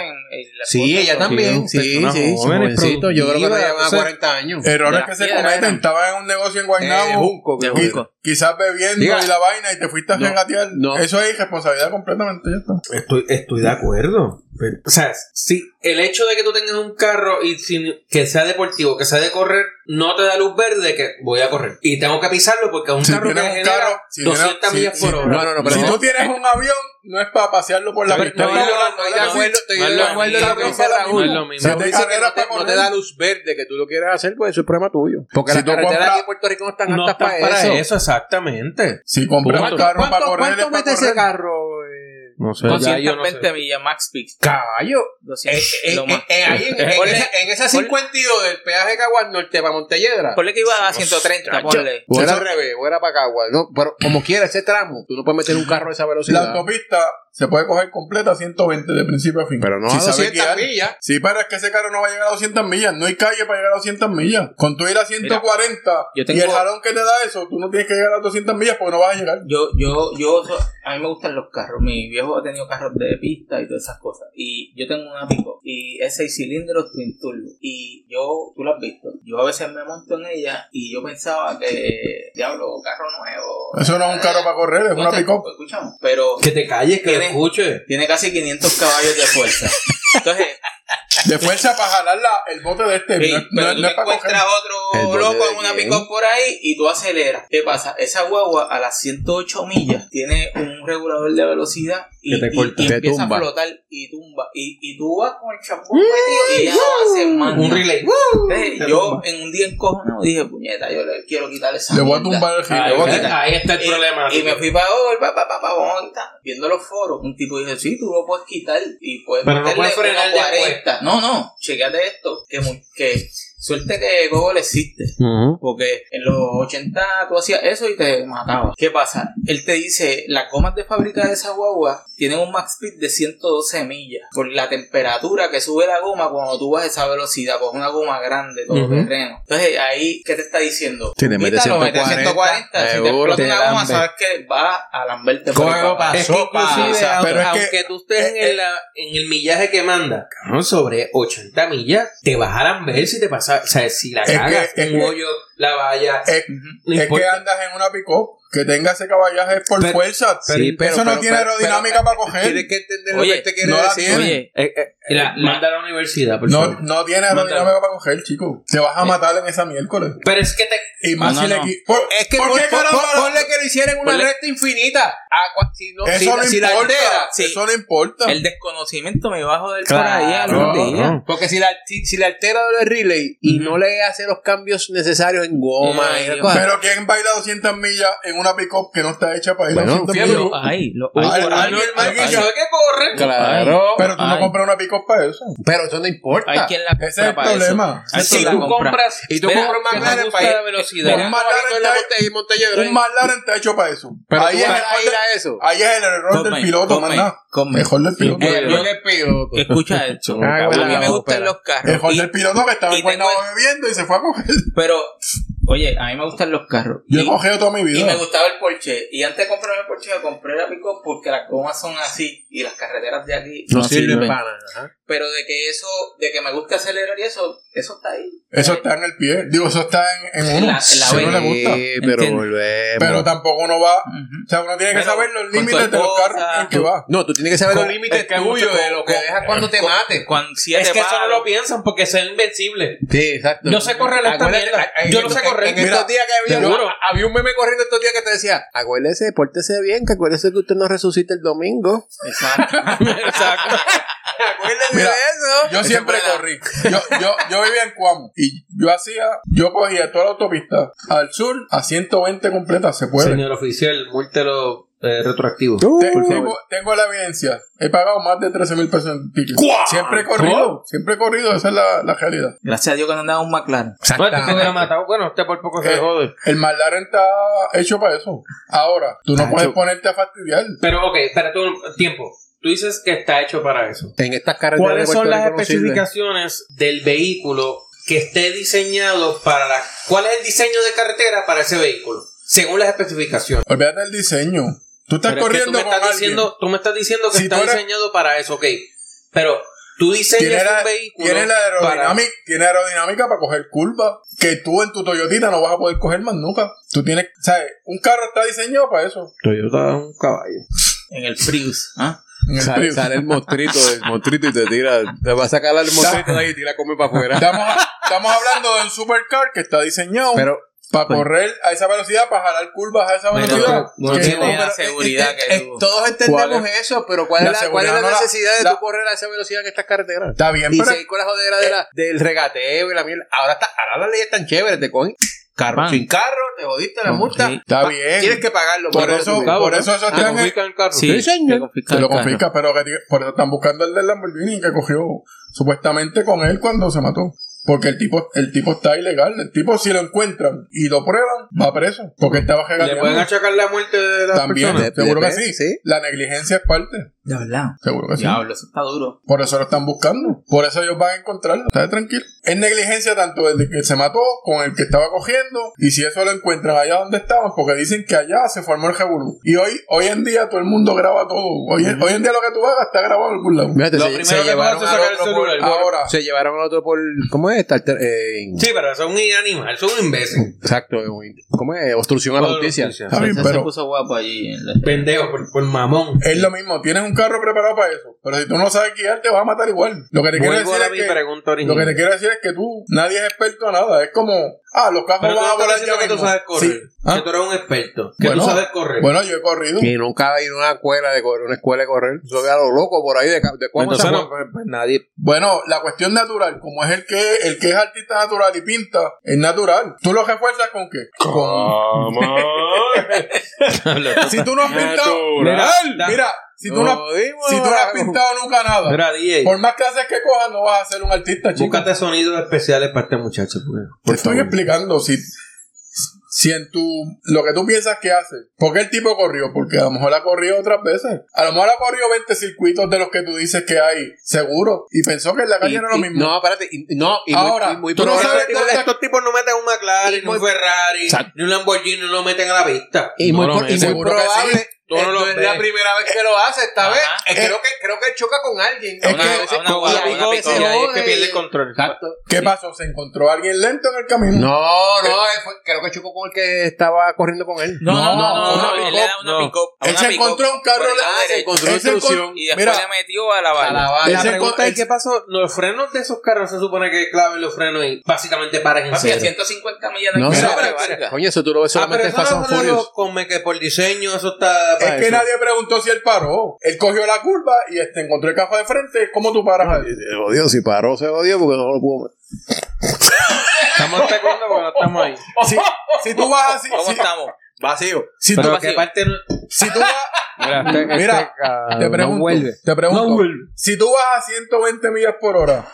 S8: Sí, ella también. Sí, sí, sí.
S2: jóvenes,
S8: jovencito. Yo creo que
S2: productivas,
S8: todavía van a
S2: o sea,
S8: 40 años.
S6: Errores
S4: De la
S6: que se
S4: piedra
S6: cometen.
S4: eran.
S6: Estaba en un negocio en
S8: Eh,
S6: Guaynabo,
S8: Junco.
S4: De
S8: creo.
S6: qui-
S4: Junco.
S6: quizás bebiendo
S8: Diga.
S6: y la vaina y te fuiste a
S8: No,
S6: regatear.
S8: no.
S6: Eso es irresponsabilidad completamente. Ya está.
S2: Estoy, estoy de acuerdo. Pero, o sea, si el hecho de que tú tengas un carro y sin- que sea deportivo, que sea de correr, no te da luz verde de que voy a correr. Y tengo que pisarlo porque es un
S6: Si
S2: carro que
S6: tienes un
S2: genera
S6: carro, si
S2: 200
S6: tienes-
S2: millas
S6: si-
S2: por
S6: si-
S2: hora.
S8: No, no, no, pero
S6: si
S8: no.
S6: tú tienes un avión, no es para pasearlo por la
S8: Pero
S6: pista.
S8: estoy de estoy de acuerdo, estoy
S2: No es
S8: de
S2: lo
S8: acuerdo en lo que
S2: mismo.
S8: dice Raúl.
S2: No es lo mismo.
S8: Si tú
S6: De
S8: dices que
S6: carrera
S8: no te,
S6: para
S8: no te da luz verde que tú lo quieras hacer, pues eso es problema tuyo. Porque
S6: Si
S8: las
S6: tú
S8: carreteras
S6: compras-
S8: aquí en Puerto Rico no están
S2: No
S8: aptas
S2: está
S8: para, eso.
S2: exactamente.
S6: Si compras un
S8: ¿Cuánto,
S6: carro para
S8: cuánto,
S6: correr, es
S8: cuánto
S6: para
S8: mete
S6: correr.
S8: ese carro? eh?
S2: No sé.
S4: Con
S2: ya yo no
S4: 120
S2: sé.
S4: millas, max speed.
S8: Caballo.
S4: 200,
S8: Eh, eh,
S4: lo más.
S8: eh, eh, ahí en, en
S4: Ponle-
S8: esa, en esa 52 del peaje de Caguas Norte para Montelledra.
S4: Ponle que iba a 130, ponle.
S8: O era al revés, o era para Caguas. No, pero como quiera, ese tramo, tú no puedes meter un carro a esa
S6: La
S8: velocidad.
S6: autopista se puede coger completa a 120 de principio a fin.
S8: pero no
S6: si
S8: a
S6: sabe
S8: 200
S6: guiar.
S8: millas.
S6: Sí, pero es que ese carro no va a llegar a 200 millas. No hay calle para llegar a 200 millas. Con tu ir a 140
S4: yo tengo-
S6: y el jalón que te da eso, tú no tienes que llegar a 200 millas porque no vas a llegar.
S4: Yo, yo, yo, a mí me gustan los carros. Mi viejo ha tenido carros de pista y todas esas cosas. Y yo tengo un pico y es seis cilindros twin turbo. Y yo, tú lo has visto. Yo a veces me monto en ella y yo pensaba que, diablo, carro nuevo.
S6: Eso no es un carro para correr, es una
S4: Entonces,
S6: pick-up.
S4: Escuchamos. Pero
S2: Que te calles, que lo
S4: Tiene-
S2: escuches.
S4: tiene casi 500 caballos de fuerza. Entonces,
S6: De fuerza para jalar la- el bote de este.
S4: Sí,
S6: no, es- no
S4: pero
S6: es- no
S4: tú te
S6: es para coger.
S4: encuentras
S8: ¿El
S4: otro
S8: doble
S4: loco
S8: de
S4: en una
S8: quién?
S4: pick por ahí y tú aceleras. ¿Qué pasa? Esa guagua a las 108 millas tiene un regulador de velocidad y,
S8: Que te
S4: y-
S8: corta.
S4: y
S8: Te
S4: empieza
S8: tumba.
S4: a flotar y tumba. Y, y tú vas con el champú metido y ya no hace más.
S2: Un
S4: nada.
S2: relay.
S4: Entonces,
S2: te
S4: yo
S2: tumba.
S4: en un día encojonado dije, puñeta, yo le quiero quitar esa
S6: Le voy a
S4: mierda".
S6: tumbar el giro.
S2: Ahí,
S6: le voy a quitar.
S2: está- ahí está el
S4: Y-
S2: problema.
S4: Y me fui para hoy, pa, pa, pa, pa, vamos, ta, viendo los foros. Un tipo dice, sí, tú lo puedes quitar y puedes
S2: Pero no
S4: meterle
S2: puedes frenar
S4: unos
S2: después.
S4: 40. No, no, chequeate esto, que, mu- que suerte que Google existe. Porque en los 80 tú hacías eso y te matabas. ¿Qué pasa? Él te dice, las gomas de fábrica de esa guagua tienen un max speed de 112 millas. Por la temperatura que sube la goma cuando tú vas a esa velocidad, con una goma grande, todo terreno. Entonces ahí, ¿qué te está diciendo?
S8: Si te metes
S4: Quítalo, mete
S8: 140,
S4: 140, si te
S8: seguro
S4: explota
S8: te
S4: una goma,
S8: lambe.
S4: sabes que va a lamberte por
S8: Coge
S4: el papá.
S8: pa'
S2: Es que
S8: sopa,
S2: inclusive,
S8: o sea,
S2: aunque,
S6: pero es que-
S2: aunque tú estés
S6: eh, eh.
S2: en, la- en el millaje que manda, cabrón, sobre 80 millas, te bajarán ver si te pasa, o sea, si la
S6: Es que-
S2: cagas,
S6: es
S2: un
S6: que-
S2: hoyo, la valla,
S6: Es,
S2: no
S6: es que
S2: importa.
S6: andas en una pick-up que tenga ese caballaje por
S8: Pero-
S6: fuerza.
S8: Sí, pero-
S6: eso no
S8: pero-
S6: tiene
S8: pero-
S6: aerodinámica para
S8: Tienes
S6: coger.
S8: que entender
S4: Oye,
S8: lo que te quiere
S6: no la
S8: decir.
S6: tiene.
S4: Oye,
S2: Mira, manda a la universidad, por
S6: No,
S2: favor.
S6: no tiene aerodinámica para coger, chico. Te
S8: Eh,
S6: vas a matar en esa miércoles.
S2: Pero es que te.
S6: Y más
S4: No,
S6: si
S4: no,
S6: le
S4: no.
S6: qui- por-
S8: Es que
S6: ¿por
S8: pon-
S6: qué
S8: pon-
S6: caramba
S8: pon-
S6: la-
S8: ponle que le hicieran una
S4: Ponle-
S8: recta infinita. Ah, cua- si no, si,
S6: Eso no
S8: si la
S6: importa.
S8: altera,
S4: sí.
S6: Eso no importa.
S4: el desconocimiento me bajo del
S8: Claro,
S4: por ahí algún día.
S8: no. Porque si la, si, si la altera el relay y no le hace los cambios necesarios en goma
S4: Ay,
S8: y esas
S4: Dios.
S8: cosas.
S6: Pero ¿quién baila 200 millas en una pick-up que no está hecha para ir
S8: Bueno,
S6: a 200
S8: fiebre,
S6: millas?
S4: Lo hay, lo
S6: Ay,
S4: hay.
S6: ay, ay, ay,
S2: ¿Sabes qué corre?
S8: Claro.
S6: Pero tú no
S4: Ay.
S6: compras una pick-up para eso.
S8: Pero eso no importa.
S4: Hay quien la
S6: Ese es el
S4: compra para eso.
S6: problema.
S4: Hay
S2: Si
S4: quien la
S2: tú
S4: compra.
S2: compras.
S8: Y tú
S2: Mira,
S8: compras un
S2: que te
S8: McLaren
S2: gusta
S8: para ir-
S2: la velocidad.
S8: Un Marlaren está en Montelledra.
S6: Un McLaren está hecho para eso.
S8: Pero
S6: ahí,
S8: tú
S6: es el
S8: vas a ir
S6: error
S8: a eso.
S6: de- ahí es el error del
S4: Come,
S6: piloto, más
S4: come,
S6: nada.
S4: come.
S6: Mejor del piloto.
S4: Eh,
S8: Yo le pido.
S4: Escucha esto.
S8: Ah,
S4: a mí
S8: bueno,
S4: me gustan
S8: espera.
S4: los carros.
S6: Mejor
S4: y-
S6: del piloto que estaba
S4: y
S6: en Guaynabo
S4: tengo-
S6: bebiendo y se fue a coger.
S4: pero, oye, a mí me gustan los carros.
S6: Yo he
S4: y,
S6: cogido toda mi
S4: y me
S6: vida.
S4: gustaba el Porsche. Y antes de comprarme el Porsche, me compré la Pico porque las gomas son así y las carreteras de aquí
S8: No sirve para nada.
S4: Pero de que eso, de que me gusta acelerar y eso, eso está ahí.
S6: Eso está en el pie. Digo, eso está en, en
S4: En
S6: uno.
S4: la- en la
S6: Si no
S4: vena.
S6: le gusta.
S8: Sí, pero
S4: Entiendo.
S8: volvemos.
S6: Pero tampoco uno va. O
S4: Ujú.
S6: sea, uno tiene que
S4: Pero
S6: saber los
S4: con
S6: límites
S4: tu
S6: de los
S4: esposa,
S6: carros en que
S4: tú-
S6: va.
S8: No, tú tienes que saber
S4: Con-
S8: los límites
S4: es que
S8: tuyos
S4: mucho
S8: de lo que
S4: con-
S8: dejas cuando te mates.
S4: Cuando siete
S2: Es que eso no
S4: palos.
S2: lo piensan porque son invencibles.
S8: Sí, exacto.
S2: Yo sé correr esta
S8: Acuérdate,
S2: mierda.
S8: en-
S2: Yo no sé
S8: en-
S2: correr.
S8: En,
S2: Mira,
S8: estos días que había,
S2: seguro.
S8: había un meme corriendo estos días que te decía, acuérdese, pórtese bien, que acuérdese que usted no resucita el domingo.
S4: Exacto.
S2: Exacto.
S8: Acuérdese
S6: Mira,
S8: de eso.
S6: Yo
S8: Esa
S6: siempre
S8: fue la-
S6: corrí. Yo, yo, yo vivía en Cuamo y yo hacía, yo cogía toda la autopista al sur a 120 completa, se puede.
S2: Señor oficial, múltelo eh, retroactivo.
S6: Te- tengo, tengo la evidencia. He pagado más de 13 mil pesos en tickets. Siempre he corrido, siempre he corrido, esa es la, la realidad.
S4: Gracias a Dios que no andaba un McLaren.
S2: No, este se hubiera matado. Bueno, usted por poco se
S6: Eh,
S2: jode.
S6: El McLaren está hecho para eso. Ahora, tú no puedes ponerte a fastidiar.
S2: Pero ok, espérate un tiempo. Tú dices que está hecho para eso.
S8: En estas carreteras de
S2: ¿Cuáles son
S8: Puerto
S2: las
S8: Rico no sirve.
S2: especificaciones del vehículo que esté diseñado para la... ¿Cuál es el diseño de carretera para ese vehículo? Según las especificaciones.
S6: Olvídate del diseño. Tú estás
S2: Pero es que
S6: corriendo
S2: tú me
S6: con
S2: estás
S6: alguien.
S2: diciendo, Tú me estás diciendo que
S6: Si
S2: está
S6: tú eres-
S2: diseñado para eso, ok. Pero tú
S6: Tiene
S2: diseñas
S6: la,
S2: un vehículo
S6: tiene la
S2: para...
S6: aerodinámica, tiene aerodinámica para coger curvas que tú en tu Toyotita no vas a poder coger más nunca. Tú tienes, ¿sabes? Un carro está diseñado para eso.
S2: Toyota es un caballo.
S4: En el Prius. ¿ah?
S6: En el
S3: Sale,
S6: Prius.
S3: sale el mostrito, el mostrito y te tira. Te va a sacar al mostrito de ahí y tira come para afuera.
S6: Estamos, estamos hablando de un supercar que está diseñado
S3: Pero pues,
S6: para correr a esa velocidad, para jalar curvas a esa
S4: Bueno,
S6: velocidad.
S4: no
S6: Que
S4: tiene
S6: no,
S4: la
S6: pero-
S2: eh,
S4: seguridad que tú-
S3: todos entendemos eso, pero ¿cuál
S6: La
S3: es la, cuál es la
S6: seguridad no la-
S3: necesidad de
S6: la-
S3: tú correr a esa velocidad en estas carreteras?
S6: Está bien,
S3: Y
S6: pero
S3: seguir con la jodera de la- del regateo y la mierda. Ahora, está, ahora las leyes están chéveres, te cogen carro
S4: Pan.
S3: sin carro, te jodiste la multa.
S6: está
S3: Pa-
S6: bien.
S3: Tienes que pagarlo.
S6: por
S3: pero-
S6: eso,
S2: cabo,
S6: por
S2: ¿no?
S3: Ah,
S6: eso esos
S2: Te
S6: están
S2: confiscan el carro.
S4: Sí,
S3: señor.
S4: te confisca
S6: se
S4: el
S6: lo
S4: carro.
S6: confisca, pero que ti- por eso están buscando el del Lamborghini que cogió supuestamente con él cuando se mató. Porque el tipo, el tipo está ilegal. El tipo, si lo encuentran y lo prueban, va preso. Porque estaba
S2: Le pueden
S6: regateando.
S2: achacar la muerte de las
S6: También, eh,
S2: personas.
S3: personas.
S6: seguro que
S3: Dep-
S6: sí.
S3: sí.
S6: La negligencia es parte.
S4: De verdad.
S6: Seguro que sí.
S4: Diablo, eso está duro.
S6: Por eso lo están buscando. Por eso ellos van a encontrarlo. Está tranquilo. Es negligencia tanto del que se mató con el que estaba cogiendo. Y si eso lo encuentran allá donde estaban, porque dicen que allá se formó el revolú. Y hoy, hoy en día todo el mundo graba todo. Hoy, hoy en día lo que tú hagas está grabado en algún lado.
S3: Fíjate,
S2: Lo
S3: se,
S2: primero
S3: se
S2: que tú
S3: llevaron
S2: haces es
S3: al
S2: sacar el
S3: otro por,
S2: celular.
S6: Ahora.
S3: se llevaron al otro por, ¿cómo es? Alter- eh,
S2: Sí, pero son un animal, son un imbécil.
S3: Exacto, eh, ¿cómo es? Obstrucción a la justicia.
S6: Está bien,
S4: Ese se
S6: pero
S4: puso guapo allí. en la-
S2: Pendejo, por, por mamón.
S6: es lo mismo. Tienes un carro preparado para eso. Pero si tú no sabes guiar, te vas a matar igual. Lo que te quiero
S2: Vuelvo
S6: decir
S2: a
S6: es
S2: mi
S6: que...
S2: pregunta
S6: Lo
S2: original.
S6: que te quiero decir es que tú, nadie es experto a nada. Es como, ah, los carros
S2: Pero tú
S6: van a
S2: estás
S6: volar
S2: diciendo
S6: ya
S2: que tú
S6: mismo.
S2: sabes correr.
S6: Sí. ¿Ah?
S2: Que tú eres un experto. Que
S6: Bueno,
S2: tú sabes correr.
S6: Bueno, yo he corrido.
S3: Y nunca ir a una escuela de correr, una escuela de correr. Yo veo a los locos por ahí de, ca- de cómo
S2: Entonces
S3: se
S2: no-
S3: fue, pues, nadie.
S6: Bueno, la cuestión natural, como es el que el que es artista natural y pinta, es natural. ¿Tú lo refuerzas con qué? Con... Si tú no has pintado,
S2: Mira,
S6: mira, si tú no, si tú no has pintado nunca nada,
S2: mira, DJ.
S6: por más clases que cojas, no vas a ser un artista, chico.
S2: Búscate sonidos especiales para este muchacho. porque-
S6: Te estoy explicando si, si en tu lo que tú piensas que hace, porque el tipo corrió, porque a lo mejor ha corrido otras veces, a lo mejor ha corrido 20 circuitos de los que tú dices que hay, seguro, y pensó que en la calle
S3: Y-
S6: era lo
S3: y-
S6: mismo.
S3: No, espérate. y- no, y muy-
S6: Ahora,
S3: y muy
S6: tú no
S3: probable-
S6: sabes cuántas-
S2: Estos tipos no meten un McLaren, ni un Ferrari,
S3: Exacto.
S2: ni un Lamborghini, no lo meten a la vista.
S3: Y muy, pro- y muy
S6: seguro que
S3: probable.
S6: sí.
S2: Tú no lo
S3: esto es
S2: ves.
S3: la primera vez que lo hace esta
S4: Ajá.
S3: vez. eh,
S6: Eh,
S3: creo, que, creo que choca con alguien.
S6: es
S3: Una
S6: que-
S3: vez-
S4: a una guagua,
S3: y ahí
S4: una
S3: que se
S4: picosa,
S2: y ahí eh, es que
S3: jode.
S2: pierde el control.
S3: Exacto.
S6: ¿Qué pasó? ¿Se encontró alguien lento en el camino?
S3: No, no, eh, fue- creo que chocó con el que estaba corriendo con él.
S4: No, no, no, no,
S6: una
S4: no, él le da
S2: no.
S4: una pick-up. a
S6: Él
S4: una
S6: se
S4: pick-up
S6: encontró un carro
S4: por el lado
S6: lado
S4: derecho,
S3: encontró
S6: Él se encon-
S3: instrucción.
S4: Y después
S6: Mira,
S4: le metió a
S3: A
S4: la
S3: la
S4: bala.
S3: bala.
S2: La
S6: Ese
S2: pregunta
S6: co-
S2: es: ¿qué pasó? Los frenos de esos carros se supone que claven los frenos y básicamente paran en
S4: Papi, a
S2: cero.
S4: 150 millas de
S3: No,
S4: aquí,
S6: Mira,
S4: la
S6: pero-
S4: barca.
S3: Coño, eso tú lo ves
S2: Ah,
S3: solamente
S2: pero eso
S3: en Fast
S2: no
S3: and
S2: fue
S3: Furious.
S2: lo come que por diseño eso está.
S6: Es
S2: para
S6: que
S2: eso.
S6: nadie preguntó si él paró. Él cogió la curva y este, encontró el cajón de frente. ¿Cómo tú paras ahí?
S3: Se jodió, si paró, se jodió porque no lo pudo.
S2: Estamos teclando porque no estamos ahí.
S6: Si, si tú vas así,
S4: ¿Cómo
S6: si,
S4: estamos? Vacío.
S6: si tú,
S4: Pero-
S2: Pero que parte. no-
S6: si tú vas,
S7: Mira,
S6: mira, te pregunto, te pregunto, si tú vas a 120 millas por hora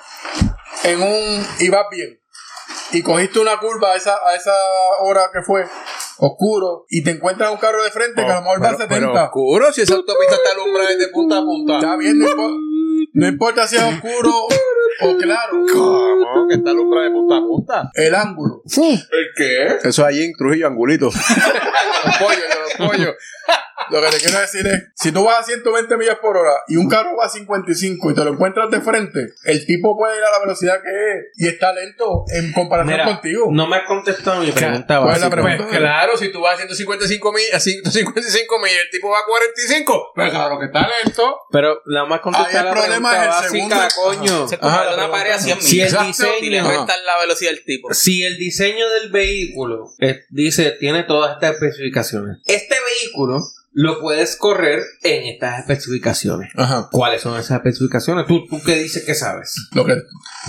S6: en un y vas bien y cogiste una curva a esa, a esa hora que fue oscuro y te encuentras un carro de frente que a lo mejor va a 70.
S3: oscuro, si esa autopista está alumbrada de punta a punta.
S6: Está bien, no, impo- no importa si es oscuro o claro.
S3: ¿Cómo? Que está alumbrada de punta a punta.
S6: El ángulo.
S3: Eso allí en Trujillo, Angulito. los pollos, los pollos.
S6: Lo que te quiero decir es, si tú vas a 120 millas por hora y un carro va a 55 y te lo encuentras de frente, el tipo puede ir a la velocidad que es y está lento en comparación
S2: Mira,
S6: contigo.
S2: No me has contestado mi pregunta.
S6: ¿Cuál es
S2: básica.
S6: la pregunta?
S3: Pues, Claro, si tú vas a 155 mil, a 155 mil, el tipo va a 45. Pero claro, que está lento.
S2: Pero la más
S6: Ahí
S2: contestada
S6: el
S2: la
S6: problema
S2: pregunta
S6: es el
S2: básica,
S6: segundo-
S2: coño.
S4: Se
S6: Ajá,
S4: comió
S6: la
S4: una
S6: pregunta.
S4: pared a 100
S2: Si el
S4: millas.
S2: diseño-
S4: Y le
S2: Ajá.
S4: restan la velocidad al tipo.
S2: Si el diseño del vehículo eh, dice, tiene todas estas especificaciones, este vehículo lo puedes correr en estas especificaciones.
S6: Ajá.
S2: ¿Cuáles son esas especificaciones? ¿Tú, tú qué dices que sabes?
S6: Lo que,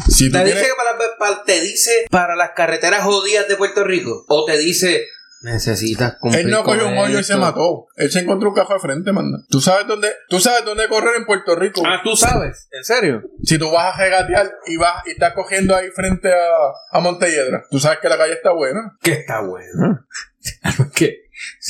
S6: si tú
S2: ¿Te dice,
S6: tienes-
S2: que para, para- te dice para las carreteras jodidas de Puerto Rico? ¿O te dice necesitas cumplir
S6: él no
S2: con
S6: cogió un hoyo y se
S2: esto?
S6: mató. Él se encontró un carro de frente, manda. Tú sabes dónde, tú sabes dónde correr en Puerto Rico.
S2: Ah, tú sabes, en serio.
S6: Si tú vas a regatear y vas y estás cogiendo ahí frente a, a Montelledra, tú sabes que la calle está buena.
S2: Que está bueno. ¿Qué?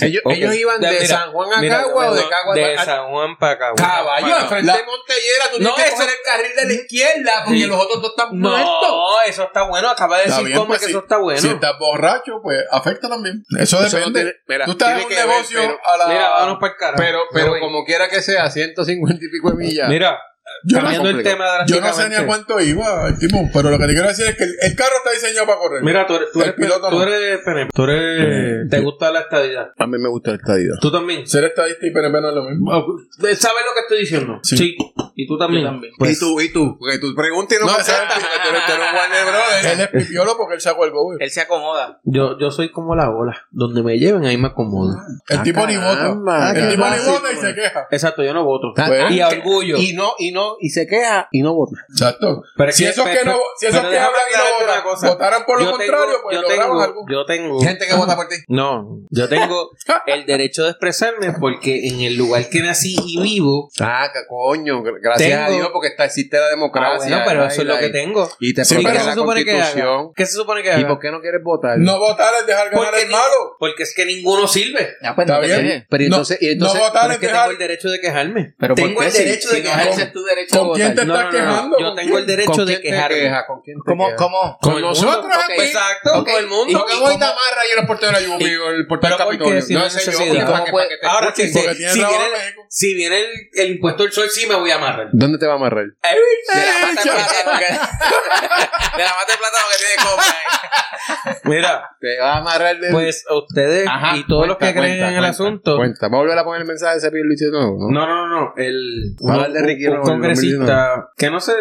S3: Ellos,
S2: Ok.
S3: ellos iban de,
S2: Mira,
S3: San Juan a
S2: mira,
S3: Cagua o de
S2: no,
S3: Cagua
S2: de
S3: a
S2: San Juan para Cagua.
S3: Caballo,
S6: Bueno,
S3: enfrente
S6: la-
S3: de Montellera, tú
S2: No,
S3: tienes que
S2: eso-
S3: coger el carril de la izquierda porque
S2: Sí.
S3: los otros dos están
S2: No,
S3: muertos.
S2: eso está bueno. Acaba de
S6: Está
S2: decir
S6: bien,
S2: Come
S6: pues,
S2: que
S6: si-
S2: eso está bueno.
S6: Si estás borracho, pues afecta también. Eso
S3: Eso no
S6: depende.
S3: tiene- mira,
S6: Tú estás
S3: tiene
S6: en un
S3: que ver,
S6: negocio
S3: pero-
S6: a la.
S2: Mira, vámonos para el carajo.
S3: Pero, pero
S2: Yo voy.
S3: como quiera que sea, 150 y pico de millas.
S2: Mira,
S6: yo, no,
S2: cambiando el
S3: complicado.
S2: tema
S6: yo no sé ni a
S2: drásticamente.
S6: cuánto iba el tipo, pero lo que te quiero decir es que el, el carro está diseñado para correr.
S2: Mira, tú eres, tú
S6: El
S2: eres,
S6: piloto
S2: tú
S6: no.
S2: eres PNP, tú eres- te gusta la estadidad.
S3: A mí me gusta el estadía.
S2: Tú también. Oh, eh,
S6: Ser estadista y PNP no es lo mismo.
S2: ¿Sabes lo que estoy diciendo?
S6: Sí.
S2: Y tú también.
S4: Yo también.
S2: Pues,
S3: y tú, y tú, porque tú preguntas y no,
S6: No,
S3: contestas,
S6: exacto.
S3: porque tú eres, tú eres un Warner Brothers.
S6: Él es pipiolo porque él sacó el go.
S4: Él se acomoda.
S2: Yo, yo soy como la ola. Donde me lleven, ahí me acomodo. Ah,
S6: El tipo ni
S3: caramba.
S6: vota. El
S3: Ah,
S6: tipo ni
S3: sí,
S6: vota y se queja.
S2: Exacto, yo no voto.
S6: Pues,
S2: y orgullo.
S3: Y no, y no, y se queja y no vota.
S6: Exacto.
S2: Pero es
S6: Si
S2: que-
S6: esos
S2: pero-
S6: que no si esos
S2: pero
S6: que
S2: déjame
S6: hablan y no
S2: aclararte
S6: votan,
S2: una cosa.
S6: votaran por lo
S2: Yo tengo-
S6: contrario, pues
S2: yo
S6: logramos
S2: tengo,
S6: algo.
S2: yo tengo.
S3: Gente que vota por ti.
S2: No, yo tengo el derecho de expresarme porque en el lugar que nací y vivo.
S3: Ah, que coño, gr- gracias
S2: Tengo-
S3: a Dios porque está, existe la democracia.
S2: Ah, bueno, pero eso es lo que
S3: tengo.
S2: tengo.
S3: Y te
S6: Sí,
S2: ¿Y
S3: protege
S2: qué
S6: pero
S2: se
S3: la
S2: supone que haga?
S3: constitución.
S2: ¿Qué se supone que
S3: ¿Y
S2: haga?
S3: por qué no quieres votar?
S6: No votar es dejar ganar
S2: Porque
S6: al
S2: ni-
S6: malo.
S2: Porque es que ninguno sirve.
S4: Ya, pues,
S6: Está
S4: no te
S6: bien.
S4: quejes.
S3: Pero
S6: No-
S3: Ah, entonces, y
S6: no
S3: entonces
S6: votar
S2: Pero es
S6: es
S2: que
S6: dejar-
S2: tengo el derecho de quejarme.
S4: Pero
S2: tengo
S4: ¿por qué?
S2: el
S4: Si-
S2: derecho
S4: si
S2: de
S4: no
S2: quejarme.
S4: ejerces tu derecho a
S6: ¿Con quién
S4: votar.
S6: te estás
S2: No, no, no,
S6: quejando?
S2: Yo tengo el derecho
S3: ¿Con
S2: de
S3: quién te
S2: quejarme.
S3: quejas? ¿Con quién te
S4: ¿Cómo,
S3: quejas?
S4: cómo?
S2: Con
S6: Con
S2: el mundo.
S6: nosotros
S4: Ok.
S6: aquí.
S2: Exacto,
S4: Ok.
S2: con el
S4: ¿Y
S2: mundo.
S4: cómo-
S3: Tocamos esta marra y en el portero de la Juve,
S2: Y-
S3: el portero
S2: pero
S3: del
S2: porque
S3: Capitolio.
S2: si no
S3: No,
S2: hay
S3: señor,
S2: necesidad.
S3: y para
S4: ¿Cómo
S3: que-
S4: puede-
S3: para que te
S2: Ahora, si,
S3: escuchen.
S6: porque
S2: si,
S6: tiene
S2: viene,
S6: trabajo en
S2: el-
S6: México.
S2: si viene el, el impuesto del sol, sí me voy a amarrar.
S3: ¿Dónde te va a amarrar?
S4: De la mata de plátano que- de la mata de plátano que tiene copa. eh.
S2: Mira,
S3: Te va a amarrar de...
S2: pues a ustedes
S3: Ajá,
S2: y todos los que
S3: cuenta,
S2: creen
S3: cuenta,
S2: en el
S3: cuenta,
S2: asunto.
S3: Cuenta, va a volver a poner el mensaje de ese Luis de nuevo, ¿no?
S2: No, no, no, no. El,
S3: Va a hablar de Ricky
S2: un- un
S3: Rubio,
S2: congresista que no sé,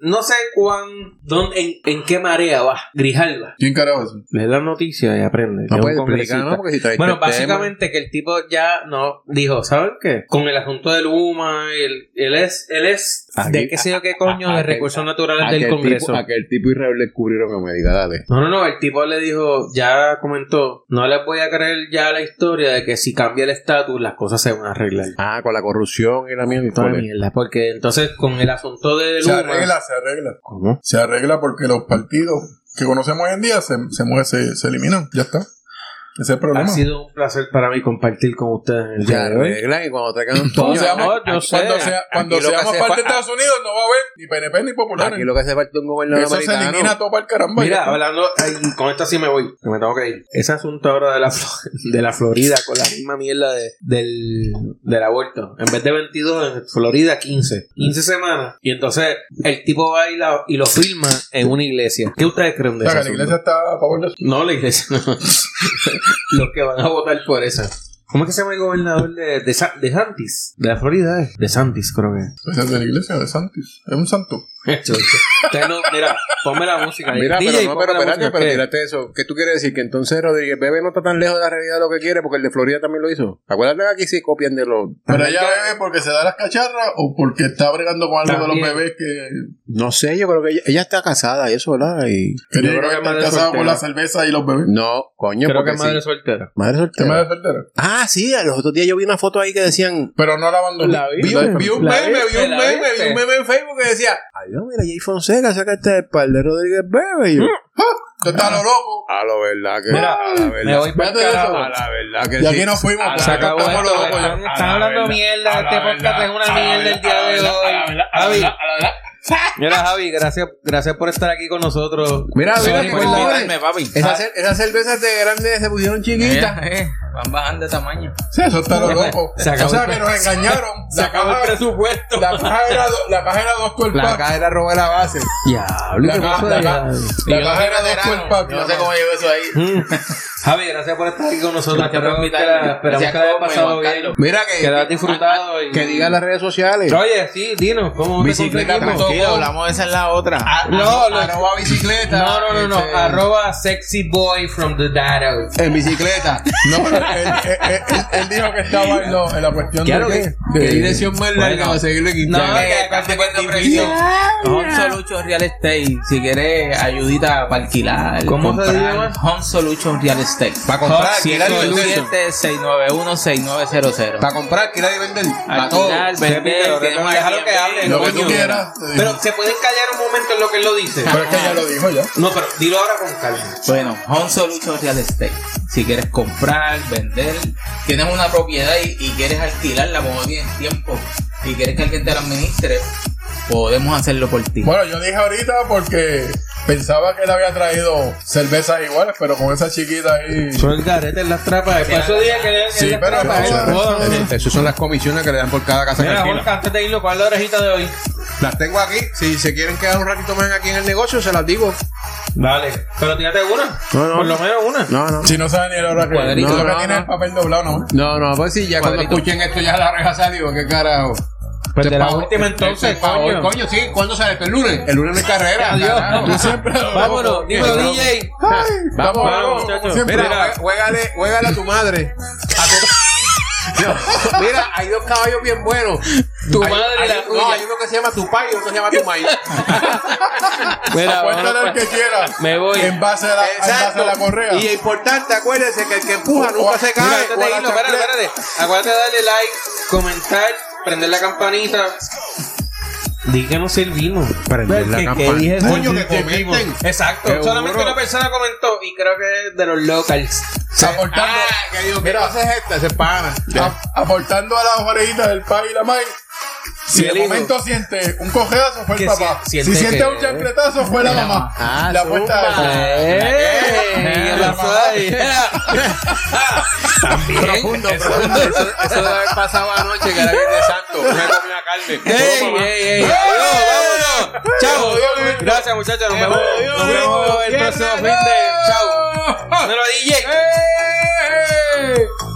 S2: no sé cuán, dónde, en, en qué marea va. Grijalva.
S6: ¿Quién carajo es?
S2: Lee la noticia y aprende. que
S3: No
S2: es un
S3: puedes explicar,
S2: congresista.
S3: ¿no? Porque si traes
S2: Bueno,
S3: el tema-
S2: básicamente que el tipo ya no dijo, ¿saben qué? Con el asunto de Luma, él, él es, él es de
S3: Aquí-
S2: qué sé yo qué coño
S3: a-
S2: de
S3: aquel-
S2: recursos naturales
S3: aquel
S2: del Congreso.
S3: Tipo, aquel tipo y Raúl descubrieron América, dale.
S2: No, no, no, el tipo le dijo, ya comentó, no les voy a creer ya la historia de que si cambia el estatus las cosas se van a arreglar.
S3: Ah, con la corrupción y la mierda. y
S2: Toda
S3: todo eso.
S2: mierda, porque entonces con el asunto de
S6: Se
S2: Luma,
S6: arregla, se arregla.
S3: ¿Cómo?
S6: Se arregla porque los partidos que conocemos hoy en día se, se, mueven, se, se eliminan. Ya está. Ese es el
S2: ha
S6: problema.
S2: sido un placer para mí compartir con ustedes el
S3: Se
S2: día de hoy.
S3: arreglan y cuando traigan un
S2: Cuando
S6: Cuando
S2: sea-
S3: coño.
S6: seamos,
S2: no, yo sé.
S6: cuando sea- cuando
S3: Aquí lo que
S6: seamos
S3: hace
S6: parte de
S3: fa-
S6: Estados Unidos no va a haber ni PNP ni populares.
S3: Aquí lo que hace falta es un gobernador
S6: Eso se
S3: americano.
S6: elimina todo para el caramba.
S2: Mira,
S6: Ya está.
S2: hablando, ay, con esta sí me voy, que me tengo que ir. Ese asunto ahora de la, Flo- de la Florida, con la misma mierda de- del, del aborto. En vez de 22, en Florida 15. 15 semanas. Y entonces el tipo va y, la- y lo filma en una iglesia. ¿Qué ustedes creen de
S6: O sea,
S2: eso?
S6: que la iglesia está a favor de eso.
S2: No, la iglesia no. Los que van a votar por esa. ¿Cómo es que se llama el gobernador de, de, Sa- de Santis? De la Florida, ¿eh? De Santis, creo que. es.
S6: Pues es de la iglesia de Santis. Es un santo.
S2: Ustedes no- mira, ponme la música. ahí.
S3: Mira,
S2: DJ,
S3: pero no,
S2: ponme
S3: pero
S2: la
S3: espérate,
S2: música,
S3: pero
S2: ¿qué?
S3: tírate eso. ¿Qué tú quieres decir? Que entonces Rodríguez Bebe no está tan lejos de la realidad de lo que quiere porque el de Florida también lo hizo. Acuérdate que aquí sí copian de los...
S6: Pero ella bebe porque se da las cacharras o porque está bregando con algo de los
S2: También.
S6: bebés que.
S3: No sé, yo creo que ella, ella está casada y eso, ¿verdad? Y...
S6: que
S2: creo
S6: tiene
S2: que
S6: que
S2: madre
S6: estar casado
S2: soltera.
S6: con la cerveza y los bebés.
S3: No, coño,
S2: Creo que
S3: porque
S2: madre
S3: sí.
S2: soltera.
S3: Madre
S6: ¿Qué
S3: soltera.
S6: madre soltera?
S3: Ah, sí, a los otros días yo vi una foto ahí que decían...
S6: Pero no la abandonó.
S2: La vi.
S6: Vi
S3: La
S6: un vi un
S2: la
S6: meme, vi
S2: viste,
S6: un
S2: la
S6: meme, vi
S2: viste.
S6: un meme en Facebook que decía:
S3: Ay, no, mira, Jay Fonseca saca este par de Rodríguez Bebe. y yo,
S6: Tú estás lo loco.
S3: A lo Ah, verdad que...
S2: Mira,
S3: a la
S2: Me
S3: verdad.
S2: voy para
S6: Espérate de eso.
S3: A la verdad que
S6: Y
S3: sí.
S6: aquí nos fuimos. pues.
S3: A la
S2: Se acabó
S6: Estamos
S2: esto.
S6: locos,
S2: Están,
S6: ya.
S2: están hablando mierda. Este podcast es una mierda el día de hoy. Javi. Mira, Javi, gracias, gracias por estar aquí con nosotros.
S3: Mira, mira,
S4: Sorry
S3: qué
S4: por
S3: cojones.
S4: invitarme, papi.
S3: Esas, cer- esas cervezas de grandes se pusieron chiquitas.
S4: Mira, eh, Van bajando de tamaño.
S6: Sí, eso está lo loco.
S2: Se acabó
S6: o sea,
S2: el-
S6: que nos engañaron.
S2: Se
S6: La
S2: acabó el
S6: caja,
S2: presupuesto.
S6: la caja era, do- la caja era dos cuerpos.
S3: La
S6: La,
S3: cadera robó la base.
S2: Diablo, ¿qué
S6: La
S2: pasó
S6: ca- la
S2: ahí?
S6: ca-
S4: Y yo
S6: caja
S4: soy
S6: era dos
S4: veterano,
S6: cuerpos.
S4: yo no sé cómo
S6: llegó eso ahí.
S2: Mm. Javi, gracias por estar aquí con nosotros.
S4: Gracias por
S2: Esperamos que
S4: invitarme.
S2: la- esperamos
S4: Gracias,
S2: que la haya
S4: Juanma y
S2: pasado
S4: Juan
S2: bien.
S4: Carlos.
S3: Mira
S2: Que la hayas
S3: que,
S2: disfrutado. y-
S3: que digan las redes sociales.
S2: Oye, sí, dinos, ¿cómo te
S4: Bicicleta,
S2: conseguimos?
S4: tranquilo, hablamos de esa en la otra.
S3: Ah,
S6: ah.
S2: No, lo-
S3: Arroba bicicleta.
S2: no, no, no, no.
S3: Este,
S2: Arroba sexy boy from the shadows.
S3: En bicicleta.
S6: Este, No, pero él, él- él- él- él dijo que estaba en, lo- en la cuestión
S3: Claro
S6: de.
S3: que. ¿Qué dirección más larga para seguirlo en
S2: No,
S3: Instagram?
S2: que
S4: Eh,
S2: aparte cuento
S4: divino.
S2: precio.
S4: Home Solution Real Estate. Si quieres ayudita para alquilar.
S2: ¿Cómo se
S4: comprar,
S2: llama?
S4: Home Solution Real Estate.
S3: Para comprar, alquilar y vender.
S4: 787-691-6900.
S3: Para comprar, alquilar y vender. Para todo.
S4: Alquilar,
S2: Pero
S4: vender, tenemos
S2: déjalo que hable.
S6: Lo que tú
S2: coño.
S6: quieras. te digo.
S2: Pero se pueden callar un este momento en lo que él lo dice.
S6: Pero es que ya lo dijo ya.
S2: No, pero dilo ahora con calma.
S4: Bueno, Home Solution Real Estate. Si quieres comprar, vender, tienes una propiedad y, y quieres alquilarla como no tienes tiempo y quieres que alguien te la administre, podemos hacerlo por ti.
S6: Bueno, yo dije ahorita porque Pensaba que le había traído cervezas iguales, pero con esa chiquita ahí.
S2: Son el garete en las trapas. Por eso dije que le
S6: Sí,
S2: en las
S6: pero
S2: trapas.
S6: no,
S2: eh,
S6: no,
S2: jodan.
S8: Esas son las comisiones que le dan por cada casa que
S2: Mira,
S8: alquila.
S2: Jorge, antes de irnos, ¿cuál es la orejita de hoy?
S8: Las tengo aquí. Si se quieren quedar un ratito más aquí en el negocio, se las digo.
S2: Dale. Pero tírate una.
S3: No, no.
S2: Por lo menos una.
S3: No, no.
S6: Si no saben ni la hora que
S2: Cuadrito,
S6: no, lo que
S3: no,
S6: tiene
S3: no.
S6: es papel doblado nomás.
S8: No, no, pues sí, ya
S2: Cuadrito.
S8: cuando escuchen esto, ya la reja salió. ¿Qué carajo?
S2: Pues
S8: Este
S2: de la
S8: pavo-
S2: última entonces,
S8: este pavo-
S2: coño.
S8: coño, sí. ¿Cuándo sale esto? El lunes. El lunes de carrera.
S2: Adiós.
S8: carajo.
S6: Tú siempre lo-
S2: Vámonos, dímelo, DJ.
S6: Vamos,
S2: Vamos,
S6: vamos,
S2: muchachos.
S6: como siempre.
S8: Mira,
S2: Mira.
S8: jue- juégale, juégale a tu madre. A tu- No, Mira, hay dos caballos bien buenos.
S2: Tu
S8: Hay-
S2: madre y
S8: hay-
S2: la
S8: No,
S2: tuya.
S8: hay uno que se llama tu pai y otro que se llama tu mai.
S2: Mira,
S6: Apuéstale al
S2: vámonos,
S6: que quiera.
S2: Me voy.
S6: En base a la, en base a la correa.
S8: Y es importante, acuérdense que el que empuja
S6: O-
S8: nunca se
S6: mira,
S8: cae.
S2: Antes de irnos, espérate, espérate. Acuérdate de darle like, comentar, prender la campanita. Díganos el vino. Prender la campanita.
S8: Coño, que comenten.
S2: Exacto.
S8: Seguro.
S2: Solamente una persona comentó y creo que es de los locals.
S6: aportando,
S8: Ah, que digo, ¿qué cosa es esta? Ese pana.
S6: a- aportando a las orejitas del pai y la mai. Si
S2: el
S6: de
S2: hijo.
S6: momento siente un cojeazo, fue el
S2: Que
S6: papá.
S2: si- siente
S6: si siente
S2: que-
S6: un chancletazo, fue la mamá.
S3: Ah,
S6: la apuesta
S8: zumba.
S6: de
S2: ¡Ey!
S6: Eh,
S2: ¿Qué pasó ahí?
S8: Profundo, profundo. Eso, eso debe haber pasado anoche, que era bien de santo. Me comí una carne.
S2: ¡Ey, ey, ey! ¡Adiós! ¡Vámonos! ¡Chao! Gracias, muchachos. Nos vemos. Nos vemos el próximo fin de. ¡Chao! ¡No lo DJ!